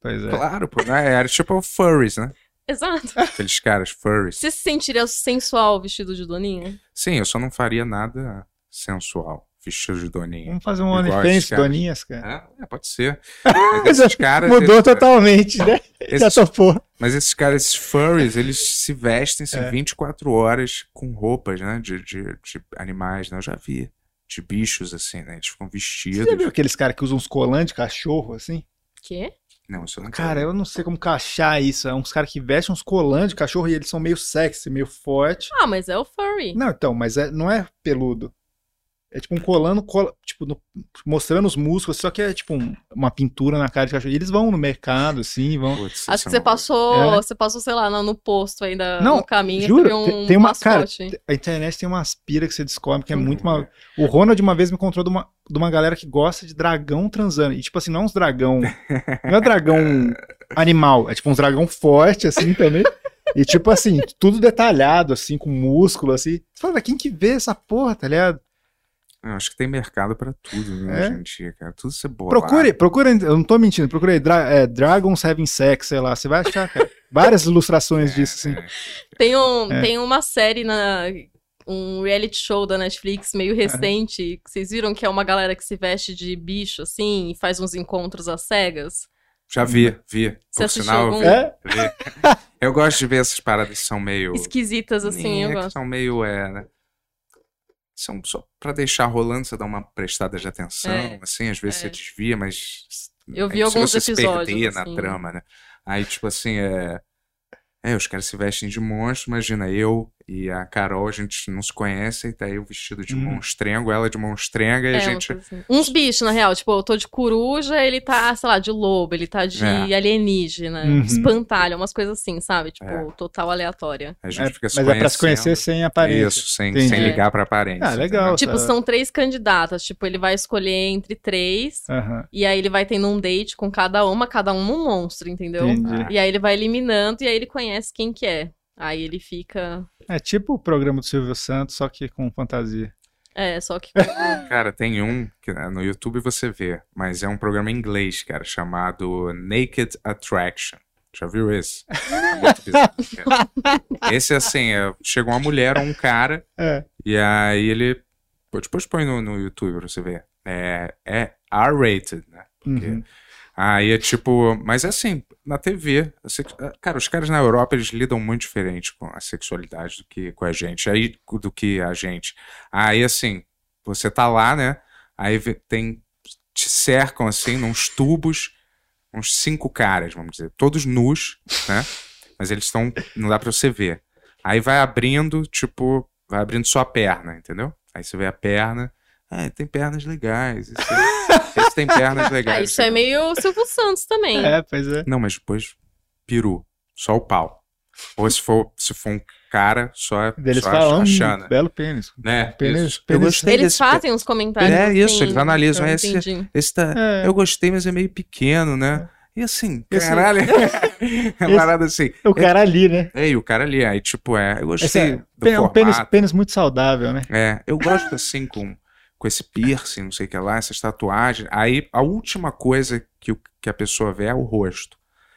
S1: Pois é.
S2: Claro, pô. né? Era tipo furries, né?
S4: Exato.
S2: Aqueles caras furries.
S4: Você se sentiria sensual vestido de doninha?
S2: Sim, eu só não faria nada sensual. Vestido de Doninha.
S1: Vamos fazer um
S2: Igual
S1: OnlyFans
S2: esses caras.
S1: doninhas, cara.
S2: É, é, pode ser. Mas esses caras.
S1: Mudou
S2: eles-
S1: totalmente, né? Já
S2: Esses,
S1: topou.
S2: mas esses caras, esses furries, eles se vestem assim,
S1: É.
S2: 24 horas com roupas, né? De, de, de animais, né? Eu já vi. De bichos, assim, né? Eles ficam
S1: Você já viu
S2: vestidos.
S1: aqueles caras que usam uns colantes de cachorro, assim?
S4: Quê?
S2: Não, isso eu não
S1: Cara, eu não sei como cachar isso. É uns caras que vestem uns colãs de cachorro e eles são meio sexy, meio forte.
S4: Ah, mas é o furry.
S1: Não, então, mas é- não é peludo. É tipo um colando, cola, tipo, no- mostrando os músculos, só que é tipo um- uma pintura na cara de cachorro. E eles vão no mercado, assim, vão.
S2: Putz,
S4: Acho
S2: isso
S4: que
S2: é
S4: você
S2: uma-
S4: passou,
S1: É.
S4: você passou, sei lá, no, no posto ainda,
S1: Não,
S4: no caminho,
S1: juro,
S4: você viu
S1: tem-
S4: um
S1: tem uma
S4: mascote.
S1: A internet tem umas pira que você descobre que é
S4: Uhum.
S1: muito mal. O Ronald uma vez me contou de uma, de uma galera que gosta de dragão transando. E tipo assim, não uns dragão. Não é dragão animal, é tipo uns dragão forte, assim também. E tipo assim, tudo detalhado, assim, com músculo, assim. Você fala, "Mas quem que vê essa porra, tá ligado?
S2: É, Eu acho que tem mercado pra tudo,
S1: É?
S2: né, hoje em dia, cara? Tudo você bota.
S1: Procure, procure, eu não tô mentindo, procure aí, dra é, Dragons Having Sex, sei lá, você vai achar, cara. Várias ilustrações
S2: É,
S1: disso, assim.
S4: Tem, um,
S1: É.
S4: tem uma série na. Um reality show da Netflix meio recente. que Vocês viram que é uma galera que se veste de bicho, assim, e faz uns encontros às cegas?
S2: Já vi, vi.
S4: Você
S2: Por
S4: assistiu
S2: sinal, eu
S4: algum?
S2: vi,
S1: É?
S2: vi. Eu gosto de ver essas paradas que são meio.
S4: Esquisitas,
S2: É,
S4: assim, eu
S2: que
S4: gosto.
S2: São meio. É, né? São só pra deixar rolando, você dá uma prestada de atenção,
S4: É,
S2: assim, às vezes
S4: é.
S2: você desvia, mas.
S4: Eu
S2: é
S4: vi
S2: se
S4: alguns
S2: você se
S4: episódios,
S2: perder na
S4: assim.
S2: trama, né? Aí, tipo assim, é. É, os caras se vestem de monstro, imagina, eu e a Carol, a gente não se conhece, e tá eu vestido de
S1: Hum.
S2: monstrengo, ela de monstrenga, e
S4: É,
S2: a
S4: uma
S2: gente.
S4: coisa assim. Uns bichos, na real. Tipo, eu tô de coruja, ele tá, sei lá, de lobo, ele tá de
S2: É.
S4: alienígena,
S1: Uhum.
S4: espantalho, umas coisas assim, sabe? Tipo,
S2: É.
S4: total aleatória.
S2: A gente
S1: É,
S2: fica se
S1: mas é pra se conhecer
S2: conhecendo.
S1: sem aparência.
S2: Isso, sem,
S1: Entendi.
S2: sem
S4: É.
S2: ligar pra aparência.
S1: Ah, legal.
S4: Tipo,
S1: Nossa.
S4: são três candidatas. Tipo, ele vai escolher entre três.
S1: Aham,
S4: E aí ele vai tendo um date com cada uma, cada uma um monstro, entendeu?
S1: entendi.
S4: E aí ele vai eliminando e aí ele conhece quem que é. Aí ele fica.
S1: É tipo o programa do Silvio Santos, só que com fantasia.
S4: É, só que.
S2: entendeu? Cara, tem um que né, no YouTube você vê, mas é um programa em inglês, cara, chamado Naked Attraction. Já viu esse? É muito bizarro, cara. esse, assim, é, chega uma mulher ou um cara,
S1: É.
S2: e aí ele. Pô, Depois põe no, no YouTube pra você ver. É, é R-rated, né? Porque
S1: Uhum.
S2: Aí é tipo, mas é assim, na TV, a sex- ah, cara, os caras na Europa eles lidam muito diferente com a sexualidade do que com a gente, aí do que a gente. Aí assim, você tá lá, né? Aí vê- tem te cercam assim, nos tubos, uns cinco caras, vamos dizer, todos nus, né? Mas eles estão, não dá pra você ver. Aí vai abrindo, tipo, vai abrindo só a perna, entendeu? Aí você vê a perna, ah, tem pernas legais, esse, esse tem pernas legais.
S4: Ah, isso é meio Silvio Santos também.
S1: É, pois é.
S2: Não, mas depois peru, só o pau. Ou se for, se for um cara, só,
S1: Eles
S2: só
S1: falam
S2: a
S1: "Hum,
S2: Xana.
S1: belo pênis.
S2: Né?
S1: Pênis-
S2: Isso.
S1: pênis-
S2: Eu gostei
S4: Eles
S2: desse pe-
S4: fazem uns comentários.
S2: É isso,
S4: assim,
S2: eles analisam,
S4: eu
S2: é esse-
S4: entendi.
S2: Esse tá...
S1: É.
S2: Eu gostei, mas é meio pequeno, né? E assim,
S1: Esse-
S2: caralho. é uma parada assim.
S1: O cara ali, né?
S2: É, e o cara ali, aí tipo, é, eu
S1: Esse
S2: gostei
S1: é
S2: do
S1: pê- é um
S2: formato.
S1: pênis, pênis muito saudável, né?
S2: É, eu gosto assim com, com esse piercing, não sei o que lá, essas tatuagens. Aí a última coisa que, o- que a pessoa vê é o rosto.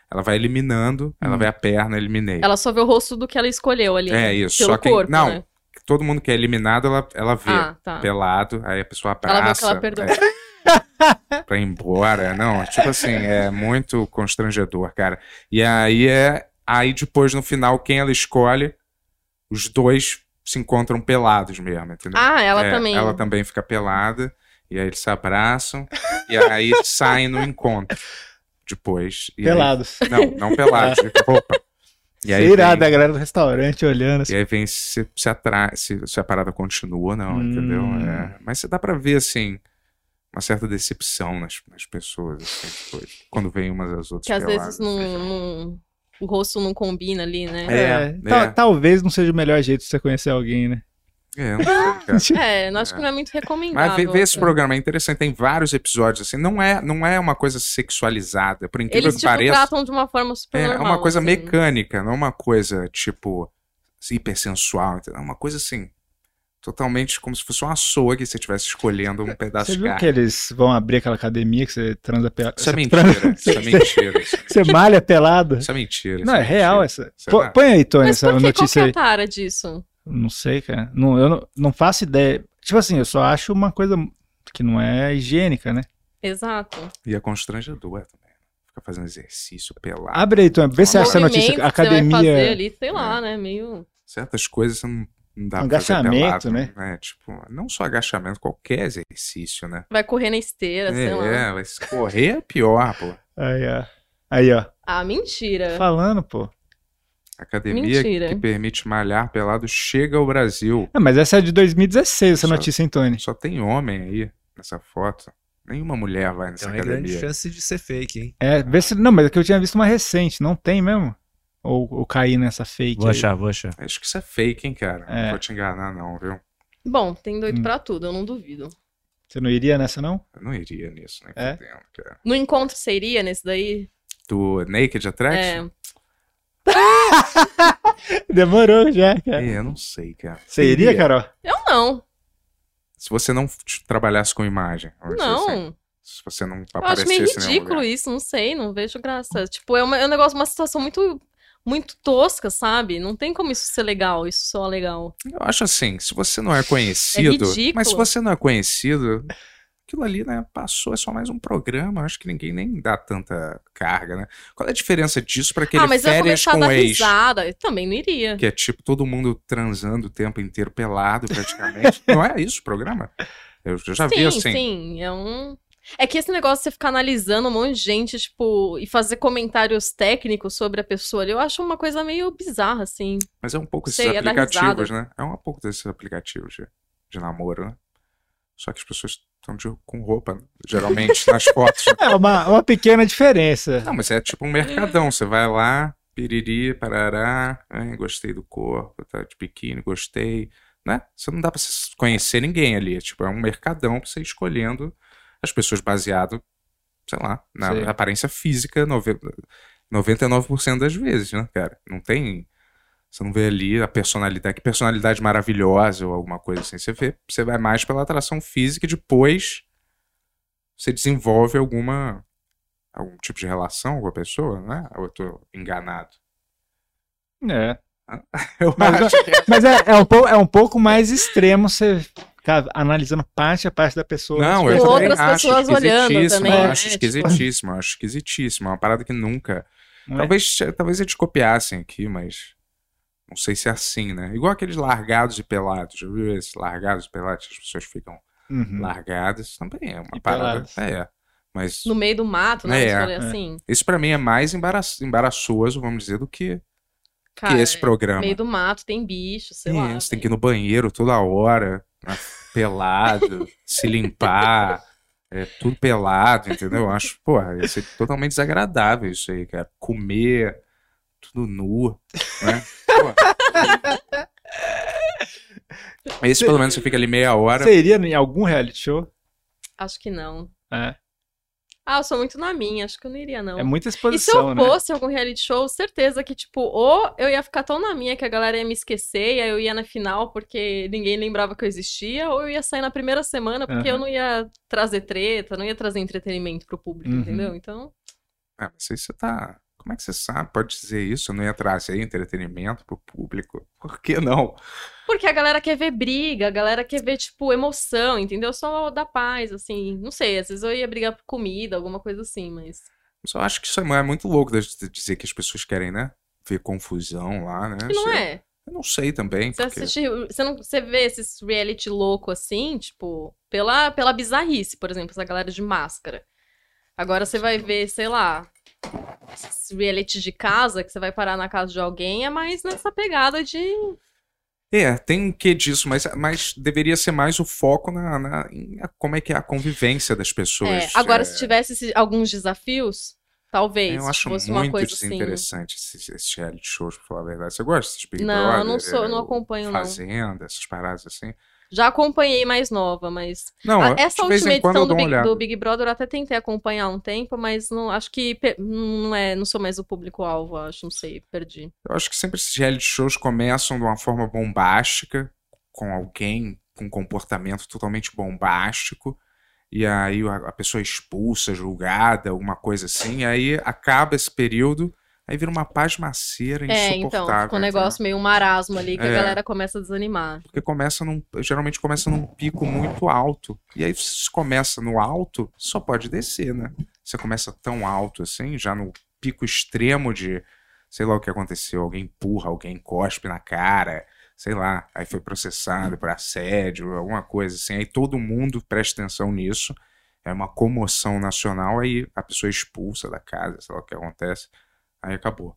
S2: Ela vai eliminando, ela
S1: Hum.
S2: vê a perna, eliminei.
S4: Ela só vê o rosto do que ela escolheu ali.
S2: É
S4: né?
S2: isso,
S4: Pelo
S2: só quem-
S4: corpo.
S2: não,
S4: né?
S2: todo mundo que é eliminado, ela, ela vê.
S4: Ah, tá.
S2: Pelado, aí a pessoa
S4: Ela viu que
S2: abraça.
S4: ela perdeu.
S2: é, pra ir embora. Não, tipo assim, é muito constrangedor, cara. E aí é. Aí depois, no final, quem ela escolhe, os dois se encontram pelados mesmo, entendeu?
S4: Ah, ela
S2: É,
S4: também.
S2: Ela também fica pelada. E aí eles se abraçam. E aí saem no encontro. Depois. e aí-
S1: Pelados.
S2: não, não pelados, de roupa. E aí
S1: Sei lá,
S2: vem-
S1: da galera do restaurante olhando assim.
S2: e aí vem se, se, atra... se, se a parada continua ou não,
S1: Hum.
S2: entendeu? É, Mas você dá pra ver, assim, uma certa decepção nas, nas pessoas, assim, tipo, quando vem umas às outras.
S4: Que às
S2: peladas,
S4: vezes não,
S2: assim.
S4: não- O rosto não combina ali, né?
S2: É,
S1: tal-
S2: é.
S1: Talvez não seja o melhor jeito de você conhecer alguém, né?
S2: É, eu não sei, cara.
S4: É, eu acho que não é muito
S2: Mas vê,
S4: recomendável.
S2: vê esse
S4: assim.
S2: programa, é interessante, tem vários episódios, assim, não é, não é uma coisa sexualizada, por incrível
S4: Eles,
S2: que
S4: tipo,
S2: pareça.
S4: tratam de uma forma super
S2: É, é
S4: normal.
S2: uma coisa
S4: assim.
S2: mecânica, não é uma coisa, tipo, hipersensual, entendeu? É uma coisa assim. Totalmente como se fosse um açougue, se você estivesse escolhendo um pedaço
S1: Você
S2: de
S1: viu
S2: carne.
S1: que eles vão abrir aquela academia que você transa pelado?
S2: Isso é
S1: Você,
S2: mentira. Isso é mentira. isso é-
S1: você malha pelado?
S2: Isso é mentira.
S1: Não, é real
S2: isso.
S1: essa.
S2: Será?
S1: Pô- Põe aí, Tony,
S4: Mas
S1: essa
S4: por que? um? Qual que
S1: notícia
S4: é
S1: aí.
S4: a tara disso?
S1: Não sei, cara. Não, eu não, não faço ideia. Tipo assim, eu só acho uma coisa que não é higiênica, né?
S4: Exato.
S2: E é constrangedor também. Fica fazendo exercício pelado.
S1: Abre aí, Tony, vê se acha essa
S4: Movimentos
S1: notícia.
S4: que você vai fazer
S1: Academia.
S4: ali, sei lá, né? Meio.
S2: Certas coisas você não, não dá pra
S1: Agachamento,
S2: fazer pelado,
S1: né?
S2: Tipo, não só agachamento, qualquer exercício, né?
S4: Vai correr na esteira, sei lá.
S2: é, vai se correr é pior, pô.
S1: Aí, ó. Aí, ó.
S4: Ah,
S2: É.
S4: mentira.
S1: Falando, pô.
S2: Academia
S4: Mentira.
S2: que permite malhar pelado chega ao Brasil.
S1: Ah, mas essa é de 2016, essa
S2: Só-
S1: notícia, hein, Tony?
S2: Só tem homem aí nessa foto. Nenhuma mulher vai nessa
S3: Então é grande
S2: academia.
S3: chance de ser fake, hein?
S1: É, vê se. Não, mas é que eu tinha visto uma recente, não tem mesmo? Ou, ou caí nessa fake.
S3: Vou
S1: aí.
S3: achar, vou achar.
S2: Acho que isso é fake, hein, cara.
S1: É.
S2: Não vou te enganar, não, viu?
S4: Bom, tem doido
S1: Hum.
S4: pra tudo, eu não duvido.
S1: Você não iria nessa, não?
S2: Eu não iria nisso, né, nem
S1: É?
S2: fudendo, cara.
S4: No encontro seria nesse daí?
S2: Do Naked Attraction?
S4: É.
S1: Demorou já,
S4: É.
S1: cara.
S2: Ih, eu não sei, cara.
S1: Você iria,
S3: Iria.
S1: Carol?
S4: Eu não.
S2: Se você não t- trabalhasse com imagem. vamos dizer assim.
S4: Não.
S2: Se você não
S4: Eu acho
S2: aparecesse
S4: meio
S2: em nenhum
S4: ridículo
S2: lugar.
S4: isso, não sei, não vejo graça. Tipo, é, uma- é um negócio, uma situação muito, muito tosca, sabe? Não tem como isso ser legal, isso só é legal.
S2: Eu acho assim, se você não é conhecido.
S4: ridículo.
S2: mas se você não é conhecido, aquilo ali, né, passou, é só mais um programa. Acho que ninguém nem dá tanta carga, né? Qual é a diferença disso pra aquele
S4: ah, mas eu ia
S2: férias
S4: começar a
S2: com
S4: dar
S2: ex?
S4: risada, eu também não iria.
S2: Que é tipo todo mundo transando o tempo inteiro, pelado praticamente. não é isso o programa? Eu eu já vi
S4: Sim,
S2: assim.
S4: sim, é um... É que esse negócio de você ficar analisando um monte de gente, tipo, e fazer comentários técnicos sobre a pessoa ali, eu acho uma coisa meio bizarra, assim.
S2: Mas é um pouco esses
S4: Sei, ia dar
S2: aplicativos, né? É um pouco desses aplicativos de, de namoro, né? Só que as pessoas estão com roupa, geralmente, nas fotos. né?
S1: É uma, uma pequena diferença.
S2: Não, mas é tipo um mercadão. Você vai lá, piriri, parará, ai, gostei do corpo, tá de biquíni, gostei. Né? Você não dá pra se conhecer ninguém ali. É, tipo, é um mercadão pra você ir escolhendo as pessoas baseado, sei lá, na
S1: Sei.
S2: aparência física nove- 99% das vezes, né, cara? Não tem. Você não vê ali a personalidade, que personalidade maravilhosa ou alguma coisa assim. Você vê, você vai mais pela atração física e depois você desenvolve alguma algum tipo de relação com a pessoa, né? Ou eu tô enganado?
S1: É.
S2: Eu
S1: Mas-
S2: acho que é.
S1: Mas é, é um, pou- é um pouco mais extremo você ficar analisando parte a parte da pessoa.
S2: Não, eu
S4: Tipo,
S2: também
S4: outras
S2: acho
S4: pessoas olhando
S2: esquisitíssimo,
S4: também,
S2: eu
S4: né?
S2: acho
S4: Tipo-
S2: esquisitíssimo, eu acho esquisitíssimo. É uma parada que nunca.
S1: Não é?
S2: Talvez, talvez eles copiassem aqui, mas. Não sei se é assim, né? Igual aqueles largados e pelados. Já viu esse? Largados e pelados, que as pessoas ficam
S1: Uhum.
S2: largadas. Também é uma
S1: E
S2: parada.
S1: peladas.
S2: É. Mas
S4: No meio do mato, né?
S2: É,
S4: Uns rolê
S1: é.
S4: assim.
S2: isso pra mim é mais embara- embaraçoso, vamos dizer, do que, que
S4: Cara,
S2: esse programa.
S4: no meio do mato tem bicho, sei
S2: É,
S4: lá. né?
S2: você tem que ir no banheiro toda hora, né, pelado, se limpar, é, tudo pelado, entendeu? Eu acho, pô, ia ser totalmente desagradável isso aí, cara. Comer, tudo nu, né? Pô. Esse pelo menos você fica ali meia hora.
S1: Você iria em algum reality show?
S4: Acho que não.
S1: É,
S4: Ah, eu sou muito na minha, acho que eu não iria, não.
S1: é muita
S2: um
S4: E se eu
S1: exposição, né?
S4: fosse em algum reality show, certeza que, tipo, ou eu ia ficar tão na minha que a galera ia me esquecer e aí eu ia na final porque ninguém lembrava que eu existia, ou eu ia sair na primeira semana porque eu
S1: Aham.
S4: não ia trazer treta, não ia trazer entretenimento pro público,
S1: Uhum.
S4: entendeu? Então,
S2: Ah, mas aí você tá. Como é que você sabe? Pode dizer isso? Eu não ia trazer entretenimento pro público? Por que não?
S4: porque a galera quer ver briga, a galera quer ver, tipo, emoção, entendeu? Só da paz, assim, não sei, às vezes eu ia brigar por comida, alguma coisa assim, mas...
S2: Mas eu acho que isso é muito louco de de dizer que as pessoas querem, né? Ver confusão lá, né?
S4: Que não
S2: Sei-
S4: é.
S2: Eu não sei também.
S4: Você
S2: porque-
S4: assiste, você não, você vê esses reality louco assim, tipo, pela pela bizarrice, por exemplo, essa galera de máscara. Agora você vai ver, sei lá, esses reality de casa que você vai parar na casa de alguém, é mais nessa pegada de
S2: É, tem um quê disso, mas, mas deveria ser mais o foco na, na- em a- como é que é a convivência das pessoas.
S4: É, agora
S2: É,
S4: se tivesse esse- alguns desafios, talvez
S2: eu acho
S4: fosse
S2: muito
S4: uma coisa assim.
S2: desinteressante esses, esses reality shows, pra falar a verdade. Você gosta desses Big
S4: Não, eu não
S2: Brother,
S4: sou, não
S2: o
S4: acompanho não.
S2: Fazenda, essas paradas assim.
S4: Já acompanhei mais nova, mas
S2: Não,
S4: Ah,
S2: eu-
S4: essa
S2: de vez
S4: última
S2: em quando eu
S4: edição do
S2: dou uma
S4: Big,
S2: olhada.
S4: do Big Brother eu até tentei acompanhar um tempo, mas não acho que pe- não é, não sou mais o público-alvo, acho, não sei, perdi.
S2: Eu acho que sempre esses reality shows começam de uma forma bombástica, com alguém com um comportamento totalmente bombástico, e aí a a pessoa é expulsa, julgada, alguma coisa assim, e aí acaba esse período, aí vira uma pasmaceira
S4: É,
S2: insuportável.
S4: então, fica um
S2: entendeu?
S4: negócio meio um marasmo ali que a
S2: É.
S4: galera começa a desanimar.
S2: Porque começa num, geralmente começa num pico muito alto. E aí se começa no alto, só pode descer, né? Você começa tão alto assim, já no pico extremo de, sei lá o que aconteceu, alguém empurra, alguém cospe na cara, sei lá, aí foi processado por assédio, alguma coisa assim. Aí todo mundo presta atenção nisso. é uma comoção nacional, aí a pessoa é expulsa da casa, sei lá o que acontece, aí acabou.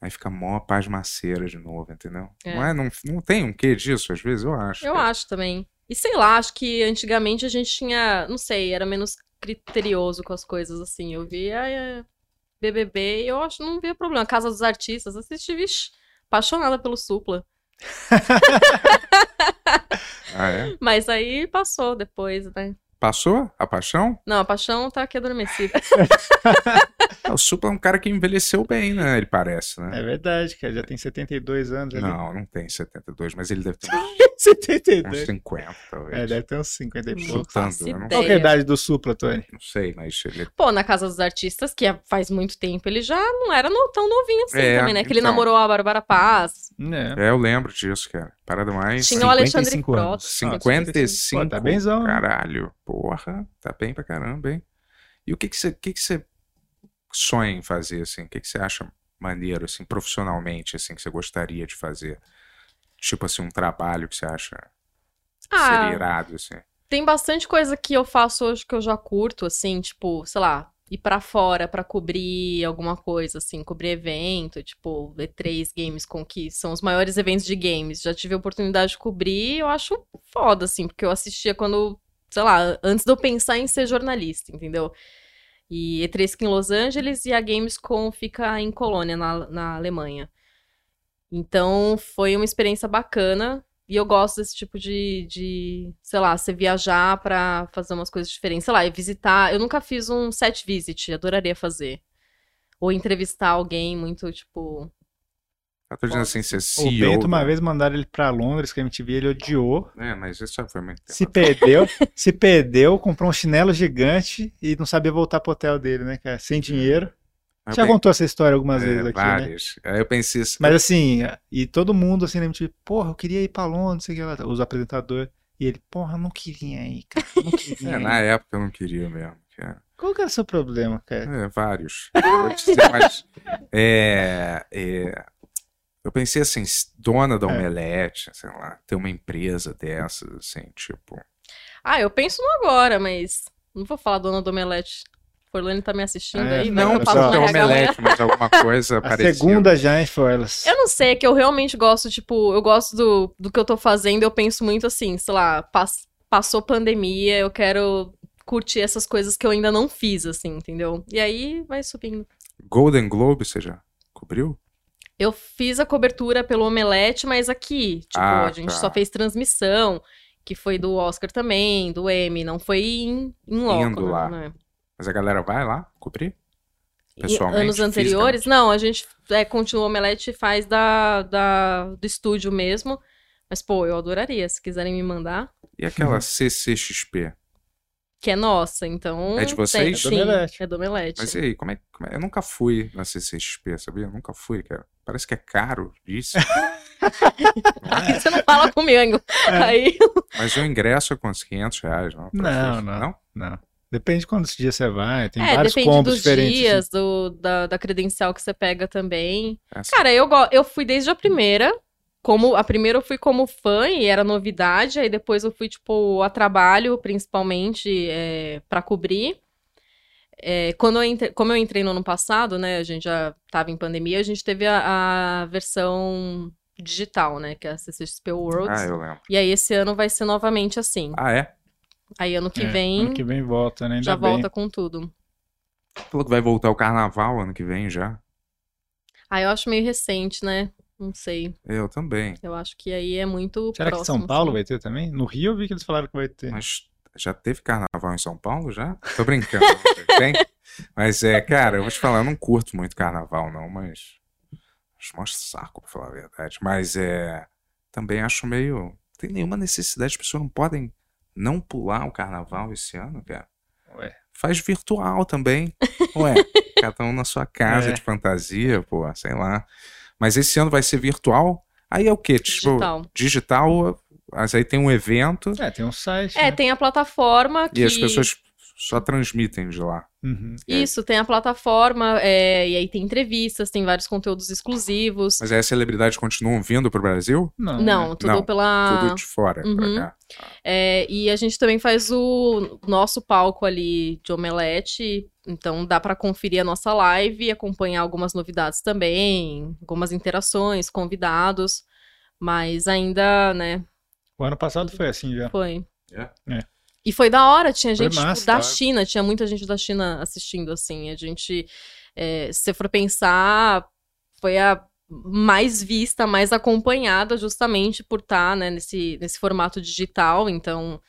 S2: Aí fica mó pasmaceira de novo, entendeu?
S4: É.
S2: Não, é, não, não tem um quê disso, às vezes, eu acho.
S4: Eu
S2: cara.
S4: acho também. E sei lá, acho que antigamente a gente tinha, não sei, era menos criterioso com as coisas, assim. Eu via é, BBB e eu acho, não via problema. Casa dos Artistas, assisti, vixe, apaixonada pelo Supla.
S2: Ah, é?
S4: Mas aí passou depois, né?
S2: Passou a paixão?
S4: Não, a paixão tá aqui adormecida.
S2: Ah, O Supla é um cara que envelheceu bem, né? Ele parece, né?
S1: É verdade, cara. Já tem 72 anos ali.
S2: Não, não tem 72, mas ele deve ter uns- uns
S1: 72.
S2: 50, talvez.
S1: É, deve ter uns 50 e
S4: Não
S1: pouco.
S4: faço
S2: Chutando,
S1: Qual
S2: né?
S1: que é a
S4: ideia.
S1: idade do Supla, Tony?
S2: Não sei, mas ele
S4: Pô, na Casa dos Artistas, que é- faz muito tempo, ele já não era no- tão novinho assim
S2: É,
S4: também, né? Que ele
S2: então.
S4: namorou a Bárbara Paz,
S1: É.
S2: É, eu lembro disso, cara. Parada mais.
S4: tinha o Alexandre né?
S3: 55
S4: Frota.
S3: anos.
S2: 55.
S1: Pô, tá benzão, né?
S2: Caralho. Porra, tá bem pra caramba, hein? E o que que você que que você sonha em fazer, assim? O que que você acha maneiro, assim, profissionalmente, assim, que você gostaria de fazer? Tipo assim, um trabalho que você acha que seria
S4: Ah,
S2: irado, assim.
S4: Tem bastante coisa que eu faço hoje que eu já curto, assim, tipo, sei lá, ir pra fora pra cobrir alguma coisa, assim, cobrir evento, tipo, E3 Games Com, que são os maiores eventos de games. Já tive a oportunidade de cobrir, eu acho foda, assim, porque eu assistia quando, sei lá, antes de eu pensar em ser jornalista, entendeu? E E3 fica em Los Angeles e a Games Com fica em Colônia, na, na Alemanha. Então, foi uma experiência bacana. E eu gosto desse tipo de, de sei lá, você viajar pra fazer umas coisas diferentes. Sei lá, e visitar. Eu nunca fiz um set visit, adoraria fazer. Ou entrevistar alguém muito, tipo.
S2: Eu tô dizendo assim, ser CEO.
S1: O Bento,
S2: da-
S1: uma vez, mandaram ele pra Londres, que a MTV, ele odiou.
S2: É, mas isso já foi muito tempo.
S1: Se perdeu, se perdeu, comprou um chinelo gigante e não sabia voltar pro hotel dele, né, cara? Sem dinheiro.
S2: Mas
S1: Já
S2: Ah, bem,
S1: contou essa história algumas vezes
S2: é,
S1: aqui, né?
S2: várias. Aí eu pensei assim,
S1: Mas assim, e todo mundo assim na MTV, porra, eu queria ir pra Londres, não sei o que lá, os apresentadores. E ele, porra, eu não queria ir, cara. Não queria
S2: é,
S1: ir.
S2: na época eu não queria mesmo, cara.
S1: Qual que era o seu problema, cara?
S2: É, vários. Eu vou te dizer, mas, é, é, eu pensei assim, s- dona da
S1: É.
S2: Omelete, sei lá, ter uma empresa dessas, assim, tipo.
S4: Ah, eu penso no agora, mas. Não vou falar dona do Omelete. Forlane tá me assistindo
S1: É,
S4: aí, vai
S1: não,
S4: que eu passo
S1: pessoal,
S4: no
S2: ter
S4: RH amanhã.
S2: Omelete, mas alguma coisa
S1: A
S2: parecida.
S1: segunda já, hein, Forlas?
S4: Eu não sei, é que eu realmente gosto, tipo, eu gosto do, do que eu tô fazendo, eu penso muito assim, sei lá, pass- passou pandemia, eu quero curtir essas coisas que eu ainda não fiz, assim, entendeu? E aí vai subindo.
S2: Golden Globe, você já cobriu?
S4: Eu fiz a cobertura pelo Omelete, mas aqui, tipo,
S2: Ah,
S4: a gente
S2: tá.
S4: só fez transmissão, que foi do Oscar também, do Emmy, não foi em, em loco,
S2: Indo lá.
S4: né?
S2: Mas a galera vai lá cobrir?
S4: E
S2: Pessoalmente,
S4: anos anteriores, não, a gente é, continua o Omelete e faz da, da- do estúdio mesmo. Mas, pô, eu adoraria, se quiserem me mandar,
S2: E
S1: Uhum.
S2: aquela CCXP?
S4: que é nossa, então...
S2: É de vocês?
S1: É do
S4: Tem, sim,
S1: Omelete.
S4: é do Omelete.
S2: Mas e aí, como é, como é- Eu nunca fui na CCXP, sabia? Eu nunca fui, cara. Parece que é caro isso.
S4: Aí você não fala comigo,
S1: É.
S4: aí...
S2: Mas o ingresso é com uns 500 reais, não?
S1: Não, não.
S2: Não?
S1: Não. Depende de quantos dias você vai, tem
S4: é,
S1: vários
S4: depende
S1: combos
S4: dos
S1: diferentes. assim.
S4: dias,
S2: assim.
S4: do, da, da credencial que você pega também.
S2: É assim.
S4: Cara, eu, go- eu fui desde a primeira. Como a primeira eu fui como fã e era novidade, aí depois eu fui tipo a trabalho, principalmente é, para cobrir. É, quando eu entre- como eu entrei no ano passado, né, a gente já tava em pandemia, a gente teve a, a versão digital, né, que é a CCXP Worlds.
S2: Ah, eu lembro.
S4: E aí esse ano vai ser novamente assim.
S2: Ah, é?
S4: Aí ano que
S1: É,
S4: vem
S1: Ano que vem volta, né? Ainda
S4: já
S1: bem.
S4: volta com tudo.
S2: Falou que vai voltar o carnaval ano que vem já.
S4: Aí eu acho meio recente, né? Não sei.
S2: Eu também.
S4: Eu acho que aí é muito
S1: Será que
S4: próximo.
S1: São Paulo
S4: assim.
S1: vai ter também? No Rio eu vi que eles falaram que vai ter.
S2: Mas já teve carnaval em São Paulo já? Tô brincando. tem? Mas é, cara, eu vou te falar, eu não curto muito carnaval, não, mas. Acho mó saco, pra falar a verdade. Mas é. Também acho meio. não Tem nenhuma necessidade. As pessoas não podem não pular o carnaval esse ano, cara.
S1: Ué.
S2: Faz virtual também. Ué, cada um na sua casa
S1: É.
S2: de fantasia, pô, sei lá. Mas esse ano vai ser virtual. Aí é o quê? Tipo,
S4: Digital.
S2: digital, mas aí tem um evento
S1: É, tem um site.
S4: É,
S1: né?
S4: tem a plataforma que
S2: e as pessoas Só transmitem de lá.
S1: Uhum.
S4: Isso, tem a plataforma, é, e aí tem entrevistas, tem vários conteúdos exclusivos.
S2: Mas aí as celebridades continuam vindo pro Brasil?
S1: Não. né?
S4: Não, tudo
S2: Não,
S1: Ah.
S4: pela.
S2: Tudo de fora pra
S4: Uhum.
S2: cá.
S4: É, e a gente também faz o nosso palco ali de omelete, então dá pra conferir a nossa live e acompanhar algumas novidades também, algumas interações, convidados, mas ainda, né,
S1: O ano passado foi assim já.
S4: foi.
S2: É?
S1: É.
S4: E foi da hora, tinha
S1: Foi
S4: gente tipo,
S1: massa,
S4: da
S1: tá?
S4: China, tinha muita gente da China assistindo, assim, a gente, é, se você for pensar, foi a mais vista, mais acompanhada, justamente por estar, né, nesse, nesse formato digital, então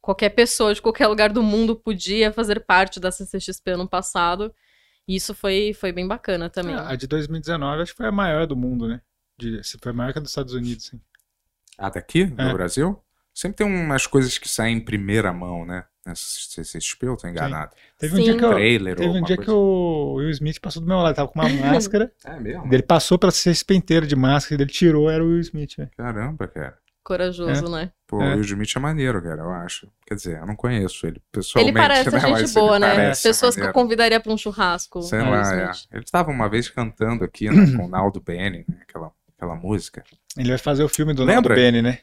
S4: qualquer pessoa de qualquer lugar do mundo podia fazer parte da CCXP ano passado, e isso foi, foi bem bacana também.
S1: Ah, a de 2019 acho que foi a maior do mundo, né? De, se foi a maior que a dos Estados Unidos, sim.
S2: Ah, daqui? Do
S1: É.
S2: Brasil? Sempre tem umas coisas que saem em primeira mão, né? Nessa CCXP, eu tô enganado.
S1: Teve um
S4: Sim.
S1: dia que eu,
S2: Trailer
S1: teve
S2: ou
S1: um dia que o Will Smith passou do meu lado, tava com uma máscara,
S2: que eu... É mesmo?
S1: ele passou pela CCXP inteira de máscara, ele tirou, era o Will Smith, né?
S2: Caramba, cara.
S4: Corajoso, né?
S2: Pô,
S1: É.
S2: o Will Smith é maneiro, cara, eu acho. Quer dizer, eu não conheço ele pessoalmente.
S4: ele parece
S2: né?
S4: gente
S2: Mas ele
S4: boa, né?
S2: parece
S4: Pessoas que eu
S2: maneiro.
S4: convidaria pra um churrasco.
S2: Sei
S4: Will
S2: lá, é.
S4: Smith.
S2: Ele estava uma vez cantando aqui né, com o Naldo Bene, né, aquela, aquela música.
S1: Ele vai fazer o filme do
S2: Lembra?
S1: Naldo Bene, né?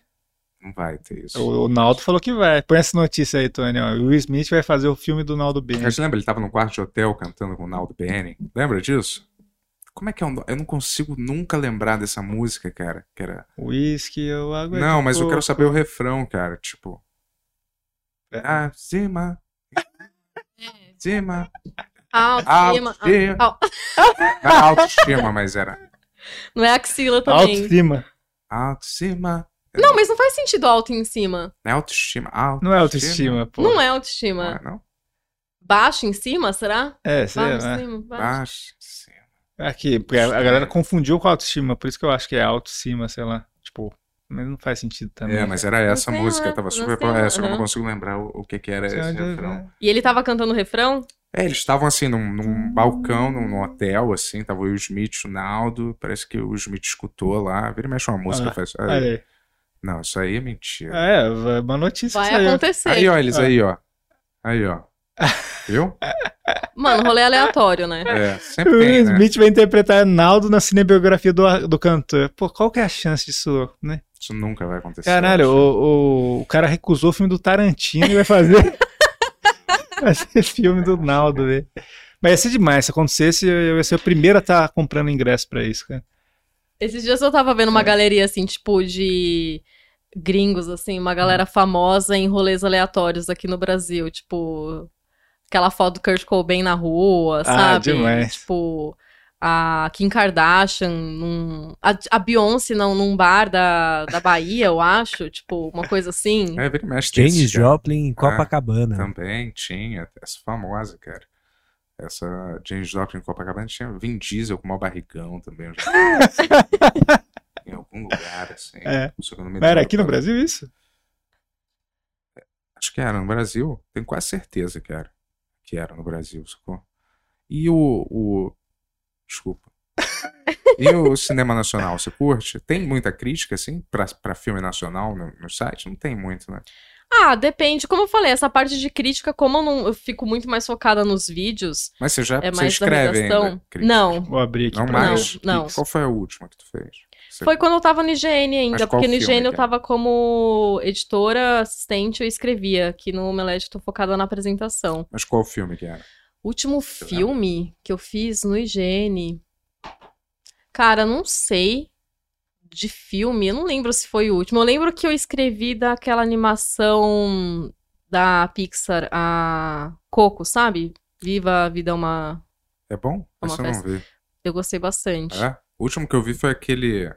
S2: Não vai ter isso.
S1: O, o Naldo falou que vai. Põe essa notícia aí, Tony. Ó. O Will Smith vai fazer o filme do Naldo Bene.
S2: Mas lembra, ele estava no quarto de hotel cantando com o Naldo Bene. Lembra disso? Como é que é o nome? Eu não consigo nunca lembrar dessa música, cara. Que era...
S1: Whisky, eu aguento.
S2: Não, mas eu
S1: pouco.
S2: quero saber o refrão, cara. Tipo. Ah, cima. Cima.
S4: Autoestima.
S2: Autoestima.
S4: au-
S2: Não era autoestima, mas era.
S4: Não é axila também.
S1: Autoestima.
S2: Autoestima.
S4: Não, mas não faz sentido alto em cima.
S2: Não é autoestima. autoestima.
S1: Não é autoestima, pô.
S4: Não é
S2: Não
S4: autoestima.
S2: é, não?
S4: Baixo em cima, será?
S1: É, sei
S4: Baixo
S1: lá.
S4: em cima, baixo.
S2: Baixo. Sim.
S1: Aqui, porque a a galera confundiu com autoestima, por isso que eu acho que é autoestima, sei lá. Tipo, mas não faz sentido também.
S2: É, mas era essa a
S4: sei
S2: música,
S4: lá,
S2: tava
S4: não né?
S2: super
S4: sei lá,
S2: pra essa, que eu não
S4: aham.
S2: consigo lembrar o, o que que era
S1: Sei
S2: é, esse
S1: onde-
S2: refrão.
S4: E ele tava cantando o refrão?
S2: É, eles estavam assim, num,
S1: Hum.
S2: num balcão, num, num hotel, assim, tava o Will Smith, o Naldo, parece que o Will Smith escutou lá, vira e mexe uma música,
S1: Ah,
S2: faz...
S1: Olha
S2: "Ah,
S1: aí.
S2: Não, isso aí é mentira.
S1: É, é uma notícia
S4: Vai
S1: que saiu.
S4: acontecer.
S2: Aí, ó,
S4: ah.
S2: eles aí, ó. Aí, ó. Viu?
S4: Mano, rolê aleatório, né?
S2: É,
S1: O
S2: sempre tem,
S1: Will
S2: né?
S1: Smith vai interpretar Naldo na cinebiografia do, do cantor. Pô, qual que é a chance disso, né?
S2: Isso nunca vai acontecer.
S1: Caralho,
S2: eu acho.
S1: o, o, o cara recusou o filme do Tarantino e vai fazer. vai ser filme do Naldo, velho. Mas ia ser demais. Se acontecesse, eu eu ia ser o primeiro a estar comprando ingresso pra isso, cara.
S4: Esses dias eu tava vendo uma galeria, assim, tipo, de gringos, assim, uma galera
S2: Uhum.
S4: famosa em rolês aleatórios aqui no Brasil. Tipo, aquela foto do Kurt Cobain na
S2: Ah,
S4: rua, sabe?
S1: demais.
S4: Tipo, a Kim Kardashian, num- a, a Beyoncé não, num bar da, da Bahia, eu acho. Tipo, uma coisa assim.
S2: É, vira e mexe tem
S3: James
S2: esse cara Ah,
S3: Joplin em
S1: É.
S3: Copacabana.
S2: Também tinha, essa famosa, cara. Essa James Joplin em Copacabana tinha Vin Diesel com o maior barrigão também. eu já vi em algum lugar, assim.
S1: É.
S2: Só que eu não me
S1: Mas era
S2: lembro
S1: aqui no
S2: qual.
S1: Brasil isso?
S2: Acho que era no Brasil. Tenho quase certeza que era. Que era no Brasil, sacou? E o. o... Desculpa. E o cinema nacional, você curte? Tem muita crítica, assim, pra, pra filme nacional no, no site? Não tem muito, né?
S4: Ah, depende. Como eu falei, essa parte de crítica, como eu, não, eu fico muito mais focada nos vídeos,
S2: Mas você já
S4: é
S2: você
S4: mais da
S2: escreve
S4: redação.
S2: ainda? crítica?
S4: Não,
S1: Vou abrir aqui
S2: Não
S1: pra
S2: mais?
S4: não.
S2: Qual foi a última que tu fez? Você-
S4: Foi quando eu tava no IGN
S2: Mas
S4: ainda,
S2: qual
S4: porque no
S2: filme
S4: IGN eu
S2: que é?
S4: tava como editora, assistente, eu escrevia. Aqui no Omelete eu tô focada na apresentação.
S2: Mas qual filme que era?
S4: O último filme que eu fiz no IGN. Cara, não sei de filme, eu não lembro se foi o último. Eu lembro que eu escrevi daquela animação da Pixar, a Coco, sabe? Viva a vida é uma.
S2: É bom?
S4: Uma
S2: Esse eu não
S4: festa.
S2: vi.
S4: Eu gostei bastante.
S2: É? O último que eu vi foi aquele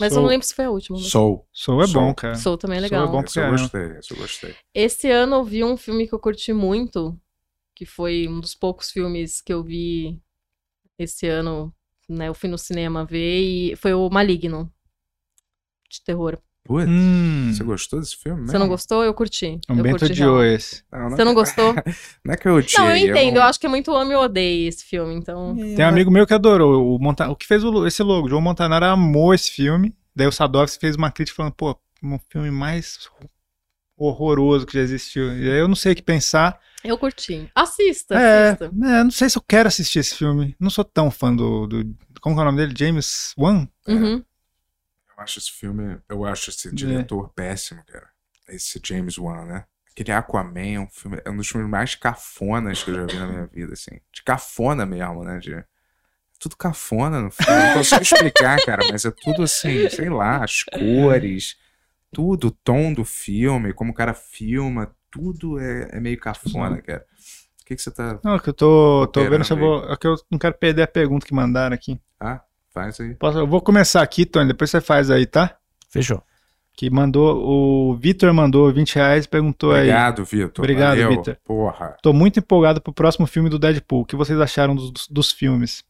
S4: Mas eu não lembro se foi a última. Mas...
S2: Soul.
S1: Soul é
S2: Soul.
S1: bom, cara.
S4: Sou também é
S1: Soul é
S4: legal.
S1: bom
S2: Esse eu
S1: pra caramba.
S2: gostei, esse eu gostei.
S4: Esse ano eu vi um filme que eu curti muito, que foi um dos poucos filmes que eu vi esse ano, né? Eu fui no cinema ver e foi o Maligno de terror.
S2: Putz,
S1: Hum,
S2: você gostou desse filme mesmo?
S4: Você não gostou? Eu curti.
S1: um
S4: eu
S1: bento
S4: curti
S1: de né?
S4: real.
S1: esse.
S2: Não, não,
S4: Você não gostou?
S2: não é que eu odiei.
S4: não, eu entendo.
S2: não-
S4: Eu acho que é muito amo e odeio esse filme, então.
S1: Tem um amigo meu que adorou. O, Monta... o que fez o lo- esse logo, o João Montanaro amou esse filme. Daí o Sadovski fez uma crítica falando, pô, um filme mais horroroso que já existiu. E aí Eu não sei o que pensar.
S4: Eu curti. Assista,
S1: É,
S4: assista.
S1: é, não sei se eu quero assistir esse filme. Não sou tão fã do. do- como que é o nome dele? James Wan?
S4: Uhum.
S1: É.
S2: Eu acho esse filme, eu acho esse diretor péssimo, cara. Esse James Wan, né? Aquele Aquaman é um, filme, é um dos filmes mais cafonas que eu já vi na minha vida, assim. De cafona mesmo, né? De... Tudo cafona no filme. Não consigo explicar, cara, mas é tudo assim, sei lá, as cores, tudo, o tom do filme, como o cara filma, tudo é, é meio
S1: Uhum.
S2: cafona, cara. O que, que você tá.
S1: Não, é que eu tô, tô
S2: Pera,
S1: vendo se eu
S2: né?
S1: vou. É que eu não quero perder a pergunta que mandaram aqui.
S2: Ah, faz aí.
S1: Posso- eu vou começar aqui, Tony, depois você faz aí, tá?
S3: Fechou.
S1: Que mandou. O Vitor mandou 20 reais e perguntou aí.
S2: Obrigado, Vitor.
S1: Obrigado,
S2: Valeu.
S1: Vitor.
S2: Porra.
S1: Tô muito empolgado pro próximo filme do Deadpool. O que vocês acharam dos, dos- dos filmes?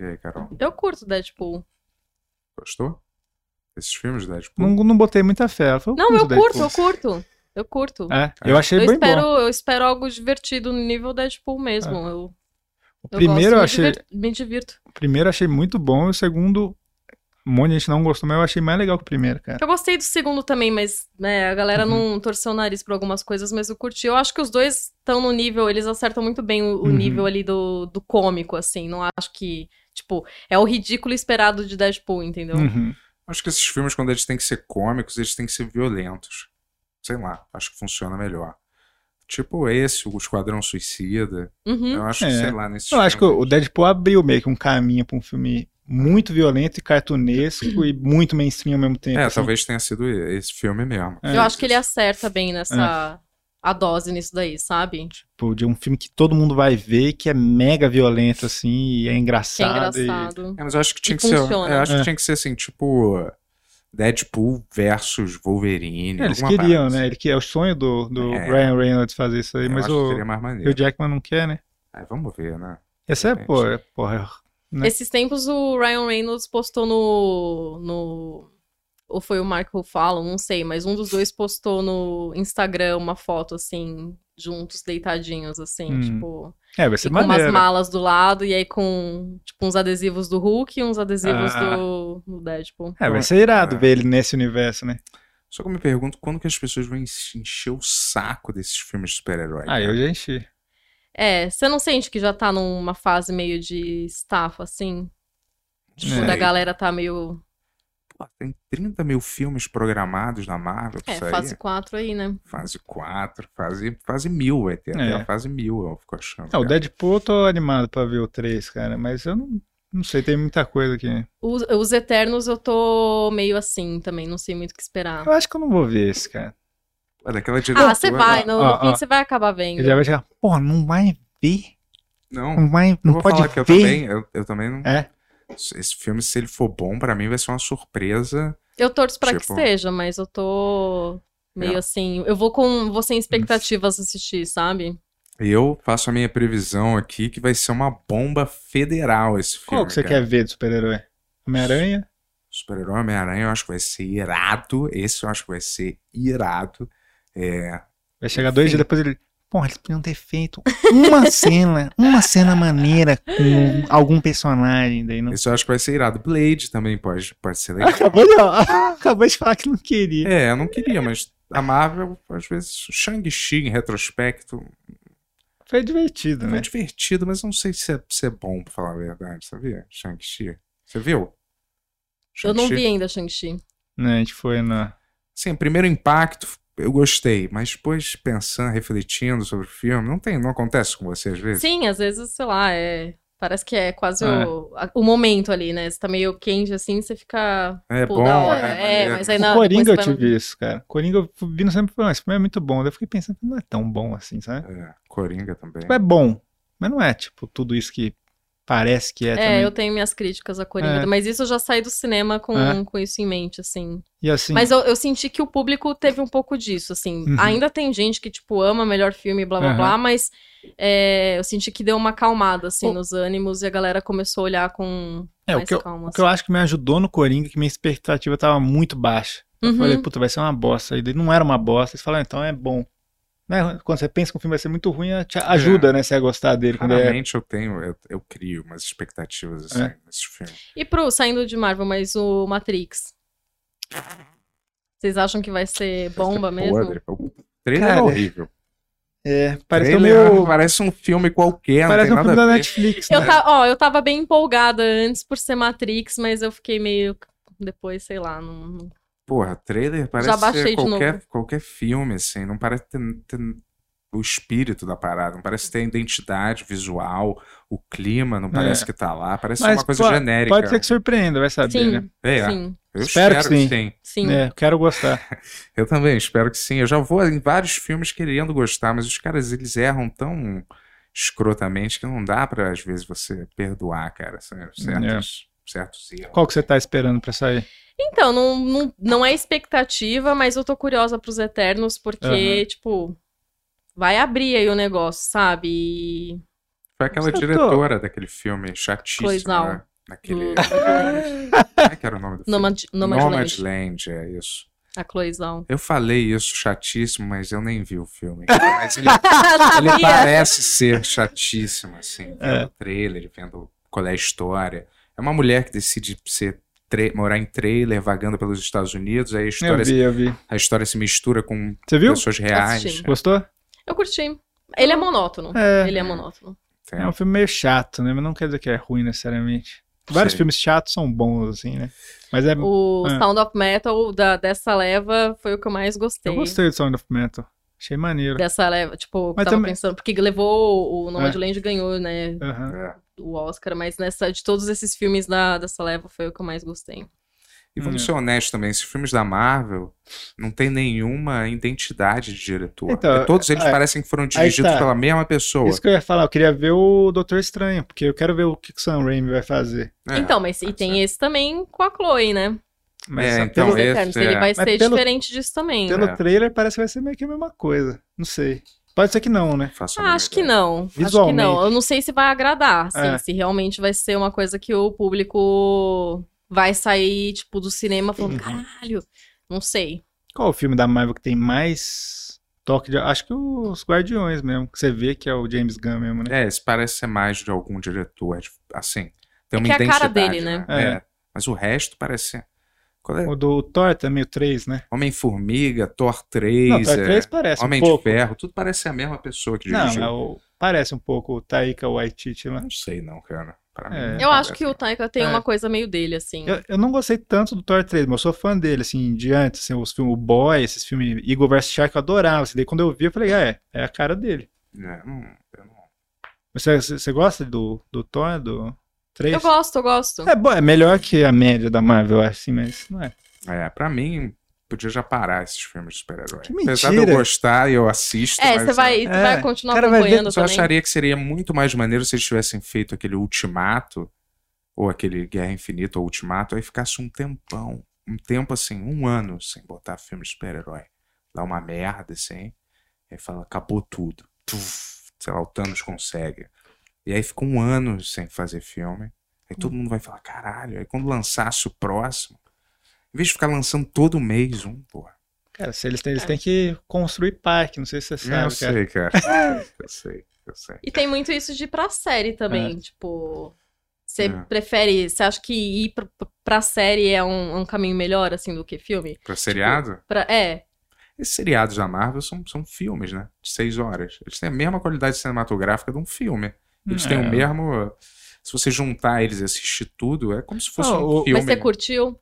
S2: E aí, Carol?
S4: Eu curto Deadpool.
S2: Gostou? Esses filmes da Deadpool?
S1: Não, não botei muita fé. Ela falou,
S4: Não, eu
S1: Deadpool.
S4: curto, eu curto. Eu curto.
S1: É, eu achei
S4: Eu
S1: bem
S4: espero,
S1: bom. É.
S4: eu espero algo divertido no nível Deadpool mesmo. Eu,
S1: O
S4: eu
S1: primeiro
S4: gosto,
S1: eu
S4: me
S1: achei.
S4: divir- me divirto.
S1: O primeiro eu achei muito bom, e o segundo, um monte de gente não gostou, mas eu achei mais legal que o primeiro, cara.
S4: Eu gostei do segundo também, mas né, a galera
S1: Uhum.
S4: não torceu o nariz por algumas coisas, mas eu curti. Eu acho que os dois estão no nível, eles acertam muito bem o, o
S1: Uhum.
S4: nível ali do, do cômico, assim. Não acho que, tipo, é o ridículo esperado de Deadpool, entendeu?
S1: Uhum.
S2: Acho que esses filmes, quando eles têm que ser cômicos, eles têm que ser violentos. Sei lá, acho que funciona melhor. Tipo esse, o Esquadrão Suicida.
S4: Uhum.
S2: Eu acho,
S1: É.
S2: que, sei lá, nesses
S1: Eu acho que o
S2: filmes-
S1: Deadpool abriu meio que um caminho pra um filme muito violento e
S4: Uhum.
S1: cartunesco e muito mainstream ao mesmo tempo.
S2: É,
S1: assim.
S2: talvez tenha sido esse filme mesmo.
S1: É.
S4: Eu acho que ele acerta bem nessa. A dose nisso daí, sabe?
S1: Tipo, de um filme que todo mundo vai ver, que é mega violento, assim, e é
S4: Que é
S1: engraçado. e-
S4: engraçado.
S2: É, mas eu acho que tinha
S4: E
S2: que, ser.
S4: funciona.
S2: Eu acho que
S1: É.
S2: tinha que ser assim, tipo. Deadpool versus Wolverine.
S1: É, eles
S2: alguma
S1: queriam,
S2: parada
S1: né? Ele que é o sonho do, do
S2: É.
S1: Ryan Reynolds fazer isso aí,
S2: assim. Eu
S1: mas
S2: acho que
S1: o,
S2: seria mais
S1: o
S2: maneiro.
S1: Jackman não quer, né?
S2: Aí, vamos ver, né?
S1: Essa é,
S2: Depende.
S1: pô, é, porra. né?
S4: Esses tempos o Ryan Reynolds postou no. no ou foi o Mark Ruffalo, não sei, mas um dos dois postou no Instagram uma foto assim, juntos, deitadinhos, assim,
S1: Hum.
S4: tipo.
S1: É, vai
S4: e
S1: ser
S4: com umas
S1: maneiro.
S4: malas do lado, e aí com tipo, uns adesivos do Hulk e uns adesivos
S1: Ah.
S4: do, do Deadpool.
S1: É, vai ser irado
S2: É.
S1: ver ele nesse universo, né?
S2: Só que eu me pergunto quando que as pessoas vão se encher o saco desses filmes de super-herói. né?
S1: Ah, eu já enchi.
S4: É, você não sente que já tá numa fase meio de estafa, assim? Tipo,
S1: É.
S4: da galera tá meio.
S2: Pô, tem 30 mil filmes programados na Marvel pra
S4: É,
S2: sair.
S4: fase 4 aí, né?
S2: Fase 4, fase, fase 1000 vai ter. Até
S1: É.
S2: a fase 1000 eu fico achando.
S1: Ah, o
S2: cara.
S1: Deadpool eu tô animado pra ver o 3, cara, mas eu não, não sei, tem muita coisa aqui.
S4: Os, os Eternos eu tô meio assim também, não sei muito o que esperar.
S1: Eu acho que eu não vou ver esse, cara.
S2: É daquela diretora.
S4: Ah, você vai, no, no
S1: Ah,
S4: fim
S1: ah.
S4: você vai acabar vendo.
S1: Ele já vai chegar, porra, não vai ver,
S2: Não, Hum. eu
S1: não vai, não
S2: vou
S1: pode
S2: falar que eu
S1: ver.
S2: também, eu, eu também não.
S1: É.
S2: Esse filme, se ele for bom, pra mim vai ser uma surpresa.
S4: Eu torço pra que
S2: Tipo.
S4: seja, mas eu tô meio
S2: Não.
S4: assim. Eu vou com. vou sem expectativas assistir, sabe?
S2: Eu faço a minha previsão aqui que vai ser uma bomba federal esse filme.
S1: Qual que você
S2: cara.
S1: quer ver de super-herói? Homem-Aranha?
S2: Super-Herói Homem-Aranha, eu acho que vai ser irado. Esse eu acho que vai ser irado. É,
S1: Vai chegar dois dias depois ele. Porra, eles podiam ter feito uma cena, uma cena maneira com algum personagem daí. Não...
S2: esse eu acho que vai ser irado. Blade também pode, pode ser legal.
S1: Acabou de, acabou de falar que não queria.
S2: É, eu não queria, mas a Marvel, às vezes, Shang-Chi em retrospecto
S1: Foi divertido,
S2: foi
S4: É.
S1: né?
S2: divertido, mas não sei se é, se é bom, pra falar a verdade, sabia? Shang-Chi. Você viu?
S4: Eu não
S2: Shang-Chi?
S4: vi ainda Shang-Chi.
S1: Né, A gente foi na.
S2: Sim, primeiro impacto, eu gostei, mas depois pensando, refletindo sobre o filme, não tem, não acontece com você às vezes?
S4: Sim, às vezes, sei lá, é. Parece que é quase
S1: É.
S4: O, a- o momento ali, né? Você tá meio quente assim, você fica.
S2: É
S4: Pô,
S2: bom,
S4: da hora. É,
S2: maneiro.
S4: mas aí
S1: O
S4: na.
S1: Coringa eu
S4: depois você vai-
S1: tive isso, cara. Coringa eu vi no sempre e falei, "Ah, esse filme é muito bom. Daí eu fiquei pensando, não é tão bom assim, sabe?
S2: É, Coringa também.
S1: Tipo, é bom, mas não é, tipo, tudo isso que parece que é,
S4: É,
S1: também.
S4: eu tenho minhas críticas a Coringa,
S1: É.
S4: mas isso eu já saí do cinema com,
S1: É.
S4: com isso em mente, assim.
S1: E assim,
S4: Mas eu, eu senti que o público teve um pouco disso, assim.
S1: Uhum.
S4: Ainda tem gente que, tipo, ama melhor filme, blá blá
S1: Aham.
S4: blá, mas é, eu senti que deu uma acalmada, assim,
S1: O-
S4: nos ânimos e a galera começou a olhar com
S1: é, o
S4: mais
S1: que, eu,
S4: calma. assim.
S1: o que eu acho que me ajudou no Coringa é que minha expectativa tava muito baixa. Eu
S4: Uhum.
S1: falei, puta, vai ser uma bosta. E daí não era uma bosta. Eles falaram, então é bom. Né? Quando você pensa que o filme vai ser muito ruim,
S2: É.
S1: te ajuda, né, você a gostar dele. Quando é...
S2: Raramente eu tenho, eu, eu crio umas expectativas assim,
S1: É.
S2: nesses filmes.
S4: E pro, saindo de Marvel, mas o Matrix. Vocês acham que vai ser bomba mesmo?
S2: É Podre. O trailer
S1: Cara,
S2: é horrível.
S1: É, parece o
S2: Ah, Trailer
S1: meu.
S2: parece um filme qualquer,
S1: Parece
S2: não
S1: um
S2: tem
S1: filme
S2: nada
S1: da
S2: a ver.
S1: Netflix.
S4: Eu,
S1: né?
S4: ta- ó, eu tava bem empolgada antes por ser Matrix, mas eu fiquei meio. Depois, sei lá, não. não-
S2: Porra, trailer parece
S4: baixei
S2: ser
S4: de
S2: qualquer,
S4: novo.
S2: qualquer filme, assim. Não parece ter, ter o espírito da parada. Não parece ter a identidade visual, o clima, não parece que tá lá. Parece ser
S1: É. Mas
S2: uma coisa
S1: po-
S2: genérica.
S1: Pode ser que surpreenda, vai saber,
S4: Sim,
S1: né?
S2: É,
S4: sim,
S2: eu
S1: Espero que sim.
S4: sim.
S1: É, quero gostar.
S2: Eu também espero que sim. Eu já vou em vários filmes querendo gostar, mas os caras eles erram tão escrotamente que não dá pra, às vezes, você perdoar, cara, sabe? certos, certos erros.
S1: É. Qual que você tá esperando pra sair?
S4: Então, não, não, não é expectativa, mas eu tô curiosa pros Eternos, porque,
S1: Aham.
S4: tipo, vai abrir aí o negócio, sabe? E.
S2: Foi aquela
S1: Você tá-
S2: diretora daquele filme chatíssimo,
S4: Coisal.
S2: né? Daquele...
S4: Do-
S2: Como é que era o nome do filme?
S4: Nomad, Nomadland,
S2: Nomadland, é isso.
S4: a Cloizão.
S2: Eu falei isso chatíssimo, mas eu nem vi o filme. Mas ele, ele
S4: Sabia?
S2: parece ser chatíssimo, assim, vendo
S1: É.
S2: o trailer, vendo qual é a história. É uma mulher que decide ser tra- morar em trailer, vagando pelos Estados Unidos, aí a
S1: Eu
S2: história,
S1: vi, eu vi.
S2: a história se mistura com
S1: Você viu?
S2: pessoas reais. né?
S4: Assisti.
S1: Gostou?
S4: Eu curti. Ele é monótono.
S1: É.
S4: Ele é monótono.
S2: Tem-
S1: É um filme meio chato, né? Mas não quer dizer que é ruim necessariamente. Vários
S2: Sei.
S1: filmes chatos são bons, assim, né? Mas é.
S4: O
S1: É.
S4: Sound of Metal da, dessa leva foi o que eu mais gostei.
S1: Eu gostei do Sound of Metal. Achei maneiro.
S4: Dessa leva, tipo, eu
S1: Mas
S4: tava
S1: também- É.
S4: pensando, porque levou o Nomadland ganhou, né,
S1: Aham.
S2: É.
S4: o Oscar, mas nessa, de todos esses filmes da, dessa leva foi o que eu mais gostei.
S2: E vamos
S1: Hum.
S4: Uhum.
S2: ser honestos também, esses filmes da Marvel não tem nenhuma identidade de diretor.
S1: Então,
S2: Porque todos eles
S1: é,
S2: parecem que foram dirigidos
S1: tá.
S2: pela mesma pessoa.
S1: Isso que eu ia falar, eu queria ver o Doutor Estranho, porque eu quero ver o que que o Sam Raimi vai fazer.
S2: É.
S4: então, mas e
S2: pode
S4: tem esse também com a Chloe, né?
S1: Mas
S2: É,
S1: só
S2: então,
S1: pelo,
S4: Os
S2: esse
S4: Eternos,
S2: é-
S4: um ele vai
S1: Mas
S4: ser
S1: pelo-
S4: diferente disso também.
S1: pelo
S2: é.
S1: trailer parece que vai ser meio que a mesma coisa. Não sei. Pode ser que não, né?
S2: Faço a
S4: Ah,
S2: mínima
S4: acho que
S2: ideia.
S4: não. Acho que
S1: Visualmente.
S4: não. Eu não sei se vai agradar, assim,
S1: É.
S4: se realmente vai ser uma coisa que o público vai sair, tipo, do cinema falando,
S1: Uhum.
S4: caralho, não sei.
S1: Qual o filme da Marvel que tem mais toque de. Acho que os Guardiões mesmo, que você vê que é o James Gunn mesmo, né?
S2: É, esse parece ser mais de algum diretor, de- assim, tem
S4: É
S2: uma
S4: que é a
S2: identidade,
S4: cara dele, né?
S1: É.
S2: É, Mas o resto parece ser... Qual é?
S1: O do Thor também, o 3, né?
S2: Homem-Formiga, Thor
S1: Não,
S2: 3,
S1: Thor 3
S2: é,
S1: parece
S2: Homem
S1: um pouco.
S2: de Ferro, tudo parece ser a mesma pessoa que
S1: Não, mas
S2: dirigiu.
S4: é
S2: Não,
S1: o- parece um pouco o Taika Waititi lá.
S2: sei não, cara. Pra
S1: É.
S2: mim, não
S4: Eu acho
S2: parece.
S4: que o Taika tem
S1: É.
S4: uma coisa meio dele, assim.
S1: Eu, eu não gostei tanto do Thor 3, mas eu sou fã dele, assim, de antes, assim, os filmes, o Boy, esses filmes, Igor vs. Shark, eu adorava, assim, daí quando eu vi, eu falei, ah, é, é a cara dele.
S2: É, não- eu não-
S1: Você, você gosta do, do Thor, do 3?
S4: Eu gosto, eu gosto.
S1: É, bom, é melhor que a média da Marvel, eu acho, assim, mas não é.
S2: É, pra mim, podia já parar esses filmes de super-herói.
S1: Que
S2: Apesar de eu
S1: mentira.
S2: gostar, eu assisto.
S4: É,
S2: mas,
S4: você vai,
S1: é.
S4: você vai
S1: É,
S4: continuar
S1: o cara vai ver,
S4: acompanhando
S2: Eu só
S4: também.
S2: acharia que seria muito mais maneiro se eles tivessem feito aquele Ultimato, ou aquele Guerra Infinita ou Ultimato, aí ficasse um tempão. Um tempo assim, um ano sem botar filme de super-herói. Dá uma merda, assim. Aí fala, acabou tudo. Tuf, sei lá, o Thanos consegue. E aí fica um ano sem fazer filme. Aí todo mundo vai falar, caralho. Aí quando lançasse o próximo, em vez de ficar lançando todo mês um, porra.
S1: Cara, se eles têm,
S4: É.
S1: eles têm que construir parque, não sei se você sabe, é?
S2: eu
S1: cara.
S2: sei, cara. eu sei, eu sei.
S4: E tem muito isso de ir pra série
S1: É.
S4: também, tipo... Você
S2: É.
S4: prefere, você acha que ir pra, pra série é um, um caminho melhor, assim, do que filme?
S2: Pra seriado?
S4: Pra, é,
S2: Esses seriados da Marvel são, são filmes, né? De seis horas. Eles têm a mesma qualidade cinematográfica de um filme. Eles têm um
S1: É.
S2: o mesmo. Se você juntar eles e assistir tudo, é como se fosse
S1: Não,
S2: um
S1: o-
S2: filme.
S4: mas você
S2: né?
S4: curtiu?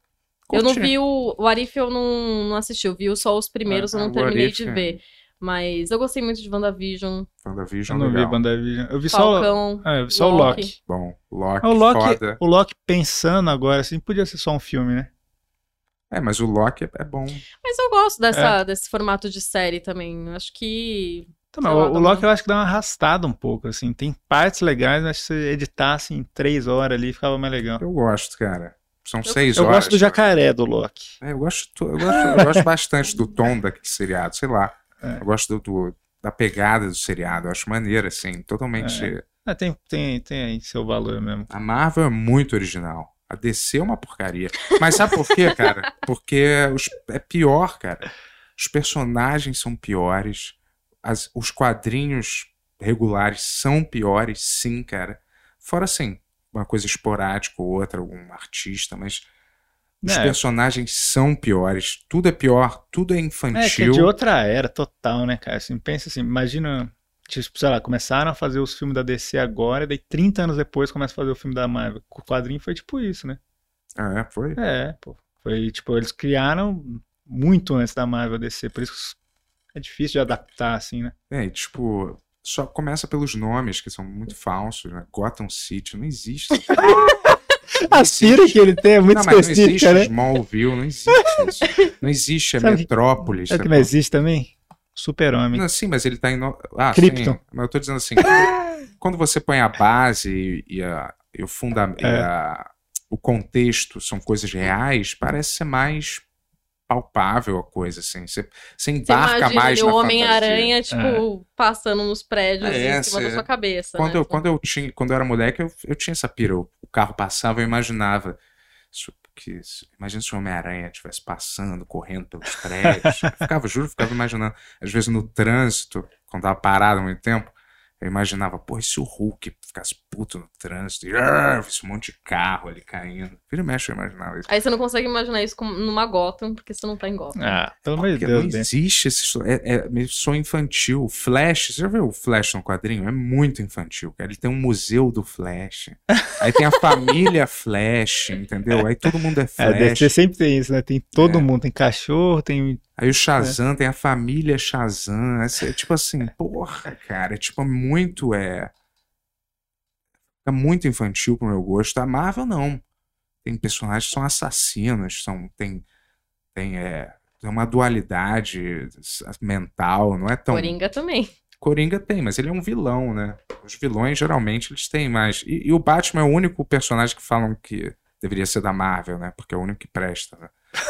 S4: Eu não
S2: Curti.
S4: vi o, o Arif, eu não, não assisti, eu vi só os primeiros,
S2: Ah,
S4: eu não
S2: o
S4: terminei
S2: Arif,
S4: de
S2: é.
S4: ver. Mas eu gostei muito de WandaVision,
S1: Eu
S2: WandaVision,
S1: não vi
S2: legal.
S1: Bandavision. Eu vi só,
S4: Falcão.
S1: é, eu vi só o
S4: Loki.
S1: Loki.
S2: Bom, Loki,
S1: Ah, O Loki,
S2: foda.
S1: o Loki pensando agora, assim, podia ser só um filme, né?
S2: É, mas o Loki é, é bom.
S4: Mas eu gosto dessa,
S2: É.
S4: desse formato de série também. Acho que.
S1: Então, mas
S4: Sei lá,
S1: o, o
S4: dá
S1: Loki
S4: uma-
S1: eu acho que dá uma arrastada um pouco, assim. Tem partes legais, mas se você editasse em três horas ali, ficava mais legal.
S2: Eu gosto, cara. São seis
S1: Eu
S2: horas.
S1: gosto do jacaré do Loki.
S2: É, eu gosto, de tu- eu gosto, eu gosto bastante do tom daquele seriado, sei lá.
S1: É.
S2: Eu gosto do, do- da pegada do seriado. Eu acho maneiro, assim, totalmente.
S1: Ah, tem, tem, tem aí seu valor mesmo.
S2: A Marvel é muito original. A DC é uma porcaria. Mas sabe por quê, cara? Porque os- é pior, cara. Os personagens são piores. as- os quadrinhos regulares são piores, sim, cara. Fora assim, uma coisa esporádica ou outra, algum artista, mas Os
S1: É.
S2: personagens são piores. Tudo é pior, tudo
S1: É,
S2: é
S1: que é de
S2: infantil.
S1: outra era total, né, cara? Assim, pensa assim, imagina, tipo, sei lá, começaram a fazer os filmes da DC agora, e daí 30 anos depois começa a fazer o filme da Marvel. O quadrinho foi tipo isso, né?
S2: ah, é, foi.
S1: É, pô. Foi tipo, eles criaram muito antes da Marvel DC, por isso que é difícil de adaptar, assim, né?
S2: É, e, tipo, só começa pelos nomes, que são muito falsos, né? Gotham City, não existe.
S1: A Siri que ele tem é muito
S2: não, mas não existe
S1: específica, né?
S2: Smallville, não existe isso. Não existe a
S1: Sabe que-
S2: Metrópolis.
S1: Sabe o É que
S2: tá
S1: não
S2: bom?
S1: existe também? Super-Homem.
S2: Não, sim, mas ele tá em. No... Ah,
S1: Krypton.
S2: sim, mas eu tô dizendo assim: quando você põe a base e, a, e o fundamento.
S1: É.
S2: O contexto são coisas reais, parece ser mais palpável a coisa, assim. Você, você
S4: Você
S2: embarca
S4: imagina
S2: mais
S4: ali
S2: na
S4: o
S2: fantasia.
S4: Homem-Aranha, tipo, passando nos prédios
S2: É,
S4: em cima
S2: cê-
S4: da sua cabeça.
S2: Quando
S4: né?
S2: eu, quando eu tinha, quando eu era moleque, eu, eu tinha essa pira. O carro passava, eu imaginava. isso- que, isso- imagina se o Homem-Aranha estivesse passando, correndo pelos prédios. Eu ficava, juro, eu ficava imaginando. Às vezes no trânsito, quando tava parado há muito tempo, eu imaginava, pô, e se o Hulk ficasse puto no trânsito? E, "Ah", "Arr", esse um monte de carro ali caindo. Vira e mexe, eu imaginava isso.
S4: Aí você não consegue imaginar isso como numa Gotham, porque você não tá em
S2: É,
S4: Gotham.
S1: Ah, pelo amor de
S2: Porque não
S1: Deus, Ben.
S2: existe esse so- é, é meio som infantil. O Flash, você já viu o Flash no quadrinho? É muito infantil, cara. Ele tem um museu do Flash. Aí tem a família Flash, entendeu? Aí todo mundo é
S1: É,
S2: Flash.
S1: DC sempre tem isso, né? Tem todo
S2: É.
S1: mundo, tem cachorro, tem.
S2: Aí o Shazam tem a família Shazam. É, é tipo assim, porra, cara. É tipo muito. É... é muito infantil pro meu gosto. A Marvel não. Tem personagens que são assassinos, são, tem, tem, é, tem uma dualidade s- mental, não é tão.
S4: Coringa também.
S2: Coringa tem, mas ele é um vilão, né? Os vilões geralmente eles têm mais. E, e o Batman é o único personagem que falam que deveria ser da Marvel, né? Porque é o único que presta, né?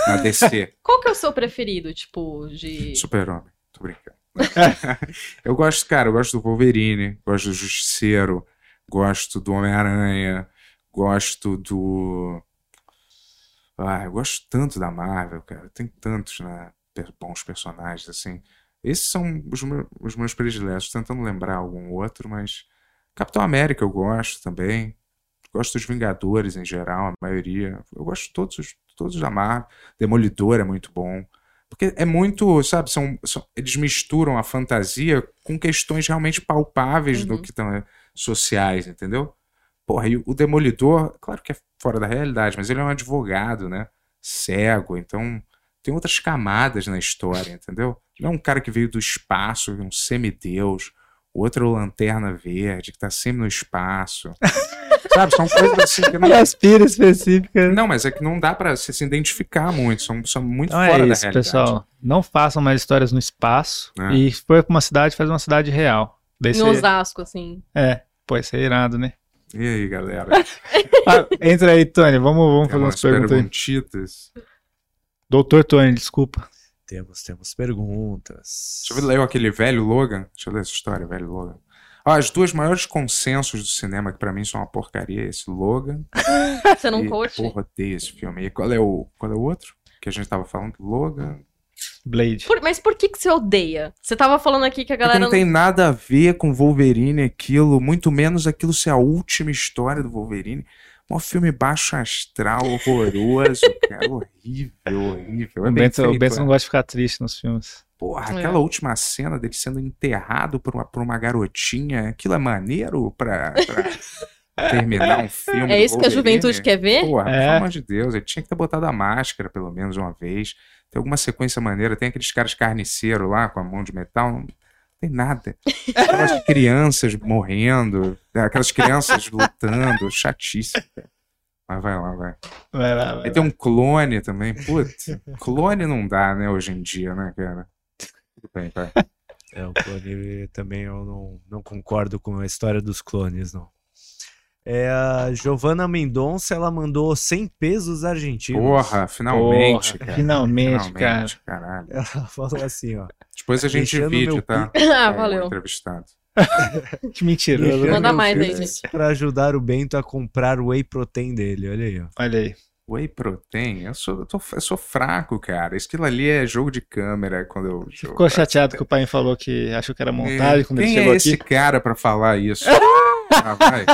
S2: Na DC.
S4: Qual que é o seu preferido, tipo, de.
S2: Super-Homem. Tô brincando. eu gosto, cara, eu gosto do Wolverine, gosto do Justiceiro, gosto do Homem-Aranha, gosto do. Ah, eu gosto tanto da Marvel, cara. Tem tantos, né? per- Bons personagens, assim. Esses são os, meu- os meus prediletos. Tentando lembrar algum outro, mas. Capitão América eu gosto também. Gosto dos Vingadores em geral, a maioria. Eu gosto de todos, os- todos da Marvel. Demolidor é muito bom. Porque é muito, sabe, são, são- eles misturam a fantasia com questões realmente palpáveis do
S4: Uhum.
S2: que estão sociais, entendeu? Porra, e o Demolidor, claro que é fora da realidade, mas ele é um advogado, né? Cego, então tem outras camadas na história, entendeu? Ele é um cara que veio do espaço, um semideus, outro é o lanterna verde, que tá sempre no espaço. sabe, são coisas assim que não.
S1: E as piras específicas.
S2: Não, mas é que não dá pra você se identificar muito, são, são muito
S1: Então
S2: fora
S1: é isso,
S2: da realidade.
S1: pessoal. Não façam mais histórias no espaço.
S2: É.
S1: E se for pra uma cidade, faz uma cidade real. Daí
S4: Em
S1: você...
S4: Osasco, assim.
S1: É, pô, isso é irado, né?
S2: E aí, galera?
S1: Ah, entra aí, Tony. Vamos, vamos
S2: Tem
S1: fazer
S2: umas
S1: umas perguntas aí.
S2: perguntitas.
S1: Doutor Tony, desculpa.
S3: Temos, temos perguntas.
S2: Deixa eu ver, leu aquele velho Logan? Deixa eu ler essa história, velho Logan. Ó, as duas maiores consensos do cinema, que pra mim são uma porcaria, é esse Logan.
S4: Você não
S2: e,
S4: curte?
S2: Porra, odeio esse filme. E qual é o, qual é o outro? Que a gente tava falando? Logan.
S1: Blade.
S4: Por- mas por que, que você odeia? Você tava falando aqui que
S2: Porque
S4: a galera
S2: não tem nada a ver com Wolverine, aquilo, muito menos aquilo ser a última história do Wolverine. Um filme baixo astral, horroroso, cara, horrível, horrível. É
S1: o
S2: bem
S1: Bento, o
S2: feito,
S1: Bento
S2: é.
S1: não gosta de ficar triste nos filmes.
S2: Porra,
S4: É.
S2: aquela última cena dele sendo enterrado por uma, por uma garotinha, aquilo é maneiro pra, pra terminar um filme.
S4: É
S2: do
S4: isso que a
S2: Wolverine?
S4: juventude quer ver?
S2: Porra,
S1: É.
S2: pelo amor de Deus, ele tinha que ter botado a máscara pelo menos uma vez. Tem alguma sequência maneira, tem aqueles caras carniceiros lá com a mão de metal, não tem nada. Aquelas crianças morrendo, né, aquelas crianças lutando, chatíssimo. cara. Mas vai lá, vai.
S1: Vai lá, vai
S2: Aí
S1: lá.
S2: tem um clone também. Putz, clone não dá, né, hoje em dia, né, cara? Tudo bem, vai.
S3: É, o clone também eu não, não concordo com a história dos clones, não. É, a Giovana Mendonça, ela mandou 100 pesos argentinos.
S2: Porra, finalmente,
S1: Porra,
S2: cara.
S1: finalmente, cara.
S2: caralho.
S3: Ela falou assim, ó.
S2: Depois a gente
S3: Deixando
S2: vídeo,
S3: meu
S2: tá?
S4: Ah,
S2: Com o
S4: valeu.
S2: Entrevistado.
S1: Que mentiroso. né?
S3: Deixando
S4: Manda
S3: meu
S4: mais aí,
S3: peso
S4: gente.
S3: Pra ajudar o Bento a comprar o whey protein dele, olha aí, ó.
S1: Olha aí.
S2: Whey Protein? Eu sou, eu, tô- eu sou fraco, cara. Aquilo ali é jogo de câmera quando eu.
S1: Você ficou chateado que o pai falou que achou que era montagem quando
S2: Quem
S1: ele chegou
S2: é esse
S1: aqui?
S2: cara pra falar isso? Ah, vai.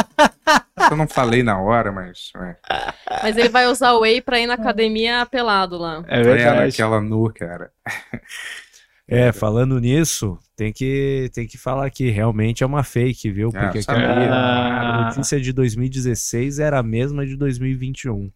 S2: Eu não falei na hora, mas. É,
S4: Mas ele vai usar o Whey pra ir na academia pelado lá.
S1: É
S2: era
S1: verdade.
S2: aquela nu, cara.
S3: É, falando nisso, tem que, tem que falar que realmente é uma fake, viu?
S2: É,
S3: Porque
S2: sabe?
S3: aquela a notícia de 2016 era a mesma de 2021.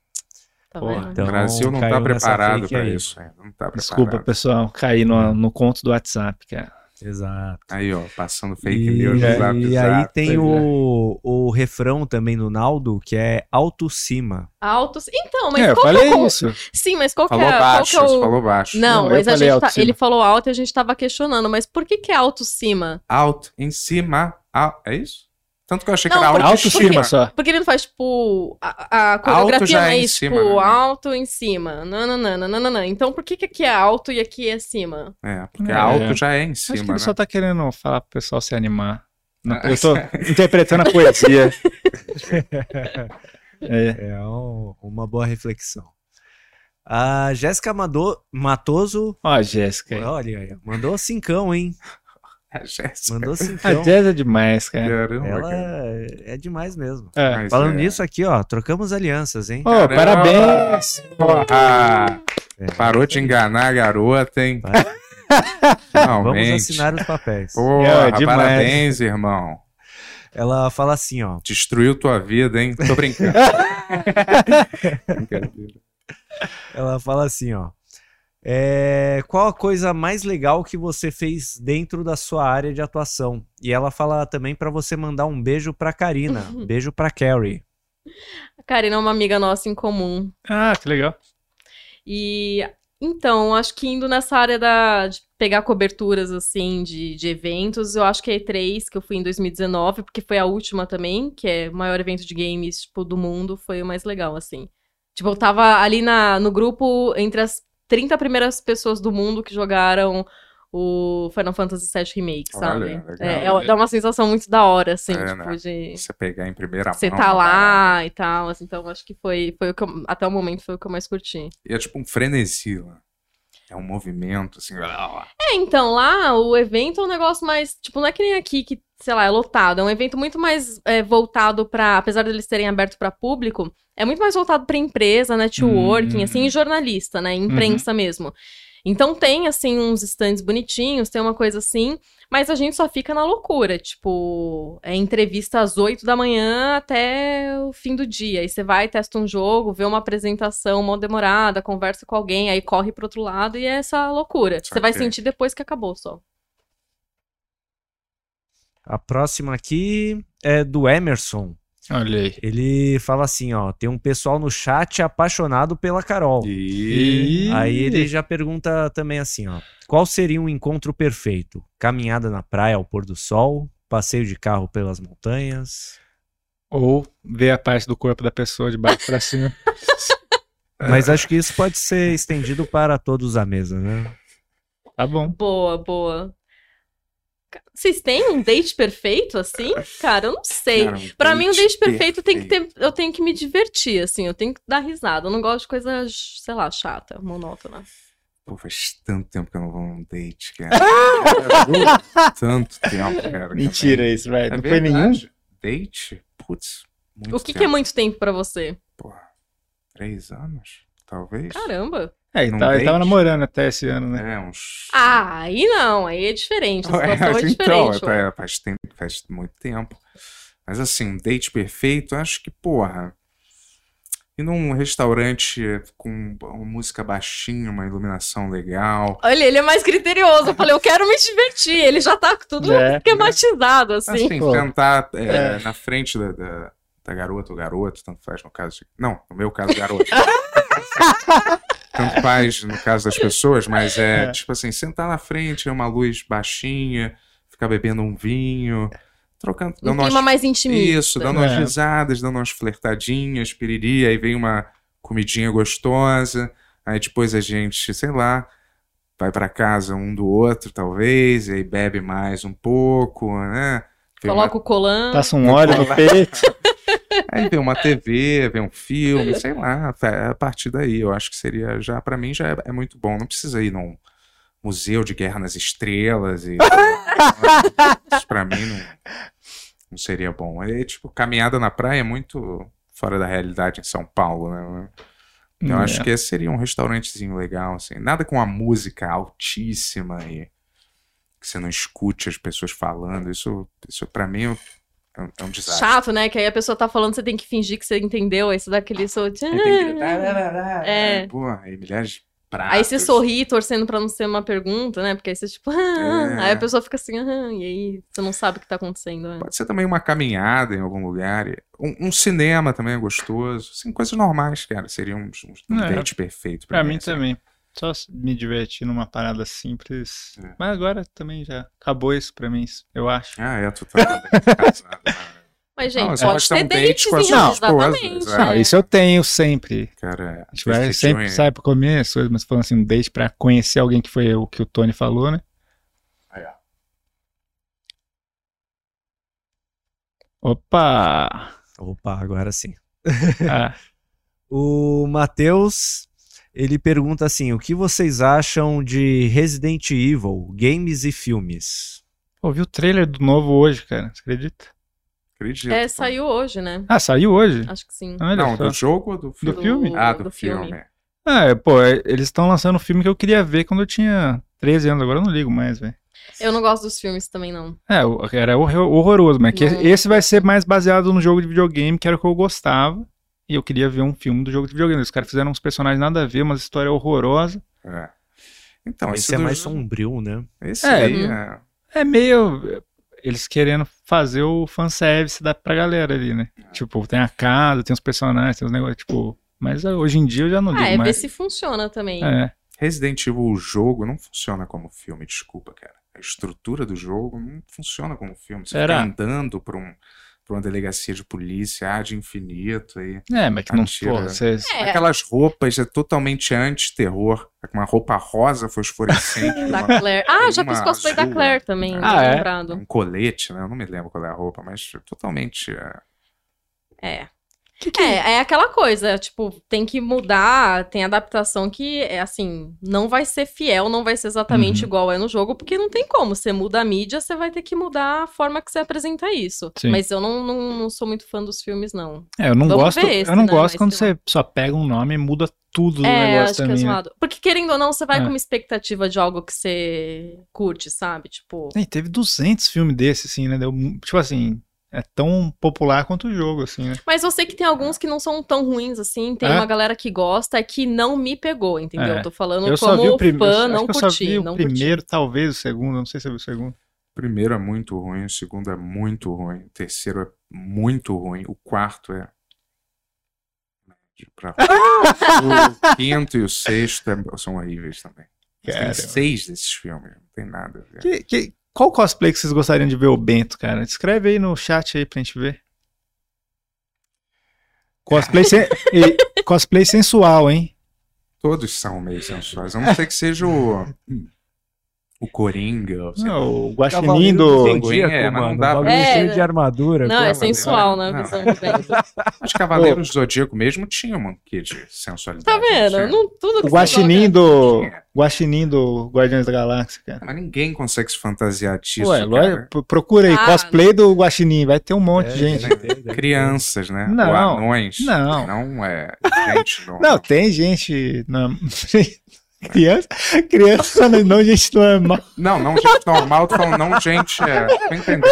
S4: Tá
S3: Pô,
S4: vendo?
S3: então-
S2: o Brasil não tá
S3: caiu nessa
S2: preparado
S3: fake
S2: pra
S3: aí.
S2: isso. é, não tá
S1: Desculpa,
S2: preparado.
S1: pessoal, caí
S2: Hum.
S1: no, no conto do WhatsApp, cara.
S3: Exato.
S2: Aí, ó, passando fake
S3: e,
S2: news.
S3: e
S2: zap,
S3: aí
S2: zap,
S3: tem
S2: pois é.
S3: o, o refrão também no Naldo, que é alto cima.
S4: Altos. Então, mas
S1: é, eu
S4: qual que é
S1: falei
S4: o...
S1: isso.
S4: Sim, mas qual que é,
S2: Falou
S4: qual
S2: baixo,
S4: que é o...
S2: você falou baixo.
S4: Não,
S1: Não, eu
S4: mas a
S1: falei
S4: gente
S1: alto
S4: tá-
S1: cima.
S4: ele falou alto e a gente tava questionando, mas por que que é alto cima?
S2: Alto, em cima. al- É isso? Tanto que eu achei que
S4: Não,
S2: era alto.
S4: porque-
S1: Alto cima só.
S4: Porque ele não faz, tipo, a, a coreografia
S2: já
S4: não
S2: é
S4: é
S2: em
S4: isso,
S2: cima,
S4: tipo,
S2: né?
S4: alto em cima. Nananana, nananana. Então por que que aqui é alto e aqui é cima?
S2: É, porque
S1: É.
S2: alto já é em
S1: Acho que
S2: cima,
S1: ele
S2: né?
S1: só tá querendo falar pro pessoal se animar. Não,
S2: Ah.
S1: eu tô interpretando a poesia. É.
S3: É um- uma boa reflexão. A Jéssica Mado- Matoso,
S1: Ó, a
S2: Então-
S1: Jéssica.
S3: olha, aí, mandou cincão, hein?
S2: A Jéssica.
S3: Mandou
S1: A
S3: cincão.
S1: Jéssica é demais, cara.
S2: né? é Caramba,
S3: Ela
S2: cara.
S3: é é demais mesmo.
S1: É.
S2: Mas
S3: Falando
S2: é-
S3: nisso aqui, ó, trocamos alianças, hein?
S1: Ô, parabéns!
S2: Ah,
S3: É.
S2: parou de enganar a garota, hein?
S3: Vai. Vamos
S2: Finalmente.
S3: assinar os papéis.
S2: Porra,
S1: É, demais.
S2: parabéns, irmão.
S3: Ela fala assim, ó.
S2: Destruiu tua vida, hein? Tô brincando. Brincadeira.
S3: Ela fala assim, ó. é, qual a coisa mais legal que você fez dentro da sua área de atuação? E ela fala também pra você mandar um beijo pra Karina, beijo pra Carrie.
S4: A Karina é uma amiga nossa em comum.
S1: Ah, que legal.
S4: E então, acho que indo nessa área da, de pegar coberturas assim de, de eventos, eu acho que a E3, que eu fui em 2019, porque foi a última também, que é o maior evento de games tipo, do mundo, foi o mais legal, assim. Tipo, eu tava ali na, no grupo entre as 30 primeiras pessoas do mundo que jogaram o Final Fantasy VII Remake,
S2: Olha,
S4: sabe?
S2: legal. né?
S4: É, é- dá uma sensação muito da hora, assim,
S2: É,
S4: tipo,
S2: né?
S4: de
S2: Você pegar em primeira
S4: você
S2: mão.
S4: tá
S2: uma parada.
S4: lá e tal, assim, então acho que foi, foi o que eu- até o momento foi o que eu mais curti.
S2: E é tipo um frenesi lá. É um movimento, assim. Lá, lá.
S4: É, então, lá o evento é um negócio mais. Tipo, não é que nem aqui que, sei lá, é lotado. É um evento muito mais é, voltado pra. Apesar deles terem aberto pra público, é muito mais voltado pra empresa, networking,
S1: Hum.
S4: assim, e jornalista, né? Imprensa mesmo. Então tem, assim, uns stands bonitinhos, tem uma coisa assim, mas a gente só fica na loucura. Tipo, é entrevista às 8 da manhã até o fim do dia. Aí você vai, testa um jogo, vê uma apresentação mó demorada, conversa com alguém, aí corre pro outro lado e é essa loucura. Você vai
S2: Saquei.
S4: sentir depois que acabou só.
S3: A próxima aqui é do Emerson.
S1: Olha aí.
S3: Ele fala assim, ó, tem um pessoal no chat apaixonado pela Carol.
S2: E...
S3: Aí ele já pergunta também assim, ó, qual seria um encontro perfeito? Caminhada na praia ao pôr do sol, passeio de carro pelas montanhas.
S1: Ou ver a parte do corpo da pessoa de baixo pra cima.
S3: Mas acho que isso pode ser estendido para todos à mesa, né?
S1: Tá bom.
S4: Boa, boa. Ca- Vocês têm um date perfeito assim? Cara, eu não sei.
S2: Cara, um
S4: Pra mim, o date perfeito, tem que
S2: perfeito.
S4: ter. Eu tenho que me divertir, assim, eu tenho que dar risada. Eu não gosto de coisa, sei lá, chata, monótona.
S2: Pô, faz tanto tempo que eu não vou num date, cara. Cara, tanto tempo, cara.
S1: Mentira isso, velho.
S2: É
S1: Não foi nenhum.
S2: verdade. Date? Putz, muito
S4: O que, que
S2: tempo.
S4: é muito tempo pra você?
S2: Porra, três anos? Talvez.
S4: Caramba!
S1: É, ele
S2: Num
S1: tava, ele tava
S2: date?
S1: namorando até esse ano, né?
S2: É, uns.
S4: Ah, aí não, aí é diferente. A situação é
S2: Mas então,
S4: diferente. ué.
S2: é, faz, tem- faz muito tempo. Mas assim, um date perfeito, acho que, porra. Ir num restaurante com uma música baixinha, uma iluminação legal.
S4: Olha, ele é mais criterioso. Eu falei, eu quero me divertir. Ele já tá tudo
S1: É.
S4: esquematizado, assim.
S2: Assim,
S1: Pô.
S2: sentar é, na frente da, da, da garota ou garoto, tanto faz no caso. Não, no meu caso, garoto. tanto faz no caso das pessoas, mas é,
S1: É.
S2: tipo assim, sentar na frente, uma luz baixinha, ficar bebendo um vinho, trocando.
S4: Um
S2: dando umas-
S4: clima mais intimista.
S2: Isso, dando umas
S1: É.
S2: risadas, dando umas flertadinhas, piriri, aí vem uma comidinha gostosa, aí depois a gente, sei lá, vai pra casa um do outro, talvez, e aí bebe mais um pouco, né? Vê uma-
S4: Coloca o colã.
S1: Passa um óleo no peito.
S2: aí vê uma TV, vê um filme, sei lá, fa- a partir daí, eu acho que seria já, pra mim já é, é muito bom, não precisa ir num museu de guerra nas estrelas e isso pra mim não, não seria bom. É tipo, caminhada na praia é muito fora da realidade em São Paulo, né? Então,
S1: É.
S2: acho que esse seria um restaurantezinho legal, assim. Nada com a música altíssima e que você não escute as pessoas falando. Isso, isso para mim, é um- é um, é um desastre.
S4: Chato, né? Que aí a pessoa tá falando, você tem que fingir que você entendeu. Aí você dá aquele sou de...
S2: Aí tem que gritar, né?
S4: É.
S2: Porra, e milhares de pratos.
S4: Aí você sorri torcendo pra não ser uma pergunta, né? Porque aí você tipo...
S2: É.
S4: "Ah", Aí a pessoa fica assim... "Ah", E aí você não sabe o que tá acontecendo. né?
S2: Pode ser também uma caminhada em algum lugar. e- Um, um cinema também é gostoso. Assim, coisas normais, cara. Seria um, um
S1: É.
S2: date perfeito pra,
S1: Pra mim
S2: assim.
S1: também. Só s- me divertir numa parada simples.
S2: É.
S1: Mas agora também já acabou isso pra mim, eu acho.
S2: Ah, é, tu tá casado. né?
S4: Mas,
S2: Não,
S4: gente,
S2: mas
S4: pode
S2: pode ter
S4: ter
S2: um date
S4: datezinho,
S2: com a sua esposa,
S4: exatamente.
S2: exato.
S1: Não,
S4: é.
S1: Ah, isso eu tenho sempre.
S2: Cara,
S1: A gente vai
S2: esse
S1: sempre
S2: Johnny-
S1: sai pra comer as coisas, mas falando assim, um date pra conhecer alguém que foi o que o Tony falou, né?
S2: Aí, ó.
S1: Opa!
S3: Opa, agora sim.
S1: Ah,
S3: O Matheus, ele pergunta assim: o que vocês acham de Resident Evil, games e filmes?
S1: pô, vi o trailer do novo hoje, cara. Você acredita?
S2: Acredito.
S1: tá.
S4: É, saiu hoje, né?
S1: Ah, saiu hoje?
S4: Acho que sim.
S1: Olha
S2: Ah. Não,
S1: só.
S2: do jogo ou do filme?
S1: Do filme?
S2: Ah, do,
S4: do
S2: filme.
S1: Ah, é, pô, é, eles estão lançando um filme que eu queria ver quando eu tinha 13 anos, agora eu não ligo mais, velho.
S4: Eu não gosto dos filmes também, não.
S1: É, o- era horro- horroroso, mas é que
S4: Não.
S1: esse vai ser mais baseado no jogo de videogame, que era o que eu gostava. E eu queria ver um filme do jogo de videogame. Os caras fizeram uns personagens nada a ver, umas histórias horrorosas.
S2: É. Então, esse,
S3: Esse é
S2: do-
S3: mais sombrio, né?
S2: Esse
S1: um É,
S2: aí
S4: hum.
S2: é.
S1: É meio. Eles querendo fazer o fanservice da, pra galera ali, né? Tipo, tem a casa, tem os personagens, tem os negócios, tipo. Mas ah, hoje em dia eu já não ligo
S4: Ah, é assim. ver
S1: mais.
S4: se funciona também.
S1: É.
S2: Resident Evil, o jogo, não funciona como filme, desculpa, cara. A estrutura do jogo não funciona como filme. Você
S1: Será?
S2: fica andando pra, um, pra uma delegacia de polícia, ah, de infinito. E...
S1: É, mas que não.
S2: Mentira.
S1: Pô, vocês.
S4: É.
S2: Aquelas roupas é totalmente anti-terror. Uma roupa rosa fosforescente.
S4: Da
S2: uma-
S4: Claire. Ah, já
S2: uma
S4: fiz cosplay da
S2: azul,
S4: Claire também,
S1: Ah,
S4: ah,
S1: é?
S4: lembrado.
S2: um colete, né? Eu não me lembro qual é a roupa, mas totalmente. é,
S4: É. É, é aquela coisa, tipo, tem que mudar, tem adaptação que, é assim, não vai ser fiel, não vai ser exatamente
S1: Uhum.
S4: igual é no jogo, porque não tem como. Você muda a mídia, você vai ter que mudar a forma que você apresenta isso.
S1: Sim.
S4: Mas eu não, não, não sou muito fã dos filmes, não.
S1: É, eu não
S4: Vamos
S1: gosto.
S4: ver esse,
S1: eu não
S4: né,
S1: gosto
S4: mas
S1: quando
S4: sei
S1: você só pega um nome e muda tudo do
S4: é,
S1: negócio
S4: acho que é
S1: também. né?
S4: zoado. Porque querendo ou não, você vai
S1: É.
S4: com uma expectativa de algo que você curte, sabe? Tipo.
S1: Tem, teve 200 filmes desses, assim, né? Deu mu- tipo assim, é tão popular quanto o jogo, assim, né?
S4: Mas eu sei que tem alguns que não são tão ruins assim. Tem
S1: É?
S4: uma galera que gosta é que não me pegou, entendeu?
S1: É.
S4: Tô falando
S1: eu
S4: como
S1: só
S4: um
S1: vi o
S4: fã,
S1: primeiro.
S4: não
S1: Eu só
S4: curti.
S1: vi o
S4: não
S1: primeiro, talvez o segundo. eu Não sei se eu vi o segundo.
S2: O primeiro é muito ruim, o segundo é muito ruim, o terceiro é muito ruim, o quarto é. Pra- o quinto e o sexto é- são horríveis também. Mas
S1: Cara.
S2: Tem seis desses filmes, não tem nada. a ver.
S1: Que- que- qual cosplay que vocês gostariam de ver o Bento, cara? Escreve aí no chat aí pra gente ver. Cosplay, sen- e- cosplay sensual, hein?
S2: Todos são meio sensuais, a não ser que seja o. O Coringa. ou sei lá.
S1: Não, o Guaxinim
S3: Guaxinim
S1: do...
S2: Zodíaco. É, mas não dá pra-
S4: É,
S3: cheio
S4: né?
S3: de armadura.
S4: curti. Não,
S3: com
S4: é
S2: Não,
S4: sensual na
S1: né?
S2: não.
S4: visão do Bento. Tá
S2: Os Cavaleiros do Zodíaco mesmo tinham um quê de sensualidade.
S4: Tá
S1: Tá
S4: vendo?
S2: tinha?
S4: Não, tudo que
S1: O
S4: você
S1: Guaxinim
S4: joga-
S1: do... Guaxinim do Guardiões da Galáxia, cara.
S2: Mas ninguém consegue se fantasiar disso.
S1: Ué,
S2: cara.
S1: agora pro- procura aí,
S4: Ah,
S1: cosplay do Guaxinim, vai ter um monte
S3: É,
S1: de gente.
S3: deve ter, deve ter.
S2: crianças, né?
S1: Não,
S2: Ou anões.
S1: não.
S2: Não é gente normal.
S1: Não, tem gente... Na... criança, criança, não, não é gente normal.
S2: Não, não gente normal, tô falando não gente. É, tô entendendo.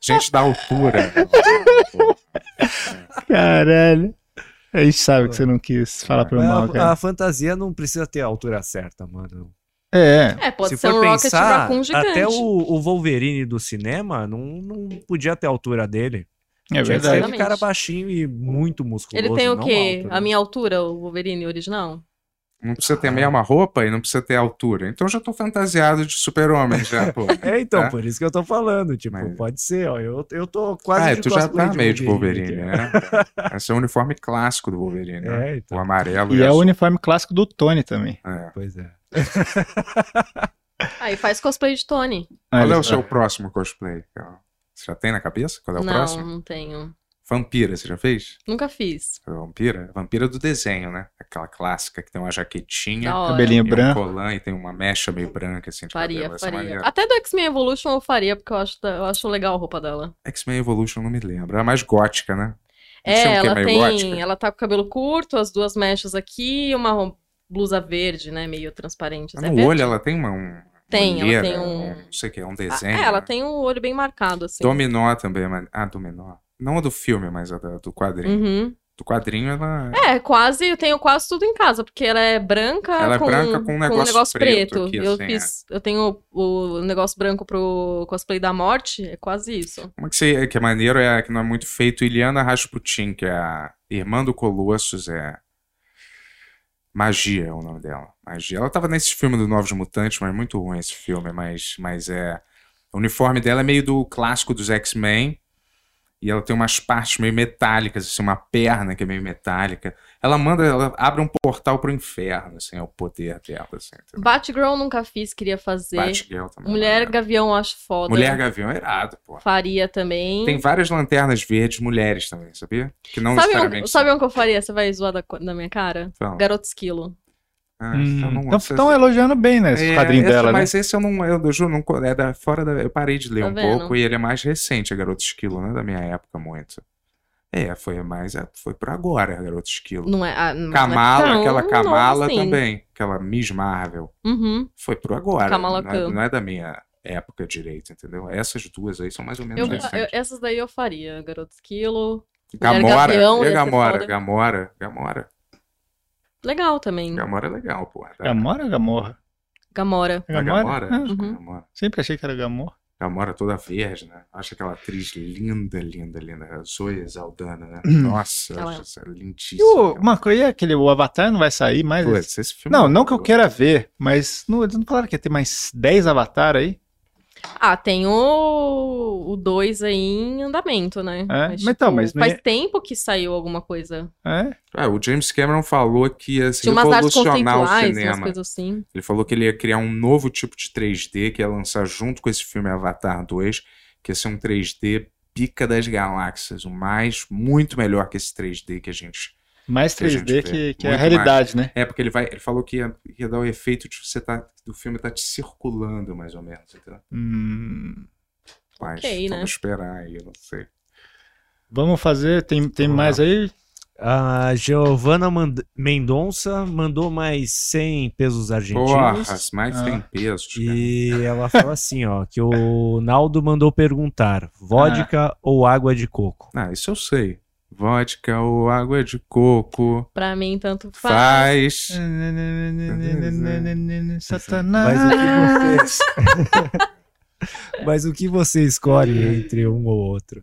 S2: Gente da altura.
S1: Caralho. A gente sabe que você não quis falar pro
S3: Mas
S1: mal, é.
S3: a,
S1: cara.
S3: a fantasia não precisa ter a altura certa, mano.
S1: É,
S4: É, pode
S3: Se
S4: ser
S3: for
S4: um Rocket
S3: pensar,
S4: Raccoon gigante.
S3: até o, o Wolverine do cinema não, não podia ter a altura dele.
S1: é
S3: Tinha que ser
S1: verdade.
S3: aquele cara baixinho e muito musculoso.
S4: Ele tem o
S3: não
S4: quê?
S3: alto, né?
S4: A minha altura, o Wolverine original?
S2: Não precisa ter a mesma roupa e não precisa ter altura. Então já tô fantasiado de super-homem já, pô.
S3: É, então,
S2: Tá?
S3: por isso que eu tô falando. Tipo,
S2: Mas-
S3: pode ser, ó. Eu, eu tô quase.
S2: Ah, é,
S3: de
S2: tu já
S3: cosplay
S2: tá meio de Wolverine,
S3: aqui,
S2: né? Esse é o uniforme clássico do Wolverine, né?
S3: É,
S2: O
S3: então.
S2: amarelo
S1: E é o
S2: azul.
S1: uniforme clássico do Tony também.
S2: É.
S3: Pois é.
S4: Aí Ah, faz cosplay de Tony.
S2: Qual é o seu próximo cosplay? Carol? Você já tem na cabeça? Qual é o
S4: não,
S2: próximo?
S4: não tenho.
S2: Vampira, você já fez?
S4: Nunca fiz.
S2: Vampira? Vampira do desenho, né? A aquela clássica que tem uma jaquetinha,
S4: Da hora.
S1: Cabelinho
S2: e um
S1: branco.
S2: colã e tem uma mecha meio branca assim de
S4: Faria,
S2: cabelo. Essa é
S4: faria.
S2: maneira.
S4: Até do X-Men Evolution eu faria, porque eu acho, eu acho legal a roupa dela.
S2: X-Men Evolution não me lembro. É mais gótica, né? Não tinha
S4: É,
S2: um que
S4: ela
S2: meio
S4: tem.
S2: gótica?
S4: Ela tá com o cabelo curto, as duas mechas aqui e uma ro- blusa verde, né? Meio transparente.
S2: No
S4: é verde?
S2: Ah, olho ela tem uma. Um,
S4: Tem,
S2: olheira,
S4: ela tem um.
S2: Não sei o que, é um
S4: Ah,
S2: desenho.
S4: é, ela
S2: né?
S4: tem o olho bem marcado, assim.
S2: Dominó também, mas. Ah, Dominó. Não a do filme, mas a da- do quadrinho.
S4: Uhum.
S2: Do quadrinho ela.
S4: É, quase, eu tenho quase tudo em casa, porque ela é branca,
S2: Ela é
S4: com,
S2: branca com um negócio preto aqui,
S4: eu
S2: assim,
S4: fiz, eu tenho o o negócio branco pro cosplay da morte, é quase isso.
S2: Como é que, você, que é maneiro é que não é muito feito. Iliana Rasputin, que é a irmã do Colossus, é. Magia é o nome dela. Magia. Ela tava nesse filme do Novos Mutantes, mas muito ruim esse filme. Mas, mas é. O uniforme dela é meio do clássico dos X-Men. E ela tem umas partes meio metálicas, assim, uma perna que é meio metálica. Ela manda, ela abre um portal pro inferno, assim, é o poder dela, assim. entendeu?
S4: Batgirl nunca fiz, queria fazer.
S2: Batgirl também.
S4: Mulher
S2: né?
S4: Gavião eu acho foda.
S2: Mulher Gavião é irado, pô.
S4: Faria também.
S2: Tem várias lanternas verdes mulheres também, sabia? Que não
S4: sabe, um,
S2: necessariamente.
S4: sabe um que eu faria? Você vai zoar da, co- da minha cara?
S2: são.
S4: Garoto Esquilo.
S2: Ah, então não-
S1: Então
S2: essa-
S1: estão elogiando bem, né? Esse
S2: É,
S1: quadrinho
S2: esse-
S1: dela, né?
S2: Mas esse eu não, eu, juro, não, co- é da, fora da, eu parei de ler
S4: Tá
S2: um
S4: vendo?
S2: pouco e ele é mais recente, a Garoto Esquilo, não é da minha época muito. É, foi mais, é, foi por agora, a Garoto Esquilo.
S4: Não é. ah, mas não é
S2: Kamala,
S4: tão
S2: aquela
S4: novo
S2: Kamala
S4: assim.
S2: também, aquela Miss Marvel,
S4: Uhum.
S2: foi por agora,
S4: Kamala
S2: não, é,
S4: Khan.
S2: não é da minha época direito, entendeu? Essas duas aí são mais ou menos
S4: Eu-
S2: recentes.
S4: eu- essas daí eu faria. Garoto Esquilo. Mulher
S2: Gamora,
S4: Gavião,
S2: e a
S4: ia ser
S2: Gamora,
S4: foda.
S2: Gamora, Gamora,
S4: Legal também.
S2: Gamora é legal, pô. Tá-
S1: Gamora ou Gamorra?
S4: Gamora.
S1: É
S2: A
S1: Gamora?
S2: Gamora?
S1: Ah,
S2: Acho que é
S4: Uhum.
S2: Gamora.
S1: sempre achei que era Gamorra.
S2: Gamora toda verde, né? Acho aquela atriz linda, linda, linda. A Zoe Zaldana, né?
S1: Hum.
S2: Nossa, eu
S4: Ela
S2: acho
S4: é.
S2: essa
S1: E
S2: lindíssima.
S1: o,
S2: cara.
S1: uma coisa, e aquele, o Avatar não vai sair mais? esse?
S2: Putz, esse filme
S1: Não,
S2: é
S1: não que eu
S2: maravilhoso.
S1: queira ver, mas não, eles não falaram que ia ter mais 10 Avatar aí?
S4: Ah, tem o. O 2 aí em andamento, né?
S1: mas então, mas não
S4: Faz
S1: ia-
S4: tempo que saiu alguma coisa.
S1: É?
S2: É, o James Cameron falou que ia se
S4: Tinha umas artes
S2: revolucionar o
S4: conceituais, umas
S2: cinema.
S4: coisas assim.
S2: Ele falou que ele ia criar um novo tipo de 3D que ia lançar junto com esse filme Avatar 2, que ia ser um 3D pica das galáxias. O mais, muito melhor que esse 3D que a gente
S1: Mais
S2: Que a gente
S1: 3D
S2: vê.
S1: que, que é a
S2: Muito
S1: realidade, né?
S2: É, porque ele vai. Ele falou que ia, ia dar o efeito de você tá. Do filme tá te circulando, mais ou menos. Entendeu?
S1: Hum,
S2: Mas
S4: Ok, né?
S2: vamos esperar aí, eu não sei.
S1: vamos fazer, tem, tem
S2: Vamos
S1: mais
S2: lá.
S1: aí?
S3: A Giovana Mand- Mendonça mandou mais 100 pesos
S2: Porra,
S3: argentinos.
S2: mais
S1: Ah.
S2: tem pesos. cara.
S3: E ela fala assim, ó, que o Naldo mandou perguntar: vodka ou água de coco?
S2: Ah, isso eu sei. Vodka ou água de coco.
S4: Pra mim, tanto faz.
S2: Faz.
S3: É. é
S1: Satanás.
S3: Mas o que você escolhe entre um ou outro?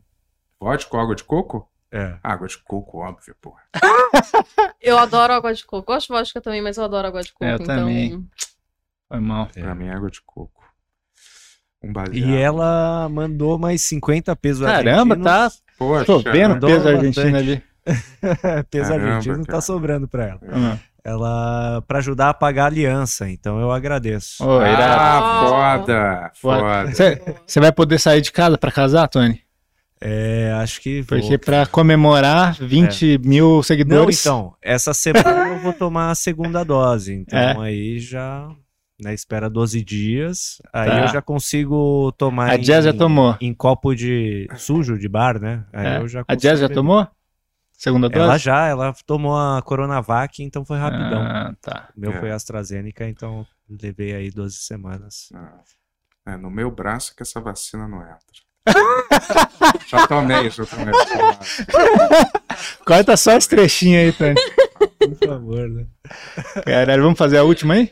S2: Vodka ou água de coco?
S3: É.
S2: Água de coco, óbvio, porra.
S4: Eu adoro água de coco. Gosto de vodka também, mas eu adoro água de coco.
S1: É, eu
S4: então,
S1: também. Foi mal.
S3: É.
S2: Pra mim, água de coco. Um baseado.
S3: E é- ela mandou mais 50 pesos
S1: Caramba,
S3: argentinos.
S1: tá
S2: Poxa,
S1: chovendo
S2: né?
S3: Dona
S1: peso
S3: bastante.
S1: argentino ali.
S3: peso
S2: Caramba,
S3: argentino
S2: cara.
S3: tá sobrando pra ela.
S1: Ah,
S3: Ela para ajudar a pagar a aliança, então eu agradeço.
S1: Ô, irado.
S2: Ah,
S4: irado.
S2: foda. Foda.
S1: Você você vai poder sair de casa pra casar, Tony?
S3: É, acho que vou. É.
S1: Porque pra comemorar 20 mil
S3: Não,
S1: seguidores.
S3: então, essa semana eu vou tomar a segunda dose,
S1: É.
S3: então aí já na espera 12 dias, aí
S1: Tá.
S3: eu já consigo tomar
S1: a
S3: em,
S1: Jazz já tomou.
S3: em copo de sujo de bar, né? Aí
S1: É.
S3: eu já
S1: A
S3: consigo
S1: Jazz já
S3: beber.
S1: tomou? Segunda dose?
S3: Ela já, ela tomou a Coronavac, então foi rapidão.
S1: Ah, tá.
S3: O meu
S2: É.
S3: foi AstraZeneca, então levei aí 12 semanas.
S2: Não. É no meu braço que essa vacina não entra. já tomei, já tomei.
S1: Corta só esse trechinho aí, Tony.
S3: Por favor, né?
S1: Caralho, vamos fazer a última aí?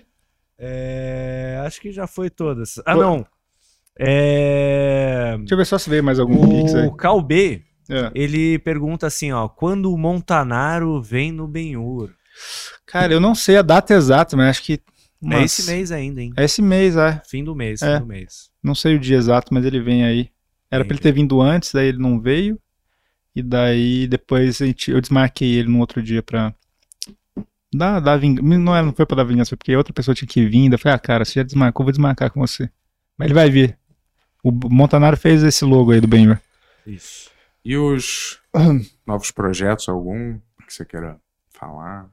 S3: É, acho que já foi todas. Ah,
S1: Pô.
S3: não. É,
S1: Deixa eu ver só se veio mais algum pix aí.
S3: o Cal B,
S1: É.
S3: ele pergunta assim, ó, quando o Montanaro vem no Benhur?
S1: Cara, eu não sei a data exata, mas acho que.
S3: É
S1: umas-
S3: esse mês ainda, hein?
S1: É esse mês, é.
S3: Fim do mês,
S1: É.
S3: fim do mês.
S1: Não sei o dia exato, mas ele vem aí. Era pra ele ter vindo antes, daí ele não veio. E daí depois a gente- eu desmarquei ele no outro dia pra. Dar, dar vingança. Não, era- não foi pra dar vingança, foi porque outra pessoa tinha que vir. Daí eu falei, ah, cara, você já desmarcou, eu vou desmarcar com você. Mas ele vai vir. O Montanaro fez esse logo aí do Benhur.
S3: Isso.
S2: E os novos projetos, algum que você queira falar?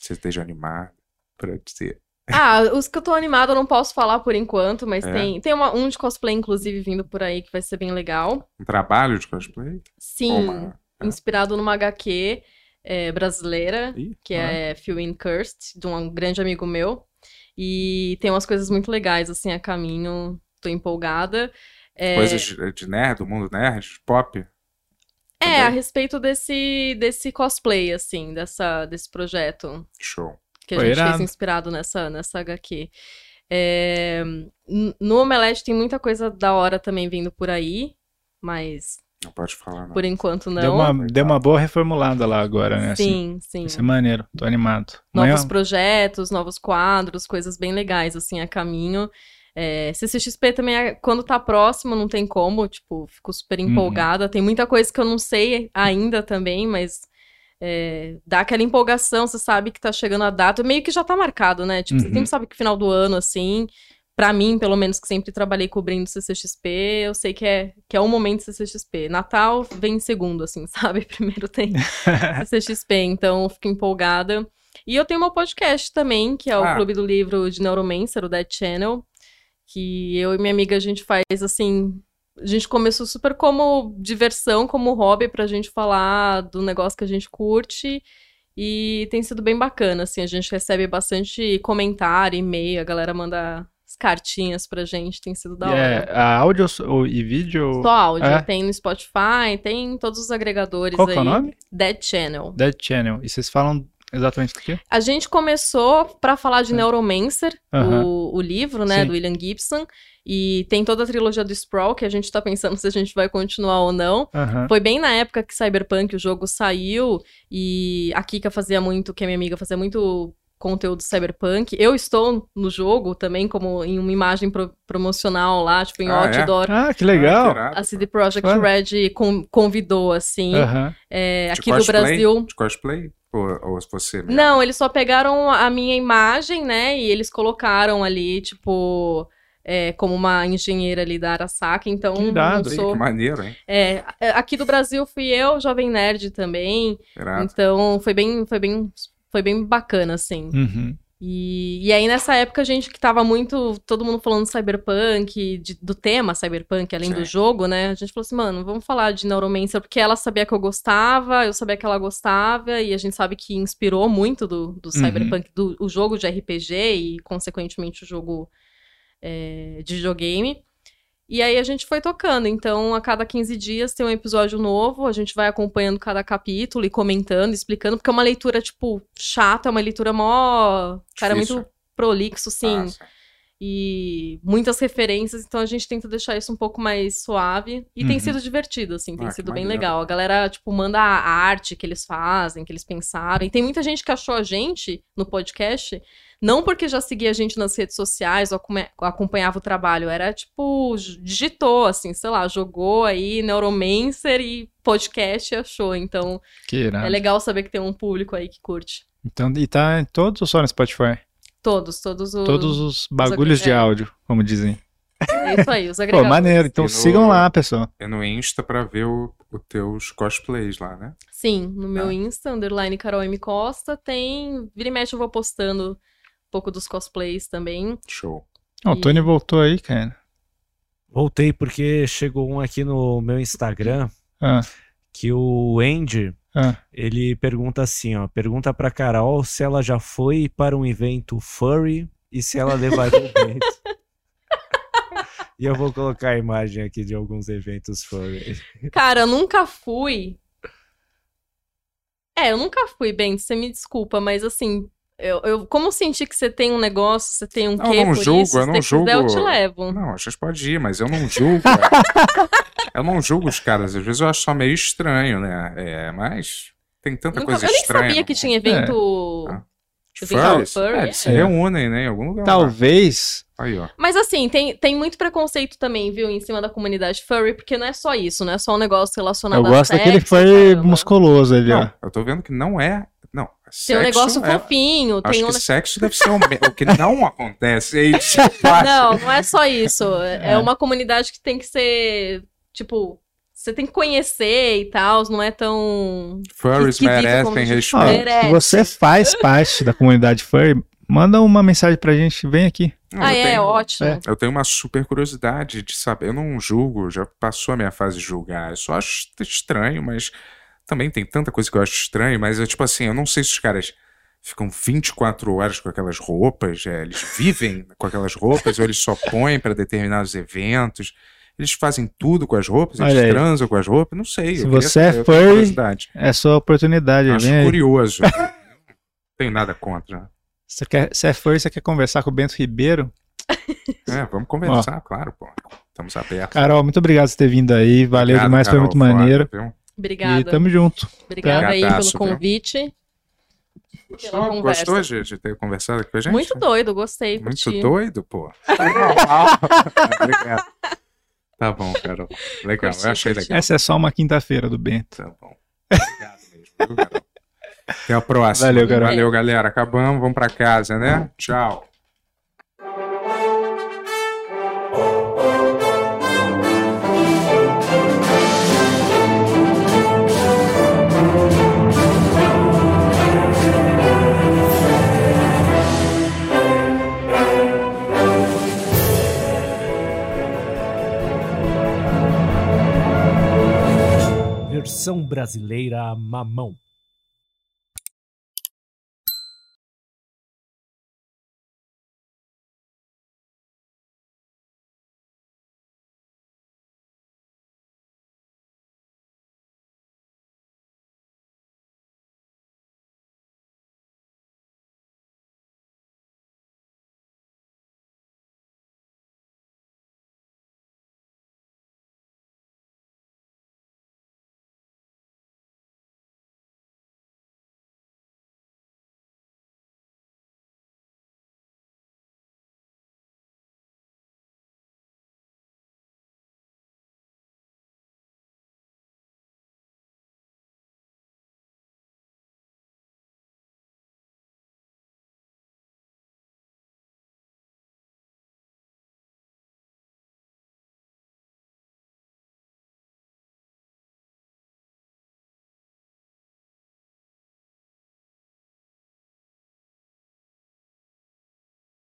S2: você esteja animado pra dizer.
S4: Ah, os que eu tô animada eu não posso falar por enquanto, mas
S2: É.
S4: tem, tem uma- um de cosplay, inclusive, vindo por aí que vai ser bem legal.
S2: Um trabalho de cosplay? Ou
S4: Sim,
S2: uma- é.
S4: inspirado numa HQ é, brasileira,
S2: Ih,
S4: que
S2: ah,
S4: é Fewin Cursed, de um grande amigo meu. E tem umas coisas muito legais, assim, a caminho. Tô empolgada. É,
S2: Coisas de- de nerd, do mundo nerd, pop.
S4: é,
S2: também.
S4: a respeito desse, desse cosplay, assim, dessa, desse projeto.
S2: Show.
S4: que a
S1: Pô,
S4: gente fez
S1: irado.
S4: inspirado nessa, nessa HQ. É, n- no Omelete tem muita coisa da hora também vindo por aí, mas
S2: Não pode falar, não.
S4: por enquanto não.
S1: Deu uma, deu uma boa reformulada lá agora, né? assim.
S4: Sim, sim.
S1: Isso é maneiro, tô animado. é um Amanhã,
S4: Novos projetos, novos quadros, coisas bem legais, assim, a caminho. É, CCXP também, é- quando tá próximo, não tem como, tipo, fico super
S1: Uhum.
S4: empolgada. Tem muita coisa que eu não sei ainda também, mas é, dá aquela empolgação, você sabe que tá chegando a data, meio que já tá marcado, né? Tipo, você
S1: Uhum.
S4: sempre sabe que final do ano, assim, pra mim, pelo menos, que sempre trabalhei cobrindo CCXP, eu sei que é, que é o momento CCXP. Natal vem em segundo, assim, sabe? Primeiro tem CCXP, então eu fico empolgada. E eu tenho meu podcast também, que é o
S2: Ah.
S4: Clube do Livro de Neuromancer, o Dead Channel, que eu e minha amiga a gente faz assim. A gente começou super como diversão, como hobby, pra gente falar do negócio que a gente curte. E tem sido bem bacana, assim. A gente recebe bastante comentário, e-mail, a galera manda as cartinhas pra gente, tem sido da hora.
S1: é, a áudio ou- e vídeo.
S4: Só áudio,
S1: É.
S4: tem no Spotify, tem em todos os agregadores
S1: Qual
S4: aí.
S1: que é o nome?
S4: Dead Channel.
S1: Dead Channel. E vocês falam exatamente do quê?
S4: A gente começou pra falar de
S1: É.
S4: Neuromancer,
S1: Aham.
S4: o, o livro, né,
S1: Sim.
S4: do William Gibson, e tem toda a trilogia do Sprawl, que a gente tá pensando se a gente vai continuar ou não.
S1: Aham.
S4: Foi bem na época que Cyberpunk, o jogo, saiu, e a Kika fazia muito, que é minha amiga, fazia muito conteúdo Cyberpunk. Eu estou no jogo também, como em uma imagem pro- promocional lá, tipo em
S2: Ah, é?
S4: outdoor.
S1: Ah, que legal.
S2: Ah, que irado,
S4: A CD Projekt
S1: Claro.
S4: Red con- convidou, assim,
S1: Aham.
S4: é,
S2: De
S4: aqui do
S2: Tipo cosplay?
S4: Brasil.
S2: De cosplay? Ou, ou você mesmo?
S4: Não, eles só pegaram a minha imagem, né? E eles colocaram ali, tipo, é, como uma engenheira ali da Arasaka. Então,
S1: Que irado,
S4: não
S2: Ih,
S4: sou.
S2: Que maneiro, hein?
S4: É, a- aqui do Brasil fui eu, Jovem Nerd também.
S2: Irado.
S4: Então, foi bem, foi bem, foi bem bacana, assim.
S1: Uhum.
S4: E, e aí, nessa época, a gente que tava muito. Todo mundo falando de cyberpunk, de- do tema cyberpunk, além do
S2: Sim.
S4: jogo, né? A gente falou assim, mano, vamos falar de Neuromancer, porque ela sabia que eu gostava, eu sabia que ela gostava, e a gente sabe que inspirou muito do, do cyberpunk, do o jogo de RPG e, consequentemente, o jogo é, de videogame. E aí a gente foi tocando. Então, a cada 15 dias tem um episódio novo, a gente vai acompanhando cada capítulo e comentando, explicando, porque é uma leitura, tipo, chata, é uma leitura mó. Cara,
S2: Difícil.
S4: muito prolixo, assim, sim.
S2: Ah, sim.
S4: E muitas referências, então a gente tenta deixar isso um pouco mais suave. E tem
S1: Uhum.
S4: sido divertido, assim, tem
S2: Ah, que
S4: sido bem
S2: maneiro.
S4: legal. A galera, tipo, manda a arte que eles fazem, que eles pensaram. E tem muita gente que achou a gente no podcast, não porque já seguia a gente nas redes sociais ou acome- acompanhava o trabalho, era tipo, j- digitou, assim, sei lá, jogou aí Neuromancer e podcast e achou. Então
S1: Que irado.
S4: é legal saber que tem um público aí que curte.
S1: Então, e tá em todos ou só no Spotify?
S4: Todos, todos os.
S1: Todos os bagulhos de
S4: é.
S1: áudio, como dizem.
S4: É isso aí, os
S1: Pô,
S4: agregadores.
S1: maneiro. Então
S2: E no-
S1: sigam lá, pessoal.
S2: É no Insta pra ver o- os teus cosplays lá, né?
S4: Sim, no meu
S2: Ah.
S4: Insta, underline Carol M. Costa, tem. Vira e mexe, eu vou postando um pouco dos cosplays também.
S2: Show.
S1: Ó, o
S4: E-
S1: Tony voltou aí, cara.
S3: Voltei porque chegou um aqui no meu Instagram
S1: Ah,
S3: que o Andy,
S1: ah.
S3: ele pergunta assim, ó, pergunta pra Carol se ela já foi para um evento furry e se ela levaria o Bento. E eu vou colocar a imagem aqui de alguns eventos furry.
S4: Cara, eu nunca fui. É, eu nunca fui, Ben, você me desculpa, mas assim, eu, eu como eu senti que você tem um negócio, você tem um
S2: Não,
S4: quê
S2: eu não
S4: por
S2: julgo,
S4: isso,
S2: eu
S4: se
S2: não
S4: você quiser, eu te
S2: julgo.
S4: levo.
S2: Não, vocês podem ir, mas eu não julgo. é. eu não julgo os caras. Às vezes eu acho só meio estranho, né? É, mas tem tanta
S4: Nunca-
S2: coisa
S4: eu nem
S2: estranha. né? É.
S4: sabia que tinha evento.
S2: Ah.
S4: eu vi
S2: Furries?
S4: que era furry,
S2: É,
S4: é.
S2: eles se reúnem, né? Em algum lugar.
S1: Talvez.
S2: Aí, ó.
S4: Mas assim, tem, tem muito preconceito também, viu, em cima da comunidade furry, porque não é só isso, não é só um negócio relacionado
S1: Eu
S4: a
S1: gosto é daquele
S4: sexo,
S1: furry
S4: caramba.
S1: musculoso ali, ó.
S2: Não, eu tô vendo que não é. Não.
S4: Tem um negócio
S2: é,
S4: fofinho,
S2: Acho
S4: tem um.
S2: que sexo deve ser o, me- o que não acontece. É isso.
S4: Não, não é só isso. É é uma comunidade que tem que ser, tipo, você tem que conhecer e tal, não é tão.
S2: Furries
S4: Que esquisito como
S2: merecem
S4: a gente
S1: Ó,
S2: respeito.
S4: merece.
S1: se você faz parte da comunidade furry, manda uma mensagem pra gente, vem aqui.
S2: Não,
S4: Ah,
S2: eu
S4: é,
S2: tenho-
S4: ótimo.
S1: É.
S2: Eu tenho uma super curiosidade de saber. Eu não julgo, já passou a minha fase de julgar. Eu só acho estranho, mas também tem tanta coisa que eu acho estranho. Mas é tipo assim, eu não sei se os caras ficam 24 horas com aquelas roupas, é, eles vivem com aquelas roupas, ou eles só põem para determinados eventos. Eles fazem tudo com as roupas, eles
S1: Olha aí.
S2: transam com as roupas, não sei.
S1: Se
S2: eu queria
S1: você é
S2: saber, eu tenho
S1: furry,
S2: curiosidade.
S1: É a sua oportunidade,
S2: Acho
S1: vem aí.
S2: curioso. não tenho nada contra.
S1: Você quer, se é furry, você quer conversar com o Bento Ribeiro?
S2: É, vamos conversar, claro, pô. Estamos abertos.
S1: Carol, muito obrigado por ter vindo aí. Valeu
S2: Obrigado,
S1: demais,
S2: Carol,
S1: foi muito maneiro.
S2: viu?
S1: E
S4: Obrigada.
S1: tamo junto.
S4: Obrigada aí
S2: Obrigadaço,
S4: pelo
S2: tá. viu?
S4: convite. Pela
S2: Gostou,
S4: conversa.
S2: gostou de, de ter conversado aqui com a gente?
S4: Muito doido, gostei.
S2: Muito
S4: curti.
S2: doido, pô. Obrigado. Tá bom, Carol. Legal,
S4: Curti,
S2: eu achei
S4: curti.
S2: legal.
S1: Essa é só uma quinta-feira do Bento.
S2: Tá bom. Obrigado mesmo, viu, Carol? Até a próxima. né?
S1: Valeu, Carol.
S2: Valeu, galera. Acabamos, vamos pra casa, né? Tchau.
S3: Versão brasileira mamão.